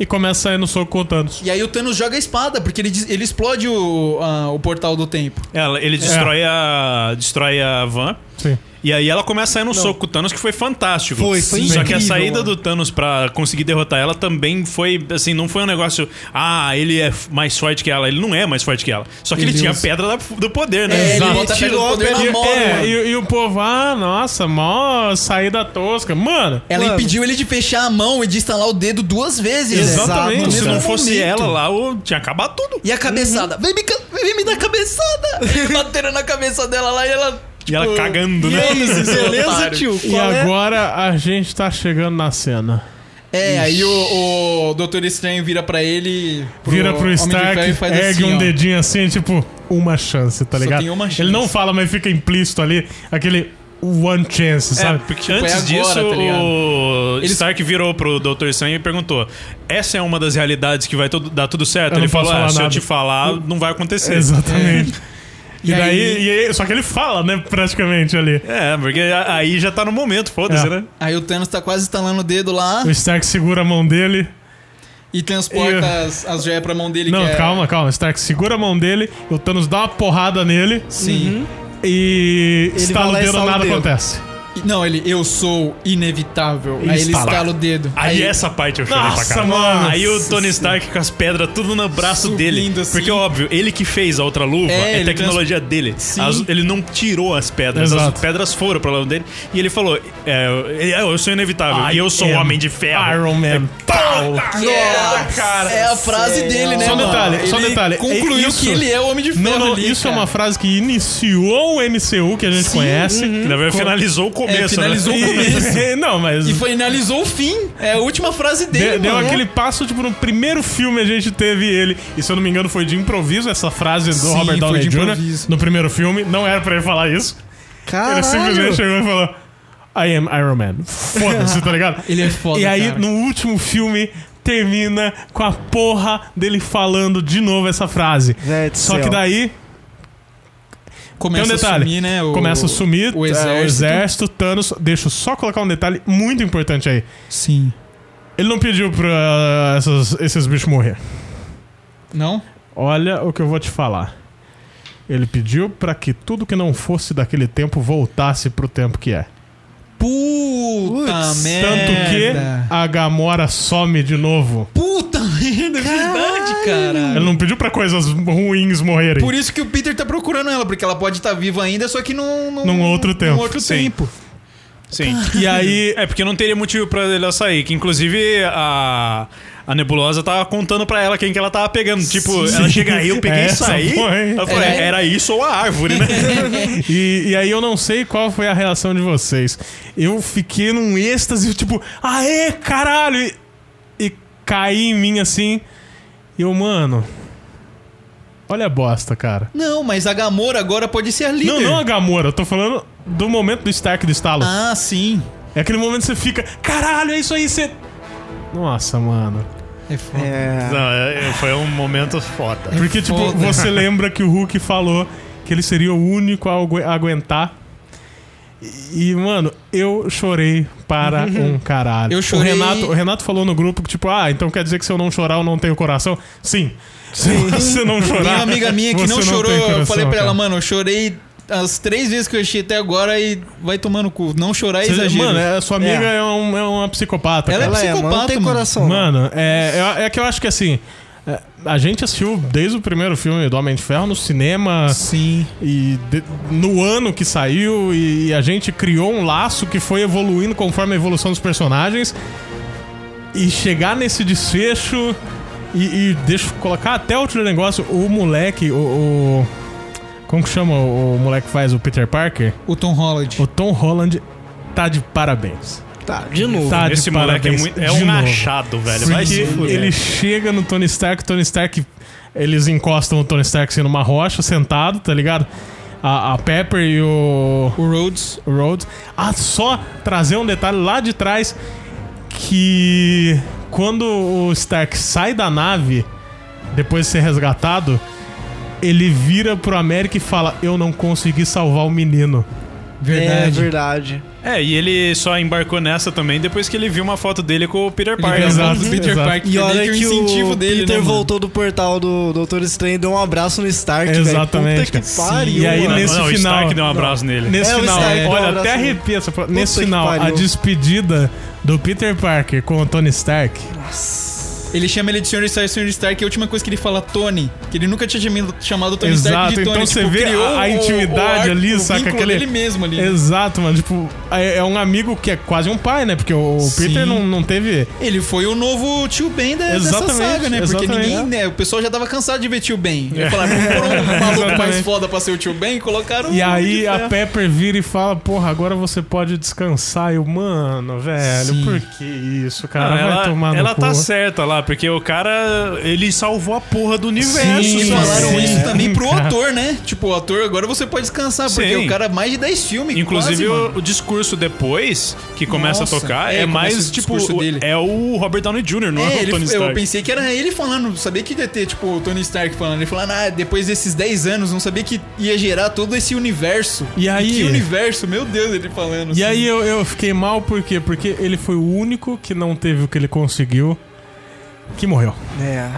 Speaker 1: E começa a sair no soco com o Thanos.
Speaker 4: E aí o Thanos joga a espada, porque ele, des- ele explode o, a- o portal do tempo.
Speaker 3: Ela-
Speaker 1: É.
Speaker 3: ele destrói a destrói a van.
Speaker 1: Sim.
Speaker 3: E aí ela começa a sair no soco com o Thanos, que foi fantástico.
Speaker 2: Foi, foi
Speaker 3: Só
Speaker 2: incrível,
Speaker 3: que a saída
Speaker 2: mano.
Speaker 3: do Thanos pra conseguir derrotar ela também foi, assim, não foi um negócio... Ah, ele é f- mais forte que ela. Ele não é mais forte que ela. Só que ele, tinha a pedra da- do poder, né?
Speaker 4: É, ele
Speaker 1: Exato.
Speaker 4: bota a pedra do
Speaker 2: Tirou a
Speaker 4: poder na
Speaker 2: pedra-
Speaker 4: mão,
Speaker 1: É,
Speaker 4: mano.
Speaker 1: e, e o povo, ah, nossa, mó saída tosca. Mano,
Speaker 4: Ela
Speaker 2: Mano.
Speaker 4: impediu ele de fechar a mão e de instalar o dedo duas vezes. né? velho.
Speaker 2: Exato.
Speaker 1: exatamente.
Speaker 2: Exato.
Speaker 3: Então, Se
Speaker 4: Exato.
Speaker 3: não fosse
Speaker 4: Momento.
Speaker 3: ela lá, eu tinha acabado tudo.
Speaker 4: E a cabeçada.
Speaker 2: Uhum.
Speaker 4: Vem, me, ca- vem me dar cabeçada. Ele bateram na cabeça dela lá e tipo, ela...
Speaker 3: E ela cagando,
Speaker 2: é-
Speaker 3: né?
Speaker 2: Beleza,
Speaker 4: otário.
Speaker 2: tio?
Speaker 1: E
Speaker 2: Qual é?
Speaker 1: agora a gente tá chegando na cena.
Speaker 4: É, aí o, o Doutor Estranho vira pra ele...
Speaker 1: Vira pro
Speaker 4: Homem de
Speaker 1: Stark,
Speaker 4: Ferro e faz
Speaker 1: ergue
Speaker 4: assim,
Speaker 1: um
Speaker 4: ó.
Speaker 1: dedinho assim, tipo, uma chance, tá
Speaker 4: Só
Speaker 1: ligado?
Speaker 4: tem uma
Speaker 1: Ele
Speaker 4: chance.
Speaker 1: não fala, mas fica implícito ali, aquele one chance,
Speaker 3: É,
Speaker 1: sabe?
Speaker 3: porque
Speaker 4: é
Speaker 3: antes
Speaker 4: agora,
Speaker 3: disso,
Speaker 4: tá ligado?
Speaker 3: o Stark virou pro Dr. Estranho e perguntou: Essa é uma das realidades que vai tudo- dar tudo certo?
Speaker 1: Eu não
Speaker 3: Ele falou:
Speaker 1: posso
Speaker 3: "Ah,
Speaker 1: falar
Speaker 3: Se eu
Speaker 1: nada."
Speaker 3: te falar, não vai acontecer.
Speaker 1: Exatamente. E,
Speaker 4: É. E
Speaker 1: daí,
Speaker 4: aí-
Speaker 1: e aí- só que ele fala, né, praticamente ali.
Speaker 3: É, porque a- aí já tá no momento, foda-se,
Speaker 1: É.
Speaker 3: né?
Speaker 4: Aí o Thanos tá quase instalando o dedo lá
Speaker 1: O Stark segura a mão dele.
Speaker 4: e transporta
Speaker 1: Eu-
Speaker 4: as, as joias pra mão dele.
Speaker 1: não,
Speaker 4: que é-
Speaker 1: calma, calma. O Stark segura a mão dele, o Thanos dá uma porrada nele Uhum.
Speaker 4: Sim.
Speaker 1: e
Speaker 2: Ele
Speaker 1: estala o
Speaker 2: vai lá e
Speaker 1: dedo,
Speaker 2: estala o
Speaker 1: nada
Speaker 2: dedo.
Speaker 1: acontece.
Speaker 4: E- Não, ele, eu sou inevitável.
Speaker 1: E
Speaker 4: aí ele
Speaker 1: instala.
Speaker 4: estala o dedo.
Speaker 3: Aí, é essa parte eu chorei
Speaker 1: Nossa,
Speaker 3: pra caralho.
Speaker 1: mano.
Speaker 3: Aí o Tony Stark com as pedras tudo no braço
Speaker 4: Subindo
Speaker 3: dele.
Speaker 4: assim.
Speaker 3: Porque, óbvio, ele que fez a outra luva
Speaker 4: É,
Speaker 3: é,
Speaker 4: ele
Speaker 3: tecnologia dele.
Speaker 4: Sim.
Speaker 3: As- ele não tirou as pedras.
Speaker 1: Exato.
Speaker 3: As pedras foram pra lá dele. E ele falou: é, eu, eu sou inevitável.
Speaker 1: I
Speaker 3: e eu sou o
Speaker 1: am
Speaker 3: homem de ferro.
Speaker 1: Iron Man. Pau!
Speaker 4: Nossa, é a frase dele, né?
Speaker 1: Só um
Speaker 4: mano?
Speaker 1: detalhe, só
Speaker 4: Ele
Speaker 1: detalhe. É
Speaker 4: Concluiu
Speaker 1: Isso-
Speaker 4: que ele é o Homem de Ferro.
Speaker 1: Não, não,
Speaker 4: ali,
Speaker 1: isso é
Speaker 4: cara.
Speaker 1: uma frase que iniciou o MCU que a gente conhece.
Speaker 3: Que, na verdade, finalizou o começo,
Speaker 4: É, finalizou
Speaker 3: *laughs* né?
Speaker 4: o
Speaker 1: *laughs*
Speaker 4: começo.
Speaker 1: E- não, mas.
Speaker 4: E finalizou o fim. É a última frase dele,
Speaker 1: de- deu
Speaker 4: mano.
Speaker 1: aquele passo, tipo, no primeiro filme a gente teve ele. E se eu não me engano, foi de improviso essa frase do
Speaker 4: Sim,
Speaker 1: Robert Downey
Speaker 4: foi de
Speaker 1: Jr.
Speaker 4: improviso.
Speaker 1: no primeiro filme. Não era pra ele falar isso. Ele simplesmente
Speaker 2: Caralho.
Speaker 1: chegou e falou: I am Iron Man. Foda-se, tá ligado?
Speaker 4: Ele é foda,
Speaker 1: E aí,
Speaker 4: cara.
Speaker 1: no último filme, termina com a porra dele falando de novo essa frase.
Speaker 2: Véi do
Speaker 1: Só
Speaker 2: céu.
Speaker 1: que daí
Speaker 4: Começa
Speaker 1: Tem um detalhe.
Speaker 4: a sumir, né? o-
Speaker 1: começa a sumir
Speaker 4: o
Speaker 1: é,
Speaker 4: exército.
Speaker 1: o exército, Thanos. Deixa eu só colocar um detalhe muito importante aí.
Speaker 4: Sim.
Speaker 1: Ele não pediu pra eh, essas- esses bichos morrer.
Speaker 4: Não?
Speaker 1: Olha o que eu vou te falar. Ele pediu pra que tudo que não fosse daquele tempo voltasse pro tempo que é.
Speaker 4: Puta
Speaker 2: Putz,
Speaker 4: merda.
Speaker 1: Tanto que a Gamora some de novo.
Speaker 4: Puta merda, é verdade,
Speaker 1: Ele
Speaker 4: cara.
Speaker 1: não pediu pra coisas ruins morrerem.
Speaker 4: Por isso que o Peter tá procurando ela, porque ela pode estar viva ainda, só que num, num,
Speaker 1: Num outro tempo.
Speaker 4: Num outro
Speaker 3: Sim.
Speaker 4: tempo.
Speaker 3: Sim.
Speaker 1: E aí.
Speaker 3: É porque não teria motivo pra ela sair. Que inclusive a. A nebulosa tava contando pra ela quem que ela tava pegando. Tipo, ela chega aí, eu peguei e
Speaker 1: Essa
Speaker 3: saí.
Speaker 1: foi.
Speaker 3: Ela falou,
Speaker 4: É.
Speaker 3: era isso ou a árvore, né?
Speaker 1: *laughs* E, e aí eu não sei qual foi a reação de vocês. Eu fiquei num êxtase, tipo, aê, caralho! E, e caí em mim assim. E eu, mano. Olha a bosta, cara.
Speaker 4: Não, mas a Gamora agora pode ser a líder.
Speaker 1: Não, não a Gamora, eu tô falando do momento do Stark do estalo.
Speaker 4: Ah, sim.
Speaker 1: É aquele momento que você fica, caralho, é isso aí, você. Nossa, mano.
Speaker 4: É foda.
Speaker 2: É.
Speaker 3: Não, é- foi um momento foda.
Speaker 1: Porque, tipo,
Speaker 4: É foda.
Speaker 1: você lembra que o Hulk falou que ele seria o único a agu- aguentar. E, e, mano, eu chorei
Speaker 4: *laughs*
Speaker 1: para um caralho.
Speaker 4: Eu chorei-
Speaker 1: O Renato, o Renato falou no grupo que, tipo, ah, então quer dizer que se eu não chorar eu não tenho coração? Sim. *laughs* Se você não chorar.
Speaker 4: Tem uma amiga minha que
Speaker 1: você
Speaker 4: não, chorou.
Speaker 1: tem
Speaker 4: eu
Speaker 1: coração,
Speaker 4: falei pra ela,
Speaker 1: cara.
Speaker 4: mano, eu chorei as três vezes que eu achei até agora e vai tomando cu. Não chorar é
Speaker 1: Você-
Speaker 4: exagero.
Speaker 1: Mano, é- a sua amiga é, um- é uma psicopata.
Speaker 4: Ela é
Speaker 1: cara.
Speaker 2: Ela é, mano. Não
Speaker 4: psicopata,
Speaker 2: tem
Speaker 4: mano.
Speaker 2: coração. não.
Speaker 1: Mano, é, é, é que eu acho que assim. é, A gente assistiu desde o primeiro filme do Homem de Ferro no cinema
Speaker 4: Sim.
Speaker 1: e de- no ano que saiu e a gente criou um laço que foi evoluindo conforme a evolução dos personagens e chegar nesse desfecho e, e deixa eu colocar até outro negócio o moleque o, o- como que chama o, o moleque que faz o Peter Parker
Speaker 4: O Tom Holland.
Speaker 1: o Tom Holland tá de parabéns
Speaker 2: Tá, de novo.
Speaker 1: tá
Speaker 3: Esse
Speaker 1: de
Speaker 3: moleque é,
Speaker 1: parabéns
Speaker 3: muito, é
Speaker 1: de
Speaker 3: um
Speaker 1: novo.
Speaker 3: achado, velho. Vai
Speaker 1: Porque
Speaker 3: se fuder.
Speaker 1: ele chega no Tony Stark, o Tony Stark. Eles encostam o Tony Stark assim numa rocha, sentado, tá ligado? a, a Pepper e o
Speaker 4: O Rhodes.
Speaker 1: Rhodes, a só trazer um detalhe lá de trás que quando o Stark sai da nave depois de ser resgatado, ele vira pro América e fala: "Eu não consegui salvar o menino".
Speaker 2: É
Speaker 4: Verdade.
Speaker 2: verdade.
Speaker 3: É, e ele só embarcou nessa também depois que ele viu uma foto dele com o Peter Parker.
Speaker 1: viu Exato,
Speaker 4: Do Peter
Speaker 1: exato.
Speaker 4: Parker.
Speaker 2: Uhum. E olha
Speaker 4: Ele
Speaker 2: que,
Speaker 4: tinha o incentivo
Speaker 2: o
Speaker 4: dele,
Speaker 2: Peter
Speaker 4: né, mano?
Speaker 2: voltou do portal do Doutor Estranho e deu um abraço no Stark, velho.
Speaker 1: Exatamente,
Speaker 2: Puta que
Speaker 1: cara.
Speaker 2: pariu,
Speaker 1: E aí,
Speaker 2: mano.
Speaker 1: nesse
Speaker 3: não, o
Speaker 1: final-
Speaker 3: Stark deu um abraço nele.
Speaker 1: Nesse
Speaker 2: É, o
Speaker 1: final,
Speaker 2: Stark,
Speaker 1: olha,
Speaker 2: um
Speaker 1: até
Speaker 2: abraço.
Speaker 1: arrepia essa pro- Nesse
Speaker 2: que
Speaker 1: final, a
Speaker 2: pariu.
Speaker 1: despedida do Peter Parker com o Tony Stark.
Speaker 4: Ele chama ele de Sr. Stark, Sr. Stark, e a última coisa que ele fala, Tony. Que ele nunca tinha chamado- chamado Tony Stark de
Speaker 1: Exato,
Speaker 4: Tony.
Speaker 1: então você
Speaker 4: tipo,
Speaker 1: vê a-
Speaker 4: criou
Speaker 1: a
Speaker 4: o-
Speaker 1: intimidade
Speaker 4: o arco,
Speaker 1: ali,
Speaker 4: o
Speaker 1: saca?
Speaker 4: vínculo
Speaker 1: Aquele-
Speaker 4: dele mesmo ali.
Speaker 1: Exato, mano. Tipo, é é um amigo que é quase um pai, né? Porque o o Peter
Speaker 4: Sim.
Speaker 1: não, não teve.
Speaker 4: Ele foi o novo tio Ben da, dessa
Speaker 1: Exatamente,
Speaker 4: saga, né? Porque
Speaker 1: exatamente. É.
Speaker 4: ninguém, né? O pessoal já tava cansado de ver tio Ben. Ele falaram, falaram, "Pô, um maluco mais
Speaker 1: *laughs* Exatamente.
Speaker 4: foda pra ser o tio Ben e colocaram
Speaker 1: E
Speaker 4: o Homem
Speaker 1: aí
Speaker 4: de
Speaker 1: a
Speaker 4: Ferro.
Speaker 1: Pepper vira e fala: Porra, agora você pode descansar. Eu, mano, velho,
Speaker 4: Sim.
Speaker 1: por que isso,
Speaker 3: Não,
Speaker 1: cara? Vai
Speaker 3: ela
Speaker 1: tomar no
Speaker 3: ela
Speaker 1: cu.
Speaker 3: tá certa lá, porque o cara, ele salvou a porra do universo.
Speaker 1: Sim,
Speaker 4: E
Speaker 1: sim.
Speaker 4: falaram
Speaker 1: Sim.
Speaker 4: isso também pro
Speaker 1: Cara.
Speaker 4: ator, né? Tipo, o ator, agora você pode descansar, porque
Speaker 3: Sim.
Speaker 4: o cara mais de 10 filmes,
Speaker 3: Inclusive,
Speaker 4: quase, mano.
Speaker 3: o, o discurso depois que começa
Speaker 4: Nossa,
Speaker 3: a tocar
Speaker 4: é,
Speaker 3: é,
Speaker 4: começa
Speaker 3: mais
Speaker 4: o
Speaker 3: tipo.
Speaker 4: discurso
Speaker 3: o-
Speaker 4: dele.
Speaker 3: É o Robert Downey Jr., não é,
Speaker 4: É,
Speaker 3: o
Speaker 4: ele-
Speaker 3: Tony
Speaker 4: eu
Speaker 3: Stark.
Speaker 4: pensei que era ele falando, sabia que ia ter, tipo, o Tony Stark falando. Ele falando, ah, depois desses 10 anos, não sabia que ia gerar todo esse universo.
Speaker 1: E aí-
Speaker 4: Que universo, meu Deus, ele falando. assim.
Speaker 1: E aí eu, eu fiquei mal, por quê? Porque ele foi o único que não teve o que ele conseguiu, que morreu.
Speaker 2: É.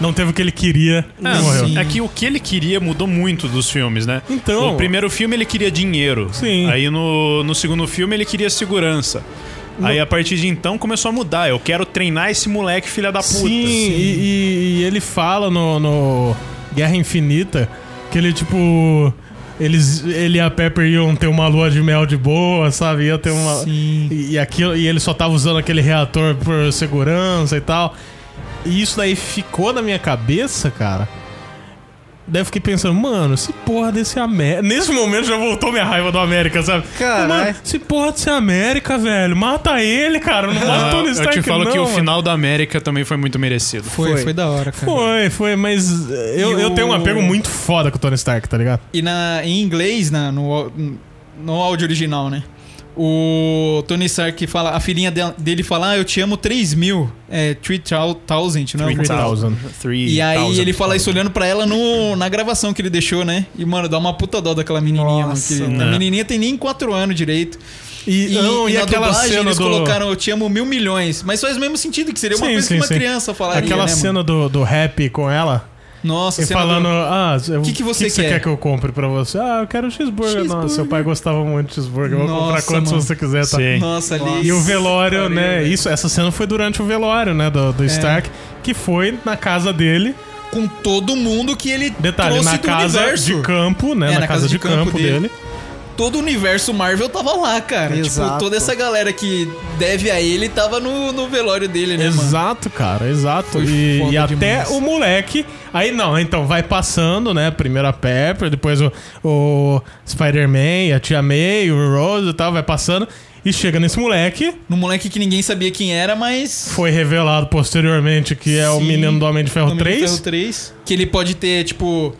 Speaker 1: Não teve o que ele queria,
Speaker 3: É,
Speaker 1: que morreu.
Speaker 4: sim.
Speaker 3: é que o que ele queria mudou muito dos filmes, né?
Speaker 1: Então-
Speaker 3: O primeiro filme ele queria dinheiro.
Speaker 1: Sim.
Speaker 3: Aí no, no segundo filme ele queria segurança. Aí a partir de então começou a mudar. Eu quero treinar esse moleque, filha da puta.
Speaker 1: Sim, E, e- e ele fala no, no Guerra Infinita que ele, tipo. Eles, ele e a Pepper iam ter uma lua de mel de boa, sabe? Ia ter uma.
Speaker 4: Sim.
Speaker 1: E, e aquilo, e ele só tava usando aquele reator por segurança e tal. E isso daí ficou na minha cabeça, cara. Daí eu fiquei pensando, mano, se porra desse América. Nesse momento já voltou minha raiva do América, sabe?
Speaker 2: Caralho.
Speaker 1: Mano, se porra desse América, velho. Mata ele, cara. Não mata o
Speaker 3: Ah,
Speaker 1: Tony
Speaker 3: eu
Speaker 1: Stark,
Speaker 3: te falo
Speaker 1: não,
Speaker 3: que o
Speaker 1: mano.
Speaker 3: final da América também foi muito merecido.
Speaker 4: Foi,
Speaker 2: Foi.
Speaker 4: foi da hora, cara.
Speaker 1: Foi, foi, mas eu,
Speaker 4: E
Speaker 1: eu
Speaker 4: o-
Speaker 1: tenho um apego muito foda com o Tony Stark, tá ligado?
Speaker 4: E na, em inglês, na, no, au- no áudio original, né? O Tony Stark fala, a filhinha de- dele fala, ah, eu te amo 3 mil. É, 3000, não é?
Speaker 1: 3000.
Speaker 4: E aí ele fala isso olhando pra ela no, na gravação que ele deixou, né? E, mano, dá uma puta dó daquela menininha,
Speaker 2: Nossa,
Speaker 4: mano. que
Speaker 3: né?
Speaker 4: A menininha tem nem 4 anos direito.
Speaker 1: E,
Speaker 4: E, ah,
Speaker 1: não, e
Speaker 4: e na
Speaker 1: aquela
Speaker 4: dublagem
Speaker 1: cena
Speaker 4: eles
Speaker 1: do...
Speaker 4: colocaram eu te amo mil milhões. Mas faz o mesmo sentido, que seria uma
Speaker 1: Sim,
Speaker 4: coisa
Speaker 1: sim,
Speaker 4: que uma
Speaker 1: sim.
Speaker 4: criança falaria,
Speaker 1: Aquela
Speaker 4: né, mano?
Speaker 1: cena do, do rap com ela,
Speaker 4: Nossa,
Speaker 1: e
Speaker 4: cena
Speaker 1: falando,
Speaker 4: do-
Speaker 1: ah, o
Speaker 4: que que você quer?
Speaker 1: que eu compre pra você? Ah, eu quero um cheeseburger.
Speaker 4: Cheeseburger.
Speaker 1: Nossa, seu pai gostava muito de cheeseburger, eu vou
Speaker 4: Nossa,
Speaker 1: comprar quantos
Speaker 4: mano.
Speaker 1: você quiser, tá?
Speaker 3: Sim.
Speaker 4: Nossa, ali...
Speaker 1: E o velório, né? Isso, essa cena foi durante o velório, né, do,
Speaker 4: É.
Speaker 1: do Stark, que foi na casa dele.
Speaker 4: Com todo mundo que ele
Speaker 1: Detalhe,
Speaker 4: trouxe
Speaker 1: na
Speaker 4: do
Speaker 1: casa
Speaker 4: universo.
Speaker 1: de campo, né?
Speaker 4: É,
Speaker 1: na, casa, de, campo, dele.
Speaker 4: Todo o universo Marvel tava lá, cara. Tipo,
Speaker 2: Exato.
Speaker 4: toda essa galera que deve a ele tava no, no velório dele, né, mano?
Speaker 1: Exato, cara, exato.
Speaker 4: Foi
Speaker 1: E,
Speaker 4: foda
Speaker 1: e até
Speaker 4: demais.
Speaker 1: o moleque. Aí não, então vai passando, né? Primeiro a Pepper, depois o, o Spider-Man, a Tia May, o Rose e tal, vai passando. E chega nesse moleque.
Speaker 4: No moleque que ninguém sabia quem era, mas...
Speaker 1: Foi revelado posteriormente que é o
Speaker 4: Sim,
Speaker 1: menino do Homem de Ferro
Speaker 4: Homem de
Speaker 1: 3.
Speaker 4: Ferro 3. Que ele pode ter, tipo,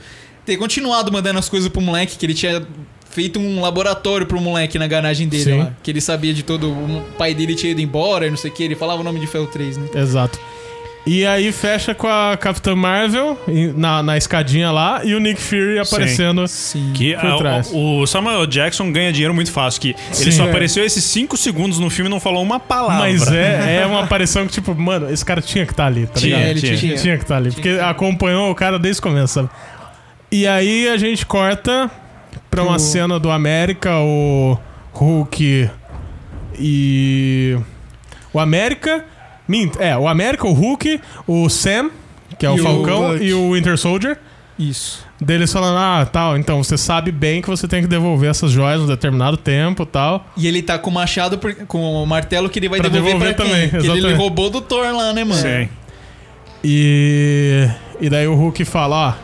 Speaker 4: ter continuado mandando as coisas pro moleque, que ele tinha feito um laboratório pro moleque na garagem dele
Speaker 1: Sim.
Speaker 4: lá. Que ele sabia de todo. O pai dele tinha ido embora e não sei o que. Ele falava o nome de Ferro 3, né?
Speaker 1: Exato. E aí fecha com a Capitã Marvel em- na, na escadinha lá e o Nick Fury aparecendo.
Speaker 4: Sim.
Speaker 3: Que
Speaker 1: Por
Speaker 3: a-
Speaker 1: trás.
Speaker 3: o, o Samuel Jackson ganha dinheiro muito fácil. Que
Speaker 1: Sim.
Speaker 3: ele só
Speaker 1: É.
Speaker 3: apareceu esses 5 segundos no filme e não falou uma palavra.
Speaker 1: Mas é,
Speaker 3: *laughs*
Speaker 1: é uma aparição que, tipo, mano, esse cara tinha que estar ali, tá ligado?
Speaker 3: Tinha,
Speaker 4: ele
Speaker 3: tinha.
Speaker 4: tinha.
Speaker 1: Tinha que estar ali, porque acompanhou o cara desde o começo, sabe? E aí a gente corta pra uma
Speaker 4: Pro-
Speaker 1: cena do América, o Hulk e. O América. Mint, é, o América, o Hulk, o Sam, que é o
Speaker 4: E o
Speaker 1: Falcão,
Speaker 2: Buck.
Speaker 1: e o Winter Soldier.
Speaker 4: Isso.
Speaker 1: Deles falando, ah, tal, então você sabe bem que você tem que devolver essas joias num determinado tempo tal.
Speaker 4: E ele tá com o machado, por- com o martelo que ele vai
Speaker 1: Pra
Speaker 4: devolver,
Speaker 1: devolver
Speaker 4: pra
Speaker 1: também,
Speaker 4: quem? Que ele
Speaker 1: exatamente.
Speaker 4: roubou do Thor lá, né, mano?
Speaker 3: Sim.
Speaker 1: E. E daí o Hulk fala, ó.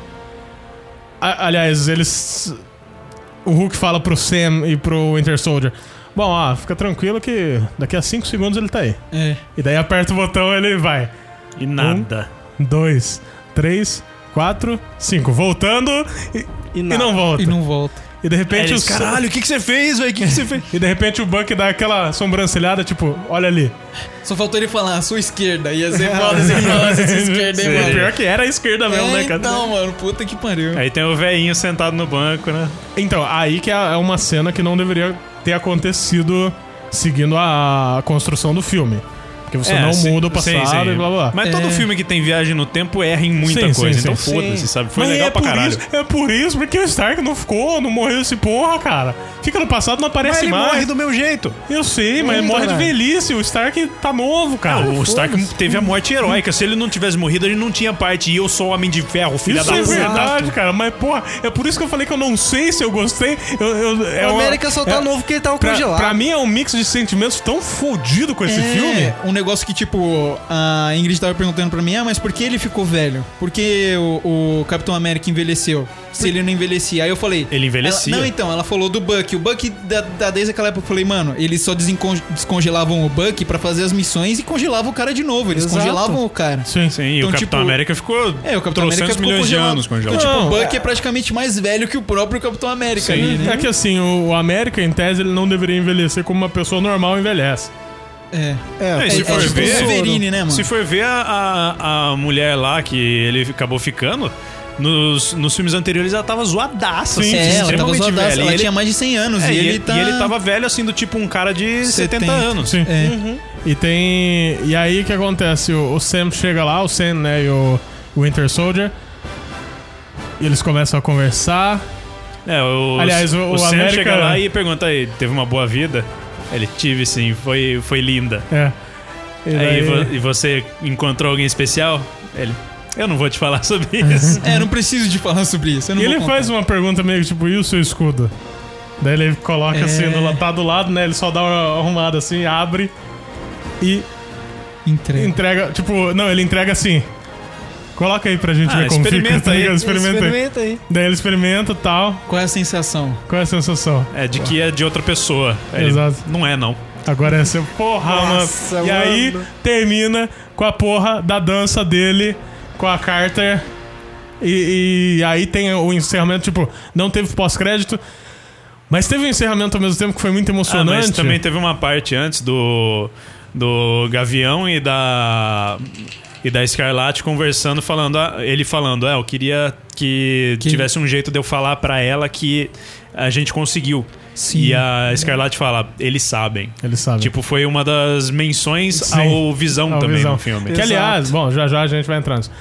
Speaker 1: A- aliás, eles. O Hulk fala pro Sam e pro Winter Soldier. Bom, ó, fica tranquilo que daqui a 5 segundos ele tá aí.
Speaker 4: É.
Speaker 1: E daí aperta o botão ele vai.
Speaker 3: E nada.
Speaker 1: Dois, três, quatro, cinco. Voltando e,
Speaker 2: E
Speaker 1: e
Speaker 2: nada.
Speaker 1: não volta.
Speaker 4: E
Speaker 1: E,
Speaker 4: não volta.
Speaker 1: de repente
Speaker 3: Eles,
Speaker 1: o
Speaker 3: Caralho, o que, que você fez, velho? O que, que você fez?
Speaker 1: E de repente o Buck dá aquela sobrancelhada, tipo, olha ali.
Speaker 4: Só faltou ele falar, a sua esquerda. Ia ser
Speaker 1: *laughs*
Speaker 4: foda se ele falasse sua esquerda, hein, mano.
Speaker 1: Pior que era a esquerda mesmo, né,
Speaker 4: É,
Speaker 1: cara?
Speaker 4: então, mano, puta que pariu.
Speaker 3: Aí tem o velhinho sentado no banco, né?
Speaker 1: Então, aí que é é uma cena que não deveria ter acontecido seguindo a construção do filme. Porque você
Speaker 3: É,
Speaker 1: não
Speaker 3: sim-
Speaker 1: muda o
Speaker 3: sim,
Speaker 1: passado
Speaker 3: sim.
Speaker 1: e blá blá. blá.
Speaker 3: Mas todo
Speaker 4: É.
Speaker 3: filme que tem viagem no tempo erra em muita
Speaker 1: Sim,
Speaker 3: coisa.
Speaker 1: sim,
Speaker 3: então
Speaker 1: sim.
Speaker 3: foda-se, sabe? Foi
Speaker 1: Mas
Speaker 3: legal
Speaker 1: é
Speaker 3: pra
Speaker 1: por
Speaker 3: caralho.
Speaker 1: Isso, é por isso porque o Stark não ficou, não morreu esse porra, cara. Fica no passado, não aparece mais.
Speaker 3: do meu jeito.
Speaker 1: Eu sei, mas
Speaker 2: Hum,
Speaker 1: morre de
Speaker 2: caralho.
Speaker 1: velhice. O Stark tá novo, cara.
Speaker 3: Ah, o Stark teve a morte heróica. Se ele não tivesse morrido, ele não tinha parte. E eu sou o Homem de Ferro, filha
Speaker 1: Isso
Speaker 3: da
Speaker 1: é
Speaker 3: puta.
Speaker 1: verdade, cara. Mas, porra, é por isso que eu falei que eu não sei se eu gostei. Eu, eu- é
Speaker 2: o
Speaker 1: uma-
Speaker 2: América só tá
Speaker 1: é-
Speaker 2: novo porque ele tava
Speaker 1: Pra,
Speaker 2: congelado.
Speaker 1: pra mim é um mix de sentimentos tão fodido com esse
Speaker 4: É,
Speaker 1: filme.
Speaker 4: Um negócio que, tipo, a Ingrid tava perguntando pra mim, ah, mas por que ele ficou velho? Por que o, o Capitão América envelheceu? Se ele não envelhecia. Aí eu falei...
Speaker 3: Ele envelhecia.
Speaker 4: Ela- não, então, ela falou do Buck. O Buck, da, da- desde aquela época, eu falei, mano, eles só desencon- descongelavam o Buck pra fazer as missões e congelavam o cara de novo. Eles
Speaker 2: Exato.
Speaker 4: congelavam o cara.
Speaker 1: Sim,
Speaker 3: Sim, e o
Speaker 4: Então,
Speaker 3: Capitão
Speaker 4: tipo,
Speaker 3: América ficou.
Speaker 4: É, o Capitão América ficou
Speaker 3: milhões de
Speaker 4: congelado.
Speaker 3: anos congelado.
Speaker 4: Então, tipo,
Speaker 1: Não,
Speaker 4: o Buck
Speaker 1: é-
Speaker 4: é... praticamente mais velho que o próprio Capitão América
Speaker 3: Sim.
Speaker 4: ali, né?
Speaker 1: É que assim, o, o América, em tese, ele não deveria envelhecer como uma pessoa normal envelhece.
Speaker 4: É.
Speaker 3: É,
Speaker 2: É,
Speaker 3: se
Speaker 4: é,
Speaker 3: for
Speaker 4: é tipo
Speaker 3: ver-
Speaker 4: o Wolverine, né, mano?
Speaker 3: Se for ver a, a, a mulher lá que ele acabou ficando, nos, nos filmes anteriores ela tava zoadaça,
Speaker 1: Sim,
Speaker 3: assim,
Speaker 4: é, ela tava
Speaker 3: extremamente
Speaker 4: zoadaça,
Speaker 3: velha.
Speaker 4: ela
Speaker 3: e,
Speaker 4: tinha mais de 100 anos.
Speaker 3: ele, é,
Speaker 4: e, ele
Speaker 3: e-
Speaker 4: tá...
Speaker 3: e ele tava velho, assim, do tipo um cara de 70,
Speaker 4: 70.
Speaker 3: anos.
Speaker 1: Sim.
Speaker 4: É.
Speaker 1: E tem. E aí o que acontece? O, o Sam chega lá, o Sam, né, e o o Winter Soldier. E eles começam a conversar.
Speaker 3: É, o,
Speaker 1: Aliás, o-
Speaker 3: o,
Speaker 1: o
Speaker 3: Sam
Speaker 1: América-
Speaker 3: chega lá e pergunta aí, teve uma boa vida? Ele tive sim, foi, foi linda.
Speaker 1: É. E
Speaker 3: Aí,
Speaker 1: daí-
Speaker 3: vo- e você encontrou alguém especial? Ele, eu não vou te falar *laughs* sobre isso.
Speaker 4: É, não preciso de falar sobre isso. eu não
Speaker 1: E
Speaker 4: vou
Speaker 1: ele
Speaker 4: contar.
Speaker 1: faz uma pergunta meio que, tipo, e o seu escudo? Daí ele coloca
Speaker 4: É.
Speaker 1: assim, no, la- tá do lado, né? Ele só dá uma arrumada assim, abre e
Speaker 4: Entrega.
Speaker 1: entrega. Tipo, não, ele entrega assim. Coloca aí pra gente
Speaker 3: Ah,
Speaker 1: ver como fica.
Speaker 3: experimenta
Speaker 1: tá
Speaker 3: aí.
Speaker 1: ligado? Experimenta, aí.
Speaker 2: Experimenta aí.
Speaker 1: Daí ele experimenta e tal.
Speaker 4: Qual é a sensação?
Speaker 1: Qual é a sensação?
Speaker 3: É, de que é de outra pessoa. Aí ele,
Speaker 1: Exato.
Speaker 3: Não é, não.
Speaker 1: Agora é seu porra,
Speaker 2: Nossa,
Speaker 1: mano. E
Speaker 2: mano.
Speaker 1: aí termina com a porra da dança dele com a Carter. E, e aí tem o encerramento, tipo, não teve pós-crédito. Mas teve um encerramento ao mesmo tempo que foi muito
Speaker 3: Ah,
Speaker 1: emocionante.
Speaker 3: mas também teve uma parte antes do do Gavião e da e da Escarlate conversando, falando, ah, ele falando, é, eu queria que,
Speaker 4: Que-
Speaker 3: tivesse um jeito de eu falar pra ela que a gente conseguiu.
Speaker 4: Sim.
Speaker 3: E a Escarlate fala, eles sabem.
Speaker 1: Eles sabem.
Speaker 3: Tipo, foi uma das menções
Speaker 1: Sim.
Speaker 3: ao Visão
Speaker 1: Ao
Speaker 3: também
Speaker 1: Visão.
Speaker 3: no filme.
Speaker 1: Que, aliás, bom, já já a gente vai entrar nisso.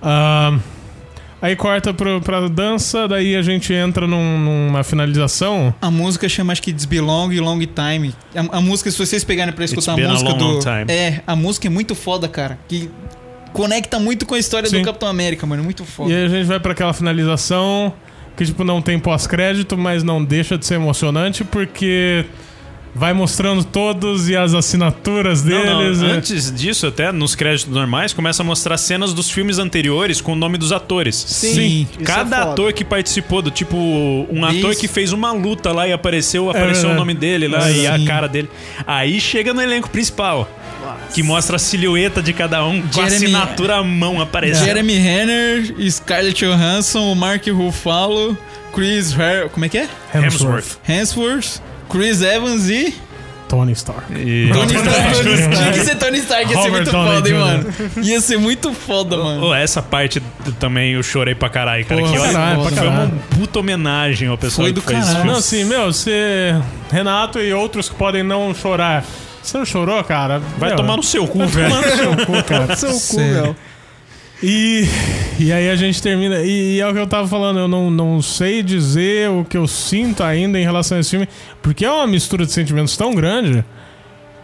Speaker 1: Ahn, aí corta pro, pra dança, daí a gente entra num- numa finalização.
Speaker 4: A música chama acho que It's Been Long Long Time. A, a música, se vocês pegarem pra escutar
Speaker 3: been
Speaker 4: a
Speaker 3: a
Speaker 4: música
Speaker 3: long,
Speaker 4: do.
Speaker 3: long time.
Speaker 4: É, a música é muito foda, cara. Que conecta muito com a história
Speaker 1: Sim.
Speaker 4: do Capitão América, mano. é Muito
Speaker 1: E
Speaker 4: foda.
Speaker 1: aí a gente vai pra aquela finalização que, tipo, não tem pós-crédito, mas não deixa de ser emocionante porque vai mostrando todos e as assinaturas
Speaker 3: Não, não,
Speaker 1: deles. né?
Speaker 3: Antes disso, até nos créditos normais, começa a mostrar cenas dos filmes anteriores com o nome dos atores.
Speaker 4: Sim.
Speaker 2: Isso é
Speaker 3: Cada
Speaker 2: foda.
Speaker 3: ator que participou do tipo, um ator
Speaker 4: Isso.
Speaker 3: que fez uma luta lá e apareceu, apareceu
Speaker 1: É verdade.
Speaker 3: o nome dele lá e a
Speaker 4: Sim.
Speaker 3: cara dele. Aí chega no elenco principal, que mostra a silhueta de cada um com a
Speaker 4: Jeremy-
Speaker 3: assinatura à mão aparecendo.
Speaker 4: É. Jeremy Renner, Scarlett Johansson, Mark Ruffalo, Chris Her... Como é que é?
Speaker 3: Hemsworth.
Speaker 4: Hemsworth, Chris Evans e.
Speaker 1: Tony Stark.
Speaker 3: E-
Speaker 4: Tony Stark. Tony Stark. Tinha que ser Tony Stark, ia ser
Speaker 1: Robert
Speaker 4: muito
Speaker 1: Downey
Speaker 4: foda, hein,
Speaker 1: Jr.
Speaker 4: mano. Ia ser muito foda, mano.
Speaker 3: Oh, essa parte d- também eu chorei pra caralho, cara.
Speaker 4: Porra,
Speaker 3: que olha,
Speaker 1: caralho, pra
Speaker 3: foi
Speaker 1: caralho.
Speaker 3: uma puta homenagem ao pessoal
Speaker 4: Foi do
Speaker 3: que fez. esse
Speaker 4: caralho.
Speaker 3: filme.
Speaker 1: Não, assim, meu, você. Renato e outros que podem não chorar. Você não chorou, cara?
Speaker 3: Vai
Speaker 1: Meu,
Speaker 3: tomar no seu cu,
Speaker 1: Vai
Speaker 3: velho.
Speaker 1: tomar no *laughs* seu cu, cara.
Speaker 2: Seu cu,
Speaker 4: Sério.
Speaker 2: meu.
Speaker 1: E, e aí a gente termina. E, e é o que eu tava falando, eu não, não sei dizer o que eu sinto ainda em relação a esse filme, porque é uma mistura de sentimentos tão grande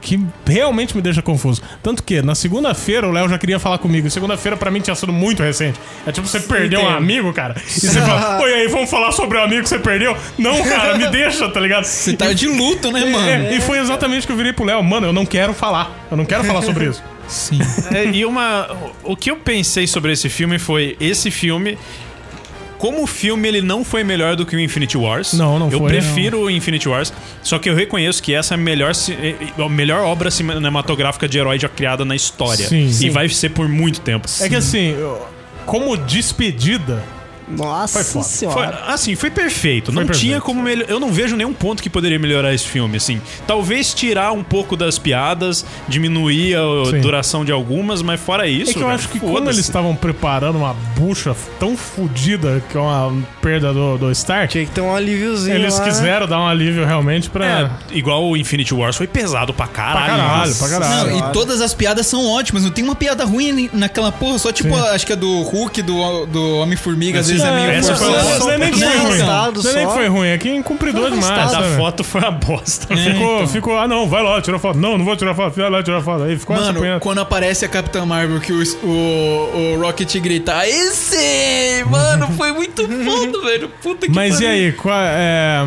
Speaker 1: que realmente me deixa confuso. Tanto que na segunda-feira o Léo já queria falar comigo. e Segunda-feira pra mim tinha sido muito recente. É tipo você perdeu um
Speaker 4: Entendo.
Speaker 1: amigo, cara. E você fala, oi aí, vamos falar sobre o amigo que você perdeu? Não, cara, me deixa, tá ligado?
Speaker 4: Você tá de luto, né,
Speaker 1: E-
Speaker 4: mano?
Speaker 1: e, e foi exatamente o que eu virei pro Léo. Mano, eu não quero falar. Eu não quero falar sobre
Speaker 4: *laughs*
Speaker 1: isso.
Speaker 4: Sim.
Speaker 3: É, e uma. O que eu pensei sobre esse filme foi: esse filme. Como o filme ele não foi melhor do que o Infinity Wars.
Speaker 1: Não, não
Speaker 3: eu
Speaker 1: foi,
Speaker 3: Eu prefiro o Infinity Wars, só que eu reconheço que essa é a melhor, ci- eh, eh, a melhor obra cinematográfica de herói já criada na história.
Speaker 1: Sim. É
Speaker 3: E
Speaker 1: Sim.
Speaker 3: vai ser por muito tempo.
Speaker 1: É que assim, eu- como despedida.
Speaker 2: Nossa
Speaker 1: Foi foda.
Speaker 3: Foi-
Speaker 2: senhora.
Speaker 3: assim, foi perfeito.
Speaker 1: Foi
Speaker 3: não tinha
Speaker 1: perfeito.
Speaker 3: como melhor. Eu não vejo nenhum ponto que poderia melhorar esse filme, assim. Talvez tirar um pouco das piadas, diminuir a
Speaker 1: Sim.
Speaker 3: duração de algumas, mas fora isso.
Speaker 1: é que eu
Speaker 3: cara,
Speaker 1: acho que
Speaker 3: foda-se.
Speaker 1: como eles estavam preparando uma bucha tão fodida que é uma perda do, do start,
Speaker 2: Tinha que ter um alíviozinho.
Speaker 1: eles
Speaker 2: lá, né?
Speaker 1: quiseram dar um alívio realmente pra.
Speaker 3: É, igual o Infinity Wars foi pesado pra caralho.
Speaker 1: Pra caralho, pra
Speaker 3: Nossa.
Speaker 1: caralho.
Speaker 4: Não, e todas as piadas são ótimas, não tem uma piada ruim ni- naquela porra, só tipo,
Speaker 1: Sim.
Speaker 4: a- acho que é do Hulk, do, do Homem-Formiga, às vezes é meio
Speaker 3: essa foi
Speaker 4: forçado.
Speaker 3: uma-
Speaker 1: Não é nem que foi
Speaker 2: Não,
Speaker 1: ruim.
Speaker 2: estado
Speaker 1: Não é nem que
Speaker 2: só.
Speaker 1: foi ruim. Aqui incumpridor
Speaker 2: Foi
Speaker 4: um
Speaker 1: demais.
Speaker 2: estado.
Speaker 1: sabe?
Speaker 3: Mas a foto foi uma bosta.
Speaker 4: É,
Speaker 1: Ficou,
Speaker 4: então.
Speaker 1: ficou, ah não, vai lá, tira foto. Não, não vou tirar foto, vai lá, tira foto. Aí ficou essa
Speaker 4: Mano,
Speaker 1: punheta.
Speaker 4: quando aparece a Capitã Marvel que o, o, o Rocket grita, esse! Mano, foi *laughs* muito foda, velho. Puta que
Speaker 1: Mas e
Speaker 4: pariu.
Speaker 1: aí, qua- é,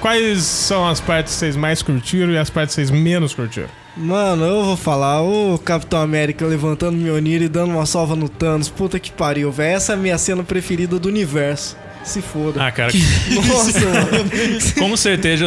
Speaker 1: quais são as partes que vocês mais curtiram e as partes que vocês menos curtiram?
Speaker 2: Mano, eu vou falar, o Capitão América levantando Mionir e dando uma salva no Thanos. Puta que pariu, velho. Essa é a minha cena preferida do universo. Se foda.
Speaker 3: Ah, cara,
Speaker 2: Nossa, mano.
Speaker 3: com certeza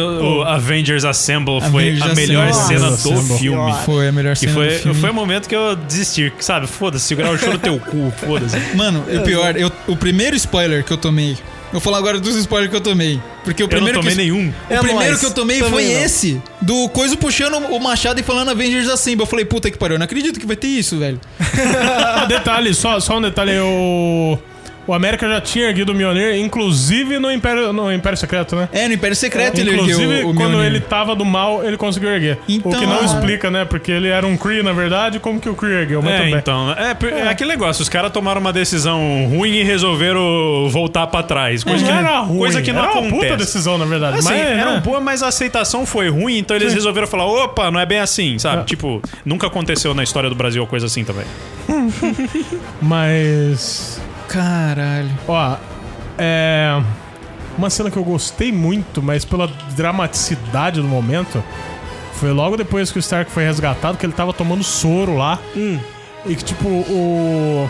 Speaker 1: *laughs*
Speaker 3: o Avengers Assemble foi a
Speaker 4: Avengers
Speaker 3: melhor
Speaker 4: Assemble.
Speaker 3: cena
Speaker 1: Oh. Nossa,
Speaker 3: do
Speaker 1: Assemble.
Speaker 3: filme.
Speaker 2: Senhora.
Speaker 4: Foi a melhor
Speaker 3: Que
Speaker 4: cena
Speaker 3: foi,
Speaker 4: do filme.
Speaker 3: foi o momento que eu desisti, sabe? Foda-se, segurar o choro no teu cu,
Speaker 1: *laughs*
Speaker 3: foda-se.
Speaker 4: Mano, e o pior, eu, o primeiro spoiler que eu tomei. Eu vou falar agora dos spoilers que eu tomei. Porque o
Speaker 3: Eu não
Speaker 4: primeiro
Speaker 3: tomei
Speaker 4: que,
Speaker 3: nenhum.
Speaker 4: O
Speaker 2: É
Speaker 4: primeiro
Speaker 2: nóis.
Speaker 4: que eu tomei
Speaker 2: Também
Speaker 4: foi
Speaker 2: não.
Speaker 4: esse. Do Coiso puxando o machado e falando Avengers da Simba. Eu falei, puta que pariu, eu não acredito que vai ter isso, velho.
Speaker 1: Ah, detalhe, só, só um detalhe, o. O América já tinha erguido o Mjolnir, inclusive no Império, no Império Secreto, né?
Speaker 4: É, no Império Secreto ele ergueu
Speaker 1: Inclusive,
Speaker 4: o
Speaker 1: quando
Speaker 4: Mjolnir.
Speaker 1: ele tava do mal, ele conseguiu erguer.
Speaker 4: Então-
Speaker 1: o que não explica, né? Porque ele era um Kree, na verdade, como que o Kree ergueu? Mas
Speaker 3: É,
Speaker 1: tudo bem.
Speaker 3: então. É, per- é aquele negócio, os caras tomaram uma decisão ruim e resolveram voltar pra trás. Coisa
Speaker 1: Não
Speaker 3: que
Speaker 1: era ruim,
Speaker 3: Coisa que não
Speaker 1: era uma puta
Speaker 3: acontece.
Speaker 1: decisão, na verdade.
Speaker 3: Assim,
Speaker 4: é,
Speaker 1: mas,
Speaker 3: era
Speaker 1: né?
Speaker 3: boa, mas a aceitação foi ruim, então eles resolveram falar: opa, não é bem assim, sabe?
Speaker 1: É.
Speaker 3: Tipo, nunca aconteceu na história do Brasil uma coisa assim também.
Speaker 1: Mas.
Speaker 4: Caralho.
Speaker 1: Ó, é. Uma cena que eu gostei muito, mas pela dramaticidade do momento, foi logo depois que o Stark foi resgatado, que ele tava tomando soro lá. E que, tipo, o.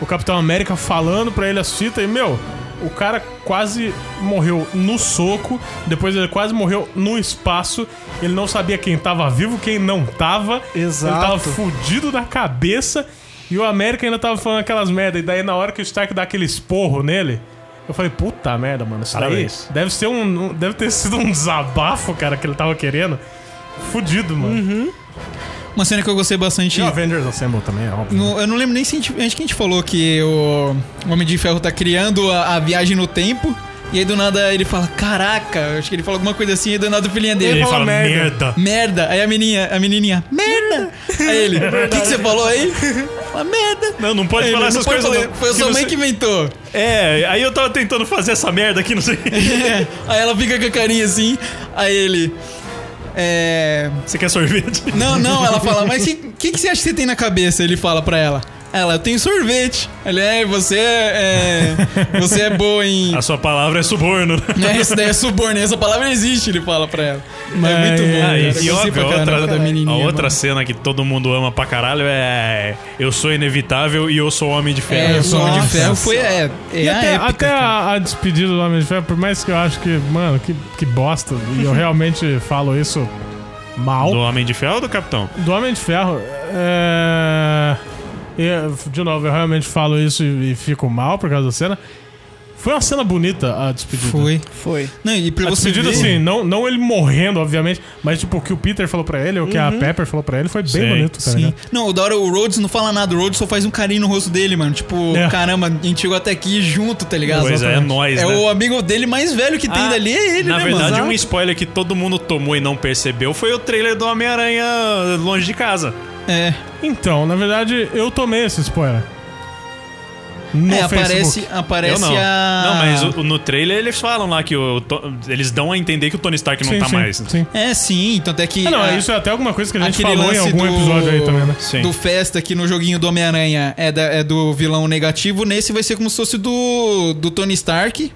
Speaker 1: O Capitão América falando pra ele as fitas e, meu, o cara quase morreu no soco, depois ele quase morreu no espaço, ele não sabia quem tava vivo, quem não tava.
Speaker 2: Exato.
Speaker 1: Ele tava fudido da cabeça e o América ainda tava falando aquelas merda. E daí, na hora que o Stark dá aquele esporro nele, eu falei, puta merda, mano, isso daí
Speaker 3: Parabéns.
Speaker 1: deve ser um. um- Deve ter sido um desabafo, cara, que ele tava querendo. Fudido, mano.
Speaker 4: Uhum. Uma cena que eu gostei bastante.
Speaker 1: E o Avengers Assemble também, é óbvio.
Speaker 4: No- eu não lembro nem se a gente, acho que a gente falou que o Homem de Ferro tá criando a, a viagem no tempo. E aí do nada ele fala, caraca, acho que ele fala alguma coisa assim, e do nada o filhinho dele.
Speaker 3: Ele fala,
Speaker 1: merda.
Speaker 3: merda.
Speaker 4: Merda! Aí a menininha, a menininha,
Speaker 3: *laughs*
Speaker 4: merda! Aí ele, o que, que você falou
Speaker 3: É
Speaker 4: aí? Fala, merda!
Speaker 3: Não, não pode
Speaker 4: Aí ele,
Speaker 3: falar essas
Speaker 4: pode
Speaker 3: coisas.
Speaker 4: falar,
Speaker 3: não,
Speaker 4: Foi a
Speaker 3: que
Speaker 4: sua
Speaker 3: não
Speaker 4: mãe
Speaker 3: sei-
Speaker 4: que inventou.
Speaker 3: É, aí eu tava tentando fazer essa merda aqui, não
Speaker 4: *laughs*
Speaker 3: sei.
Speaker 4: É, Aí ela fica com a carinha assim, aí ele. É.
Speaker 3: Você quer sorvete?
Speaker 4: Não, não, ela fala, mas o que, que, que você acha que você tem na cabeça? Ele fala pra ela. Ela, eu tenho sorvete. Ele, é, você é. é, Você é boa em.
Speaker 3: A sua palavra é suborno.
Speaker 4: Né, isso daí é suborno, essa palavra existe, ele fala pra ela. Mas é muito bom.
Speaker 1: Ah,
Speaker 4: cara.
Speaker 1: e-
Speaker 4: Eu
Speaker 3: Aí,
Speaker 4: gostei
Speaker 3: e óbvio,
Speaker 4: pra
Speaker 3: a outra,
Speaker 4: caramba da menininha,
Speaker 3: a outra
Speaker 4: mano.
Speaker 3: cena que todo mundo ama pra caralho é Eu sou inevitável e eu sou homem de ferro.
Speaker 4: É, o som de
Speaker 2: Nossa.
Speaker 4: ferro foi. É, é
Speaker 1: E
Speaker 4: a
Speaker 1: até,
Speaker 4: épica,
Speaker 1: até
Speaker 4: cara.
Speaker 1: a, a despedida do Homem de Ferro, por mais que eu acho que, mano, que, que bosta, e
Speaker 4: *laughs*
Speaker 1: eu realmente falo isso mal.
Speaker 3: Do
Speaker 1: Do,
Speaker 3: Homem de Ferro ou do Capitão?
Speaker 1: Homem de Ferro, é. e, de novo, eu realmente falo isso e, e fico mal por causa da cena. Foi uma cena bonita a despedida.
Speaker 4: Foi.
Speaker 2: Foi.
Speaker 4: Não, e pra
Speaker 1: A
Speaker 4: você
Speaker 1: despedida,
Speaker 4: ver,
Speaker 1: assim, não, não ele morrendo, obviamente, mas tipo, o que o Peter falou pra ele, o que
Speaker 4: Uhum.
Speaker 1: a Pepper falou pra ele, foi bem
Speaker 3: Sim,
Speaker 1: bonito, tá
Speaker 4: Sim.
Speaker 1: ligado?
Speaker 4: Não, o da hora o Rhodes não fala nada, o Rhodes só faz um carinho no rosto dele, mano. Tipo,
Speaker 1: É.
Speaker 4: caramba, a gente chegou até aqui junto, tá ligado?
Speaker 3: Pois é, é nóis,
Speaker 4: É
Speaker 3: né?
Speaker 4: o amigo dele mais velho que tem
Speaker 3: Ah,
Speaker 4: dali, é ele,
Speaker 3: Na
Speaker 4: né,
Speaker 3: verdade,
Speaker 4: mano?
Speaker 3: um spoiler que todo mundo tomou e não percebeu foi o trailer do Homem-Aranha longe de casa.
Speaker 4: É,
Speaker 1: Então, na verdade, eu tomei esse spoiler. No
Speaker 4: é
Speaker 1: Facebook.
Speaker 4: aparece,
Speaker 3: Eu
Speaker 4: aparece
Speaker 3: não.
Speaker 4: a.
Speaker 3: Não, mas o- no trailer eles falam lá que o, To- eles dão a entender que o Tony Stark não
Speaker 1: sim,
Speaker 3: tá
Speaker 1: sim,
Speaker 3: mais.
Speaker 1: Sim.
Speaker 4: É, sim, tanto é que.
Speaker 1: Ah, não,
Speaker 4: a-
Speaker 1: isso é até alguma coisa que a gente
Speaker 4: Aquele
Speaker 1: falou em
Speaker 4: lance
Speaker 1: algum
Speaker 4: do-
Speaker 1: episódio aí também, né?
Speaker 3: Sim.
Speaker 4: do Festa aqui no joguinho do Homem-Aranha é, da- é do vilão negativo, nesse vai ser como se fosse do, do Tony Stark,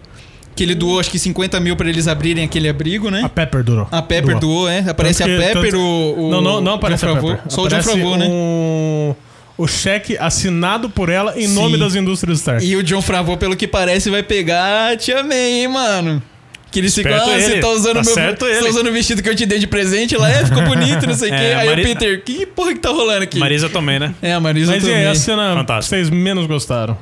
Speaker 4: que ele doou acho que 50 mil pra eles abrirem aquele abrigo,
Speaker 1: A
Speaker 4: né?
Speaker 1: Pepper durou.
Speaker 4: A, Pepper
Speaker 1: Doou.
Speaker 4: doou, é. Aparece
Speaker 1: Tanto
Speaker 4: a
Speaker 1: que-
Speaker 4: Pepper,
Speaker 1: tanto-
Speaker 4: o, o.
Speaker 1: Não, não, não aparece
Speaker 4: John
Speaker 1: a
Speaker 4: Favreau.
Speaker 1: Pepper.
Speaker 4: Só o John
Speaker 1: aparece
Speaker 4: Favreau, né?
Speaker 1: um- O cheque assinado por ela em
Speaker 4: Sim.
Speaker 1: nome das indústrias Stark.
Speaker 4: E o John Favreau, pelo que parece, vai pegar a Tia May, hein, mano? Que eles ficam,
Speaker 3: Esperto
Speaker 4: ah, você
Speaker 3: ele,
Speaker 4: tá usando
Speaker 3: tá
Speaker 4: meu
Speaker 3: certo
Speaker 4: você tá
Speaker 3: ele."
Speaker 4: usando o vestido que eu te dei de presente lá, é,
Speaker 1: *laughs*
Speaker 4: ficou bonito, não sei o
Speaker 3: É,
Speaker 4: quê. Aí
Speaker 3: Mari-
Speaker 4: o Peter, que porra que tá rolando aqui?
Speaker 3: Marisa também, né?
Speaker 4: É, a Marisa
Speaker 1: Mas e
Speaker 4: também.
Speaker 1: aí, a cena que
Speaker 3: Fantástico.
Speaker 1: vocês menos gostaram?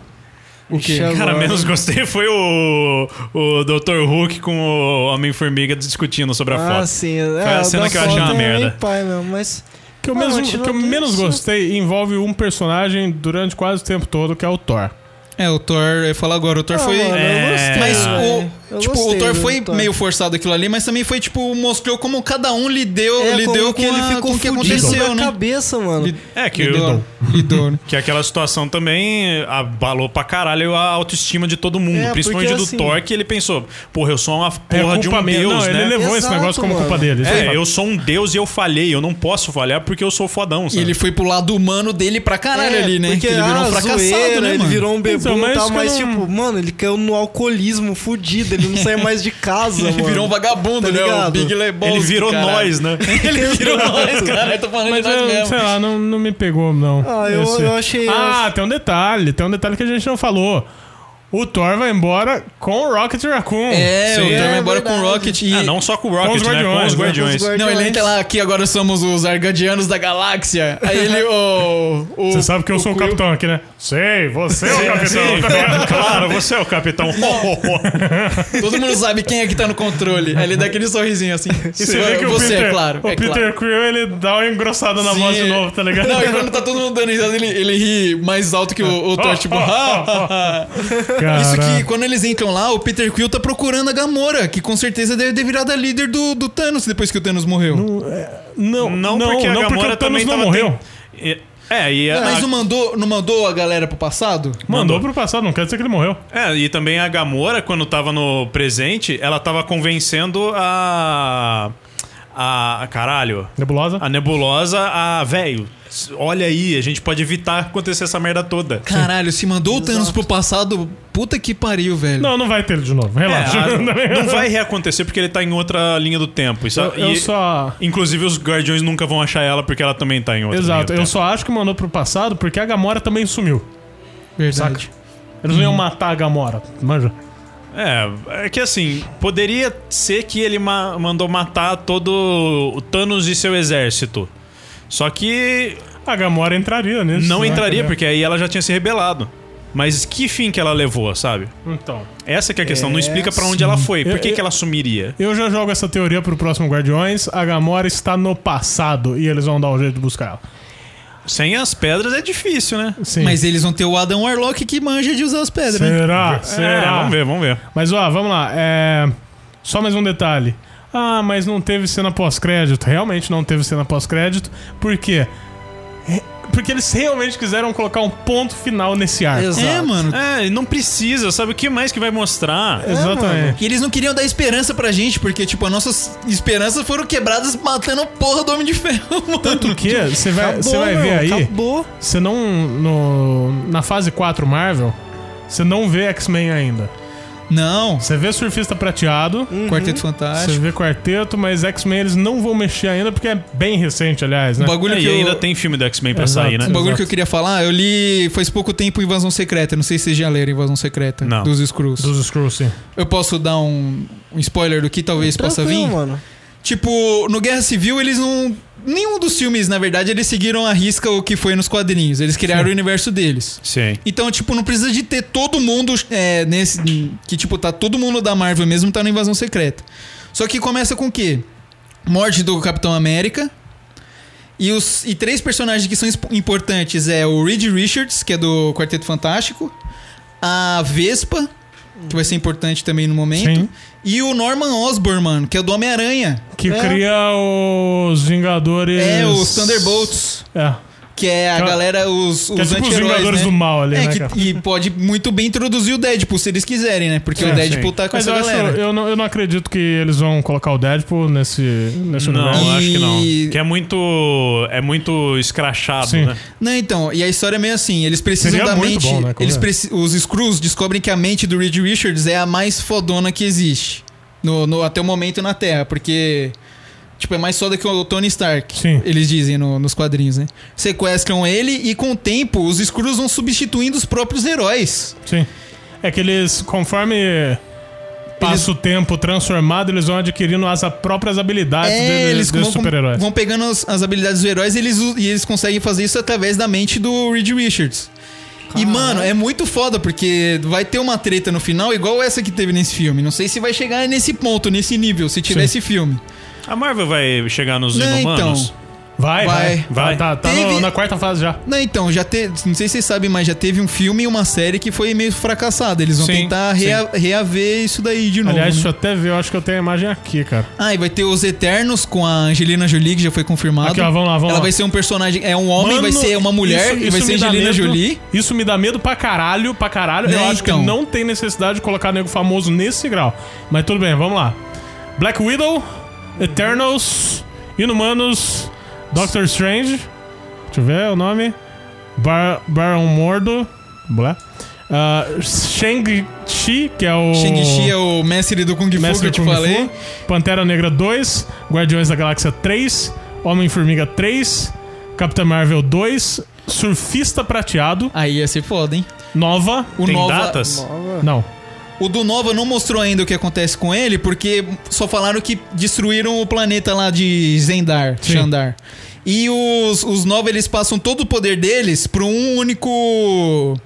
Speaker 2: O
Speaker 4: quê?
Speaker 3: Cara, menos gostei foi o, o Dr. Hulk com o Homem-Formiga discutindo sobre a
Speaker 2: Ah,
Speaker 3: foto.
Speaker 2: sim.
Speaker 3: a cena que eu achei uma merda.
Speaker 2: Pai, meu, mas
Speaker 1: Que eu,
Speaker 2: Não,
Speaker 1: mesmo,
Speaker 2: tirando
Speaker 1: que eu menos
Speaker 2: isso-
Speaker 1: gostei envolve um personagem durante quase o tempo todo, que é o Thor.
Speaker 4: É, o Thor, eu ia falar agora, o Thor
Speaker 2: Ah,
Speaker 4: foi.
Speaker 2: mano, eu
Speaker 3: É,
Speaker 2: gostei,
Speaker 4: Mas
Speaker 2: velho.
Speaker 4: o,
Speaker 2: Eu
Speaker 4: tipo,
Speaker 2: gostei
Speaker 4: o Thor
Speaker 2: do
Speaker 4: foi meio forçado aquilo ali, mas também foi tipo, mostrou como cada um lhe deu,
Speaker 2: É,
Speaker 4: lhe
Speaker 2: como
Speaker 4: deu
Speaker 2: que ele ficou
Speaker 4: com o que
Speaker 2: fudido
Speaker 4: aconteceu,
Speaker 2: na
Speaker 4: né?
Speaker 2: cabeça, mano.
Speaker 4: Lhe-
Speaker 3: É, que,
Speaker 4: lhe
Speaker 3: o-
Speaker 4: deu- lhe deu, né?
Speaker 3: que aquela situação também abalou pra caralho a autoestima de todo mundo.
Speaker 2: É,
Speaker 3: principalmente
Speaker 2: porque,
Speaker 3: do
Speaker 2: assim-
Speaker 3: Thor, que ele pensou, porra, eu sou uma
Speaker 1: É
Speaker 3: porra de
Speaker 1: culpa
Speaker 3: um
Speaker 1: minha.
Speaker 3: deus,
Speaker 1: Não,
Speaker 3: né?
Speaker 1: ele levou esse
Speaker 2: Exato,
Speaker 1: negócio como
Speaker 2: mano.
Speaker 1: culpa dele. Isso
Speaker 3: É,
Speaker 1: aí.
Speaker 3: eu sou um deus e eu falhei. Eu não posso falhar porque eu sou fodão,
Speaker 4: E
Speaker 3: sabe?
Speaker 4: ele foi pro lado humano dele pra caralho ali, né?
Speaker 2: Porque
Speaker 4: que ele virou
Speaker 2: ah,
Speaker 4: um fracassado,
Speaker 2: zoeira,
Speaker 4: né,
Speaker 2: Ele
Speaker 4: mano?
Speaker 2: virou um bebum
Speaker 1: Então, mas
Speaker 2: e tal,
Speaker 1: que eu
Speaker 2: mas
Speaker 1: não-
Speaker 2: tipo, mano, ele caiu no alcoolismo fudido, ele não sai mais de casa,
Speaker 4: *laughs* Ele
Speaker 2: mano.
Speaker 4: virou um vagabundo,
Speaker 2: Tá
Speaker 4: né? O
Speaker 2: ligado?
Speaker 4: Big Lebowski,
Speaker 3: Ele virou
Speaker 4: caralho.
Speaker 3: nós, né?
Speaker 4: Ele virou um nós, cara. Eu tô falando
Speaker 1: Mas
Speaker 4: de nós
Speaker 1: eu,
Speaker 4: mesmo.
Speaker 3: é
Speaker 1: sei lá,
Speaker 3: um
Speaker 1: não, não me pegou, não.
Speaker 2: Ah, eu-
Speaker 1: Esse-
Speaker 2: eu achei-
Speaker 1: Ah, tem um detalhe, tem um detalhe que a gente não falou. O Thor vai embora com o Rocket Raccoon.
Speaker 4: É,
Speaker 3: Sim.
Speaker 4: o Thor
Speaker 2: É
Speaker 4: vai embora com o
Speaker 2: verdade.
Speaker 4: Rocket *laughs* e...
Speaker 3: Ah, não só com o Rocket,
Speaker 1: os
Speaker 3: né? Com
Speaker 1: Guardiões,
Speaker 3: os
Speaker 1: né?
Speaker 3: Guardiões.
Speaker 2: Com os
Speaker 4: Não, ele entra lá, aqui agora somos os Argadianos da Galáxia. Aí ele, o... o-
Speaker 1: Você sabe que eu sou o
Speaker 4: Quill-
Speaker 1: capitão aqui, né? Sei, você é o
Speaker 3: Sim, claro, claro, você é o capitão.
Speaker 4: Todo mundo sabe quem é que tá no controle. Aí ele dá aquele sorrisinho assim.
Speaker 1: E você vê que o
Speaker 4: você,
Speaker 1: Peter,
Speaker 4: é claro.
Speaker 1: o
Speaker 4: é
Speaker 1: Peter
Speaker 4: claro.
Speaker 1: Quill, ele dá uma engrossada na
Speaker 4: Sim.
Speaker 1: voz de novo, tá ligado?
Speaker 4: Não, e quando tá todo mundo dando risada, ele, ele ri mais alto que o, o Thor, tipo... "Ha, ha, ha." Isso que quando eles entram lá, o Peter Quill tá procurando a Gamora, que com certeza deve ter virado a líder do, do Thanos depois que o Thanos morreu.
Speaker 1: Não,
Speaker 3: Não, porque a Gamora
Speaker 1: o Thanos
Speaker 3: também
Speaker 1: não
Speaker 3: tava
Speaker 1: morreu.
Speaker 3: E- É, e a,
Speaker 4: Mas não mandou, não mandou a galera pro passado?
Speaker 1: Mandou pro passado, não quer dizer que ele morreu.
Speaker 3: é, e também a Gamora, quando tava no presente, ela tava convencendo a. A. a- Caralho.
Speaker 1: Nebulosa.
Speaker 3: A nebulosa, a. Velho, olha aí, a gente pode evitar acontecer essa merda toda.
Speaker 4: Caralho, se mandou o Thanos pro passado, puta que pariu, velho.
Speaker 1: Não, não vai ter ele de novo.
Speaker 3: É,
Speaker 1: Relaxa. *laughs*
Speaker 3: a- não vai reacontecer porque ele tá em outra linha do tempo. Isso, é,
Speaker 1: Eu, eu
Speaker 3: e-
Speaker 1: só.
Speaker 3: Inclusive, os Guardiões nunca vão achar ela porque ela também tá em outra linha
Speaker 1: Exato,
Speaker 3: do
Speaker 1: eu
Speaker 3: tempo.
Speaker 1: só acho que mandou pro passado porque a Gamora também sumiu.
Speaker 4: Verdade.
Speaker 1: Eles não iam matar a Gamora, manja.
Speaker 3: É, é que assim, poderia ser que ele ma- mandou matar todo o Thanos e seu exército. Só que
Speaker 1: A Gamora entraria nisso.
Speaker 3: não
Speaker 1: né,
Speaker 3: entraria,
Speaker 1: entendeu?
Speaker 3: porque aí ela já tinha se rebelado. Mas que fim que ela levou, sabe?
Speaker 1: Então.
Speaker 3: Essa que é a questão, não
Speaker 2: É,
Speaker 3: explica pra onde ela foi. Por
Speaker 1: Eu-
Speaker 3: que,
Speaker 1: eu-
Speaker 3: que ela sumiria?
Speaker 1: Eu já jogo essa teoria pro próximo Guardiões. A Gamora está no passado e eles vão dar um jeito de buscar ela.
Speaker 3: Sem as pedras é difícil, né?
Speaker 1: Sim.
Speaker 4: Mas eles vão ter o Adam Warlock que manja de usar as pedras. né?
Speaker 1: Será?
Speaker 3: É,
Speaker 1: Será?
Speaker 3: vamos ver, vamos ver.
Speaker 1: Mas ó, vamos lá. É... Só mais um detalhe. Ah, mas não teve cena pós-crédito. Realmente não teve cena pós-crédito. Por quê? É- Porque eles realmente quiseram colocar um ponto final nesse arco.
Speaker 2: Exato.
Speaker 4: É, mano.
Speaker 3: É, não precisa, sabe? O que mais que vai mostrar?
Speaker 1: É,
Speaker 3: É,
Speaker 1: Exatamente.
Speaker 4: E eles não queriam dar esperança pra gente, porque, tipo, as nossas esperanças foram quebradas matando a porra do Homem de Ferro, *laughs* mano.
Speaker 1: Tanto que você vai, você vai
Speaker 2: meu,
Speaker 1: ver aí,
Speaker 2: Acabou.
Speaker 1: você não. no- na fase 4 Marvel, você não vê X-Men ainda.
Speaker 4: Não.
Speaker 1: Você vê Surfista Prateado,
Speaker 4: Quarteto
Speaker 1: você
Speaker 4: Fantástico.
Speaker 1: vê Quarteto, mas X-Men eles não vão mexer ainda porque é bem recente, aliás, né?
Speaker 4: O bagulho
Speaker 3: É,
Speaker 4: que
Speaker 3: e
Speaker 4: eu-
Speaker 3: ainda tem filme do X-Men pra
Speaker 1: Exato.
Speaker 3: sair, né?
Speaker 4: Um bagulho
Speaker 1: Exato.
Speaker 4: que eu queria falar, eu li faz pouco tempo Invasão Secreta. Não sei se vocês já leram Invasão Secreta
Speaker 3: Não.
Speaker 4: dos Screws.
Speaker 1: Dos Skrulls, sim.
Speaker 4: Eu posso dar um, um spoiler do que talvez possa
Speaker 2: Tranquilo,
Speaker 4: vir?
Speaker 2: mano.
Speaker 4: Tipo, no Guerra Civil eles não. Nenhum dos filmes, na verdade, eles seguiram a risca o que foi nos quadrinhos. Eles criaram o universo deles.
Speaker 3: Sim.
Speaker 4: Então, tipo, não precisa de ter todo mundo é, nesse. Que, tipo, tá todo mundo da Marvel mesmo, tá na Invasão Secreta. Só que começa com o quê? Morte do Capitão América. E, os, e três personagens que são expo- importantes é o Reed Richards, que é do Quarteto Fantástico, a Vespa, que vai ser importante também no momento,
Speaker 1: Sim.
Speaker 4: e o Norman Osborn, mano, que é do Homem-Aranha.
Speaker 1: Que
Speaker 2: É.
Speaker 1: cria os Vingadores.
Speaker 4: É, os Thunderbolts,
Speaker 1: É.
Speaker 4: que é a
Speaker 1: Que é-
Speaker 4: galera, os, os
Speaker 1: Que é tipo os
Speaker 4: anti-heróis,
Speaker 1: Vingadores
Speaker 4: né?
Speaker 1: do Mal ali,
Speaker 4: É,
Speaker 1: né,
Speaker 4: que-
Speaker 1: cara?
Speaker 4: e pode muito bem introduzir o Deadpool, se eles quiserem, né? Porque
Speaker 1: Sim,
Speaker 4: o Deadpool
Speaker 3: sim.
Speaker 4: tá com
Speaker 1: Mas
Speaker 4: essa
Speaker 1: eu, acho,
Speaker 4: galera.
Speaker 1: eu, não, eu não acredito que eles vão colocar o Deadpool nesse, nesse universo.
Speaker 3: Não, acho que
Speaker 4: E-
Speaker 3: não. Que é muito. É muito escrachado,
Speaker 1: Sim.
Speaker 3: né?
Speaker 4: Não, então, e a história é meio assim, eles precisam
Speaker 1: Seria
Speaker 4: da
Speaker 1: muito
Speaker 4: mente...
Speaker 1: bom, né, como
Speaker 4: eles
Speaker 1: é?
Speaker 4: preci- os Screws descobrem que a mente do Reed Richards é a mais fodona que existe. No, no- até o momento na Terra, porque... Tipo, é mais foda que o Tony Stark,
Speaker 1: Sim.
Speaker 4: eles dizem no- nos quadrinhos, né? Sequestram ele e com o tempo os Screws vão substituindo os próprios heróis.
Speaker 1: Sim. É que eles, conforme Passa o tempo transformado, eles vão adquirindo as próprias habilidades
Speaker 4: É,
Speaker 1: de- de-
Speaker 4: eles
Speaker 1: dos
Speaker 4: vão,
Speaker 1: super-heróis.
Speaker 4: vão pegando as, as habilidades dos heróis e eles, u- e eles conseguem fazer isso através da mente do Reed Richards. E, mano, é muito foda, porque vai ter uma treta no final, igual essa que teve nesse filme. Não sei se vai chegar nesse ponto, nesse nível, se tiver
Speaker 1: Sim.
Speaker 4: esse filme.
Speaker 3: A Marvel vai chegar nos
Speaker 4: Não,
Speaker 3: inumanos?
Speaker 4: então.
Speaker 1: Vai, vai.
Speaker 4: Vai.
Speaker 1: vai. Tá, tá no-
Speaker 4: Teve-
Speaker 1: na quarta fase já.
Speaker 4: Não, então, já te, não sei se vocês sabem, mas já teve um filme e uma série que foi meio fracassada. Eles vão
Speaker 3: Sim,
Speaker 4: tentar rea- reaver isso daí de novo.
Speaker 1: Aliás,
Speaker 4: né?
Speaker 1: deixa eu até ver, eu acho que eu tenho a imagem aqui, cara.
Speaker 4: Ah, e vai ter os Eternos com a Angelina Jolie, que já foi confirmado.
Speaker 1: Aqui, ó, vamos lá, vamos
Speaker 4: Ela
Speaker 1: lá.
Speaker 4: vai ser um personagem. É um homem, vai
Speaker 1: Mano,
Speaker 4: ser uma mulher
Speaker 1: isso-
Speaker 4: e vai
Speaker 1: isso
Speaker 4: ser
Speaker 1: me dá
Speaker 4: Angelina
Speaker 1: medo.
Speaker 4: Jolie.
Speaker 1: Isso me dá medo pra caralho, pra caralho.
Speaker 4: Né,
Speaker 1: Eu acho
Speaker 4: então.
Speaker 1: que não tem necessidade de colocar nego famoso nesse grau. Mas tudo bem, vamos lá. Black Widow, Eternals, Inumanos, Doctor Strange. Deixa eu ver o nome. Bar Baron Mordo. Blá. Ah, Shang-Chi, que é o.
Speaker 4: Shang-Chi é o mestre do Kung Fu
Speaker 1: Mestre
Speaker 4: que eu te
Speaker 1: Kung Fu,
Speaker 4: falei.
Speaker 1: Pantera Negra 2, Guardiões da Galáxia 3, Homem-Formiga 3, Capitã Marvel 2, Surfista Prateado,
Speaker 4: Aí ia ser foda, hein?
Speaker 1: Nova.
Speaker 4: O
Speaker 3: Tem
Speaker 4: Nova-
Speaker 3: datas?
Speaker 4: Ah.
Speaker 1: Não.
Speaker 4: O do Nova não mostrou ainda o que acontece com ele, porque só falaram que destruíram o planeta lá de Zendar,
Speaker 1: Sim.
Speaker 4: Xandar. E os, os Nova, eles passam todo o poder deles pra um único.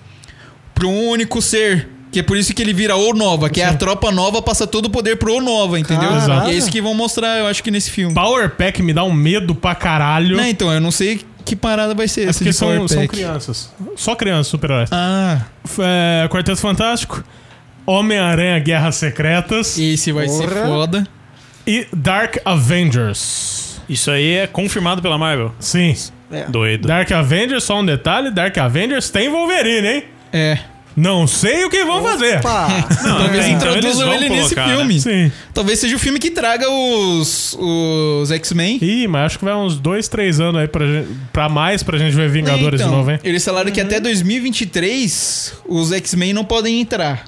Speaker 4: pra um único ser. Que é por isso que ele vira o Nova, que é a tropa nova passa todo o poder pro O Nova, entendeu?
Speaker 1: Caraca.
Speaker 4: E é isso que vão mostrar, eu acho que nesse filme.
Speaker 1: Power Pack me dá um medo pra caralho.
Speaker 4: Não, então, eu não sei que parada vai ser
Speaker 1: É
Speaker 4: essa
Speaker 1: porque
Speaker 4: de
Speaker 1: são,
Speaker 4: Power
Speaker 1: são
Speaker 4: Pack.
Speaker 1: crianças. Só crianças, super-heróis.
Speaker 4: Ah,
Speaker 1: F- é, Quarteto Fantástico, Homem-Aranha Guerras Secretas
Speaker 4: esse vai ser
Speaker 2: Porra.
Speaker 4: foda.
Speaker 1: e Dark Avengers.
Speaker 3: Isso aí é confirmado pela Marvel.
Speaker 1: Sim.
Speaker 2: É.
Speaker 3: Doido.
Speaker 1: Dark Avengers, só um detalhe: Dark Avengers tem Wolverine, hein?
Speaker 4: É.
Speaker 1: Não sei o que vão fazer. *laughs*
Speaker 2: Pá,
Speaker 4: Talvez
Speaker 3: é, então
Speaker 4: introduzam
Speaker 3: eles
Speaker 4: ele
Speaker 3: vão
Speaker 4: nesse
Speaker 3: colocar, né?
Speaker 4: filme.
Speaker 1: Sim.
Speaker 4: Talvez seja o filme que traga os, os X-Men.
Speaker 1: Ih, mas acho que vai uns dois, três anos aí pra, gente- pra mais pra gente ver Vingadores
Speaker 4: Então,
Speaker 1: de novo, hein?
Speaker 4: Eles falaram que até 2023 os X-Men não podem entrar.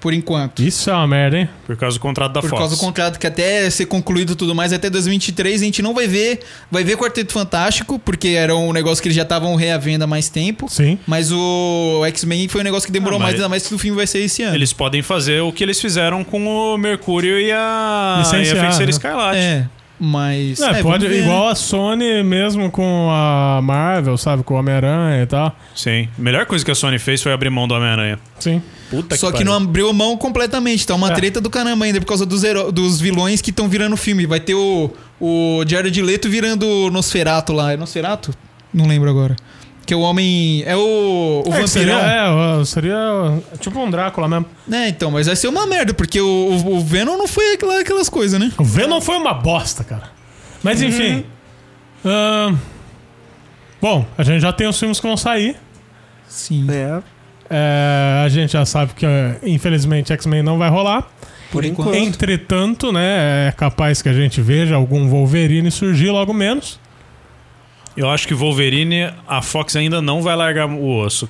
Speaker 4: Por enquanto.
Speaker 1: Isso é uma merda, hein?
Speaker 3: Por causa do contrato da
Speaker 4: Por
Speaker 3: Fox.
Speaker 4: causa do contrato que até ser concluído e tudo mais, até 2023 a gente não vai ver. Vai ver Quarteto Fantástico, porque era um negócio que eles já estavam reavendo há mais tempo.
Speaker 1: Sim.
Speaker 4: Mas o X-Men foi um negócio que demorou
Speaker 3: Ah, mas-
Speaker 4: mais, ainda mais que o filme vai ser esse ano.
Speaker 3: Eles podem fazer o que eles fizeram com o Mercúrio e a,
Speaker 1: Licenciar,
Speaker 3: e a Feiticeira
Speaker 1: né?
Speaker 3: Escarlate.
Speaker 4: É, mas.
Speaker 1: É,
Speaker 4: é,
Speaker 1: pode,
Speaker 4: vamos ver,
Speaker 1: igual a Sony mesmo com a Marvel, sabe? Com o Homem-Aranha e tal.
Speaker 3: Sim. A melhor coisa que a Sony fez foi abrir mão do Homem-Aranha.
Speaker 1: Sim.
Speaker 3: Puta
Speaker 4: Só que,
Speaker 3: pariu.
Speaker 4: não abriu mão completamente, tá uma
Speaker 1: É.
Speaker 4: treta do caramba ainda por causa dos, heró- dos vilões que estão virando filme. Vai ter o, o Jared Leto virando o Nosferato lá. É Nosferato? Não lembro agora. Que é o homem. É o, o
Speaker 1: é, que seria,
Speaker 4: vampirão. É.
Speaker 1: é, ó, seria tipo um Drácula mesmo.
Speaker 4: então, mas vai ser uma merda, porque o, o- o Venom não foi aquela- aquelas coisas, né?
Speaker 1: O Venom foi uma bosta, cara. Mas
Speaker 4: Uhum.
Speaker 1: enfim. Ahn, bom, a gente já tem os filmes que vão sair.
Speaker 4: Sim.
Speaker 2: é,
Speaker 1: É, a gente já sabe que, é, infelizmente, X-Men não vai rolar.
Speaker 4: Por enquanto.
Speaker 1: Entretanto, né, é capaz que a gente veja algum Wolverine surgir logo menos.
Speaker 3: Eu acho que Wolverine, a Fox ainda não vai largar o osso.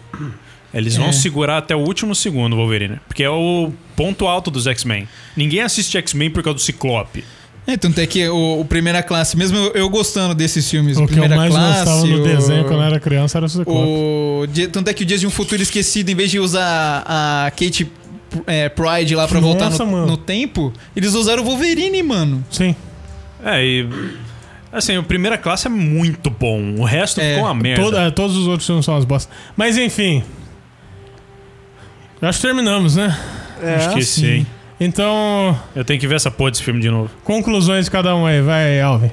Speaker 3: Eles vão
Speaker 4: É.
Speaker 3: segurar até o último segundo o Wolverine. Porque é o ponto alto dos X-Men. Ninguém assiste X-Men por causa do Ciclope.
Speaker 4: É, tanto é que o, o Primeira Classe, mesmo eu, eu gostando desses filmes,
Speaker 1: o que eu
Speaker 4: Primeira
Speaker 1: mais gostava
Speaker 4: Classe.
Speaker 1: no
Speaker 4: o-
Speaker 1: desenho quando eu era criança era o Ciclope.
Speaker 4: O dia- tanto é que o Dias de um Futuro Esquecido, em vez de usar a Kate é, Pride lá pra voltar
Speaker 1: Nossa,
Speaker 4: no,
Speaker 1: mano.
Speaker 4: no tempo, eles usaram o Wolverine, mano.
Speaker 1: Sim.
Speaker 3: É, e. Assim, o primeira classe é muito bom. O resto
Speaker 4: É,
Speaker 3: ficou uma merda.
Speaker 1: Toda- todos os outros filmes são umas bosta. Mas enfim. Eu Acho que terminamos, né?
Speaker 2: é.
Speaker 3: Acho que sim. hein?
Speaker 1: Então,
Speaker 3: Eu tenho que ver essa porra desse filme de novo. *laughs*
Speaker 1: conclusões de cada um aí. Vai, Alvin.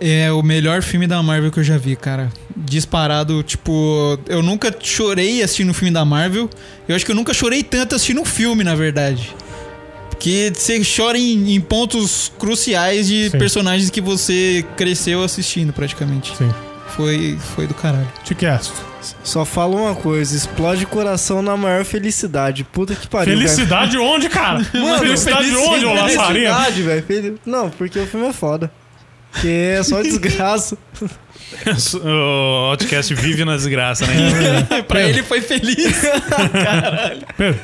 Speaker 4: É o melhor filme da Marvel que eu já vi, cara. Disparado, tipo, eu nunca chorei assistindo um filme da Marvel. Eu acho que eu nunca chorei tanto assistindo um filme, na verdade. Porque você chora em, em pontos cruciais de
Speaker 1: Sim.
Speaker 4: personagens que você cresceu assistindo, praticamente.
Speaker 1: Sim.
Speaker 4: Foi, foi do caralho.
Speaker 1: Ticast.
Speaker 2: Só fala uma coisa, explode o coração na maior felicidade. Puta que pariu. velho.
Speaker 1: Felicidade onde, cara? felicidade, onde, ô Laçarinha?
Speaker 2: Felicidade, velho. Fel- Não, porque o filme é foda. Que é só desgraça.
Speaker 3: o Outcast vive na desgraça,
Speaker 4: *laughs*
Speaker 3: né?
Speaker 4: pra ele foi feliz.
Speaker 1: Pedro,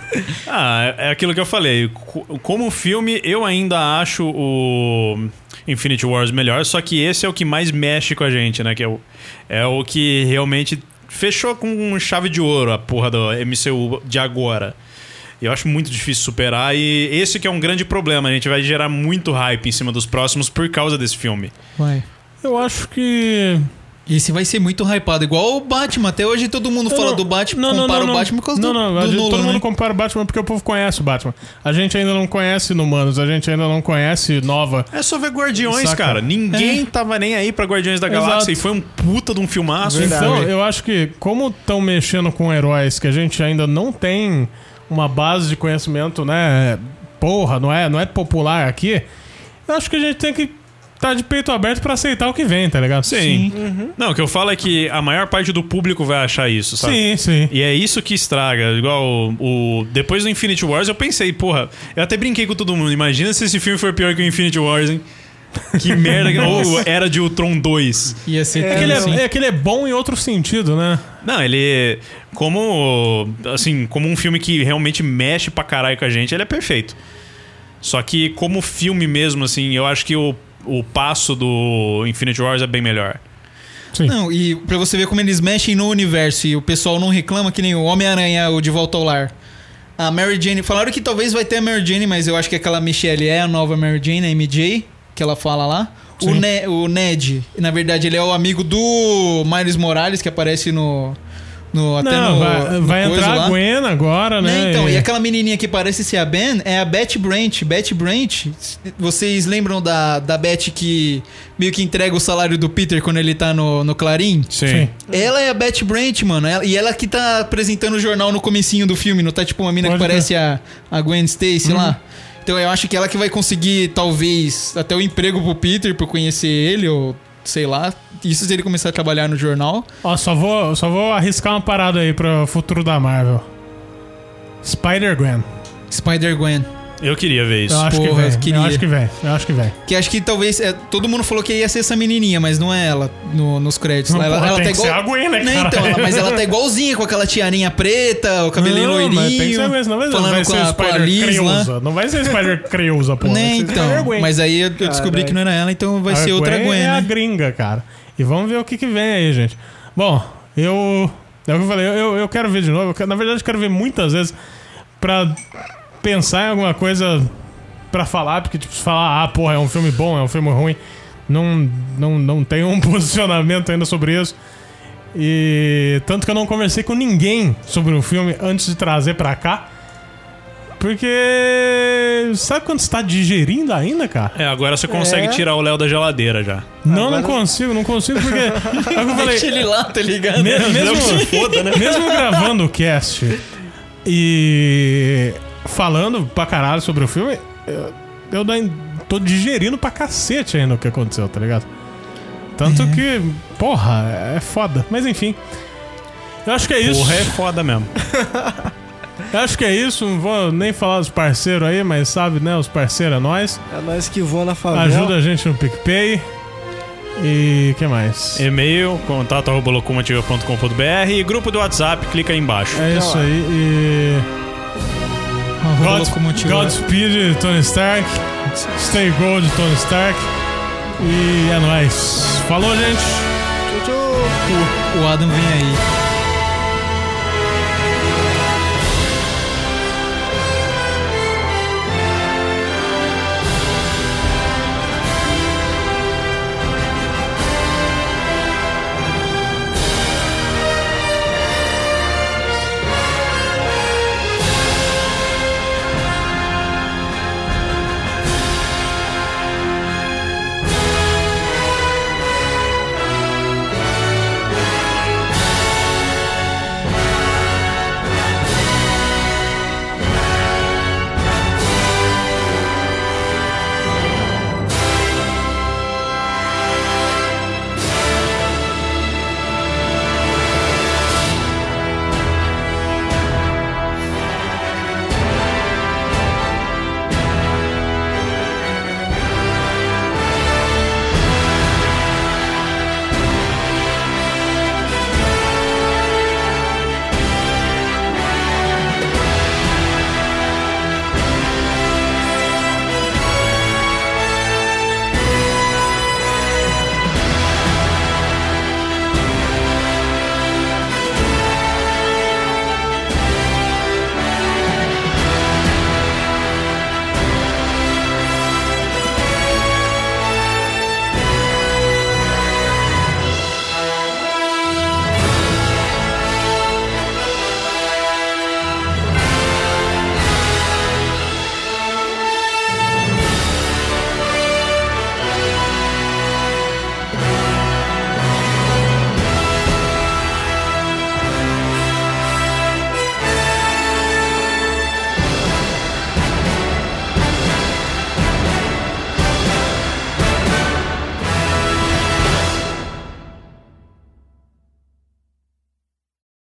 Speaker 3: ah, é é aquilo que eu falei. Co- Como filme, eu ainda acho o Infinity Wars melhor, só que esse é o que mais mexe com a gente, né? Que é o, é o que um realmente fechou com chave de ouro a porra do MCU de agora. Eu acho muito difícil superar e esse que é um grande problema. A gente vai gerar muito hype em cima dos próximos por causa desse filme.
Speaker 4: Vai.
Speaker 1: Eu acho que.
Speaker 4: Esse vai ser muito hypado, igual o Batman. Até hoje todo mundo fala do Batman, compara o Batman por causa
Speaker 1: não,
Speaker 4: do,
Speaker 1: não,
Speaker 4: do
Speaker 1: a gente-
Speaker 4: Nolan,
Speaker 1: Todo mundo
Speaker 4: né?
Speaker 1: compara o Batman porque o povo conhece o Batman. A gente ainda não conhece Inumanos, a gente ainda não conhece Nova.
Speaker 3: É só ver Guardiões,
Speaker 1: Saca?
Speaker 3: cara. Ninguém tava nem aí pra Guardiões da
Speaker 1: Exato.
Speaker 3: Galáxia e foi um puta de um filmaço.
Speaker 2: Verdade.
Speaker 1: Então, eu acho que, como estão mexendo com heróis que a gente ainda não tem uma base de conhecimento, né? Porra, não é, não é popular aqui. Eu acho que a gente tem que estar de peito aberto pra aceitar o que vem, tá ligado?
Speaker 3: Sim. Não, o que eu falo é que a maior parte do público vai achar isso, sabe?
Speaker 1: Sim, sim.
Speaker 3: tá. E é isso que estraga. Igual o, o- Depois do Infinity Wars, eu pensei, porra, eu até brinquei com todo mundo. Imagina se esse filme for pior que o Infinity Wars, hein? Que merda.
Speaker 1: *laughs*
Speaker 3: que- Ou Era de Ultron 2.
Speaker 4: Ia ser
Speaker 1: É que, ele é, é que ele é bom em outro sentido, né?
Speaker 3: Não, ele. Como. Assim, como um filme que realmente mexe pra caralho com a gente, ele é perfeito. Só que, como filme mesmo, assim, eu acho que o, o passo do Infinity Wars é bem melhor.
Speaker 1: é-
Speaker 4: Não, e pra você ver como eles mexem no universo e o pessoal não reclama que nem o Homem-Aranha ou De Volta ao Lar. A Mary Jane, falaram que talvez vai ter a Mary Jane, mas eu acho que aquela Michelle é a nova Mary Jane, a MJ, que ela fala lá. O,
Speaker 1: Sim.
Speaker 4: Ne- o Ned, na verdade, ele é o amigo do Miles Morales, que aparece no. no até
Speaker 1: não,
Speaker 4: no,
Speaker 1: vai,
Speaker 4: no
Speaker 1: vai
Speaker 4: coisa
Speaker 1: entrar
Speaker 4: lá.
Speaker 1: a Gwen agora, né?
Speaker 4: Né, então, e aquela menininha que parece ser a Ben é a Beth Brant. Beth Brant, vocês lembram da, da Beth que meio que entrega o salário do Peter quando ele tá no, no Clarim?
Speaker 1: Sim.
Speaker 4: Ela é a Beth Brant, mano. Ela- e ela que tá apresentando o jornal no comecinho do filme, não tá tipo uma mina
Speaker 1: Pode
Speaker 4: que parece a, a Gwen Stacy lá. Então eu acho que ela que vai conseguir, talvez, até o emprego pro Peter, por conhecer ele, ou sei lá. Isso se ele começar a trabalhar no jornal.
Speaker 1: Ó, só vou, só vou arriscar uma parada aí pro futuro da Marvel. Spider-Gwen.
Speaker 4: Spider-Gwen.
Speaker 3: Eu queria ver isso.
Speaker 1: Eu acho que
Speaker 4: Porra, eu
Speaker 1: vem.
Speaker 4: queria.
Speaker 1: Eu acho que vem. Eu acho que vem.
Speaker 4: Que acho que talvez. é, todo mundo falou que ia ser essa menininha, mas não é ela no- nos créditos.
Speaker 1: Não,
Speaker 4: ela,
Speaker 1: porra,
Speaker 4: ela
Speaker 1: tem que ser a Gwen, né,
Speaker 4: Não,
Speaker 1: cara?
Speaker 4: então, ela- mas
Speaker 1: *laughs*
Speaker 4: ela tá igualzinha com aquela tiarinha preta, o cabelinho
Speaker 1: não,
Speaker 4: loirinho.
Speaker 1: Mas tem que ser mesmo, não vai, não
Speaker 4: falando
Speaker 1: vai
Speaker 4: com
Speaker 1: ser
Speaker 4: a, com a Liz lá.
Speaker 1: Spider-Creusa. Não vai ser Spider-Creusa,
Speaker 4: *laughs*
Speaker 1: pô.
Speaker 4: Né,
Speaker 1: vai ser
Speaker 4: então.
Speaker 1: Spider-Gwen.
Speaker 4: Mas aí eu eu descobri
Speaker 1: é.
Speaker 2: Caralho.
Speaker 4: que não era ela, então vai
Speaker 1: A
Speaker 4: ser outra Gwen,
Speaker 1: é a
Speaker 4: né?
Speaker 1: gringa, cara. E vamos ver o que, que vem aí, gente. Bom, eu. É o que eu falei, eu, eu quero ver de novo. Eu quero- na verdade, eu quero ver muitas vezes pra pensar em alguma coisa pra falar, porque, tipo, se falar, ah, porra, é um filme bom, é um filme ruim. Não, não, não tenho um *laughs* posicionamento ainda sobre isso. E tanto que eu não conversei com ninguém sobre o filme antes de trazer pra cá. Porque. Sabe quando você tá digerindo ainda, cara?
Speaker 3: É, agora você consegue
Speaker 2: É.
Speaker 3: tirar o Léo da geladeira já.
Speaker 1: Não,
Speaker 2: Agora-
Speaker 1: não consigo, não consigo, porque.
Speaker 3: *laughs*
Speaker 1: É o que eu falei.
Speaker 4: Deixa ele lá, tá ligado?
Speaker 1: me-
Speaker 3: Léo que se
Speaker 1: mesmo,
Speaker 3: foda, né?
Speaker 1: mesmo gravando o cast e falando pra caralho sobre o filme, eu- eu daí tô digerindo pra cacete ainda o que aconteceu, tá ligado? Tanto que, porra, é foda. Mas enfim. Eu acho que é isso.
Speaker 3: Porra, é foda mesmo.
Speaker 1: Eu acho que é isso. Não vou nem falar dos parceiros aí, mas sabe, né? Os parceiros é nós.
Speaker 2: É nós que voa na
Speaker 3: Ah,
Speaker 2: favela.
Speaker 1: Ajuda a gente no PicPay. E que mais?
Speaker 3: E-mail, contato arroba locomotiva.com.br e grupo do WhatsApp, clica aí embaixo.
Speaker 1: É isso aí. E.
Speaker 4: Arroba
Speaker 1: God,
Speaker 4: locomotiva.
Speaker 1: Godspeed, Tony Stark. Stay Gold, Tony Stark. E é nóis. Falou, gente.
Speaker 2: Tchau, tchau.
Speaker 4: O Adam vem aí.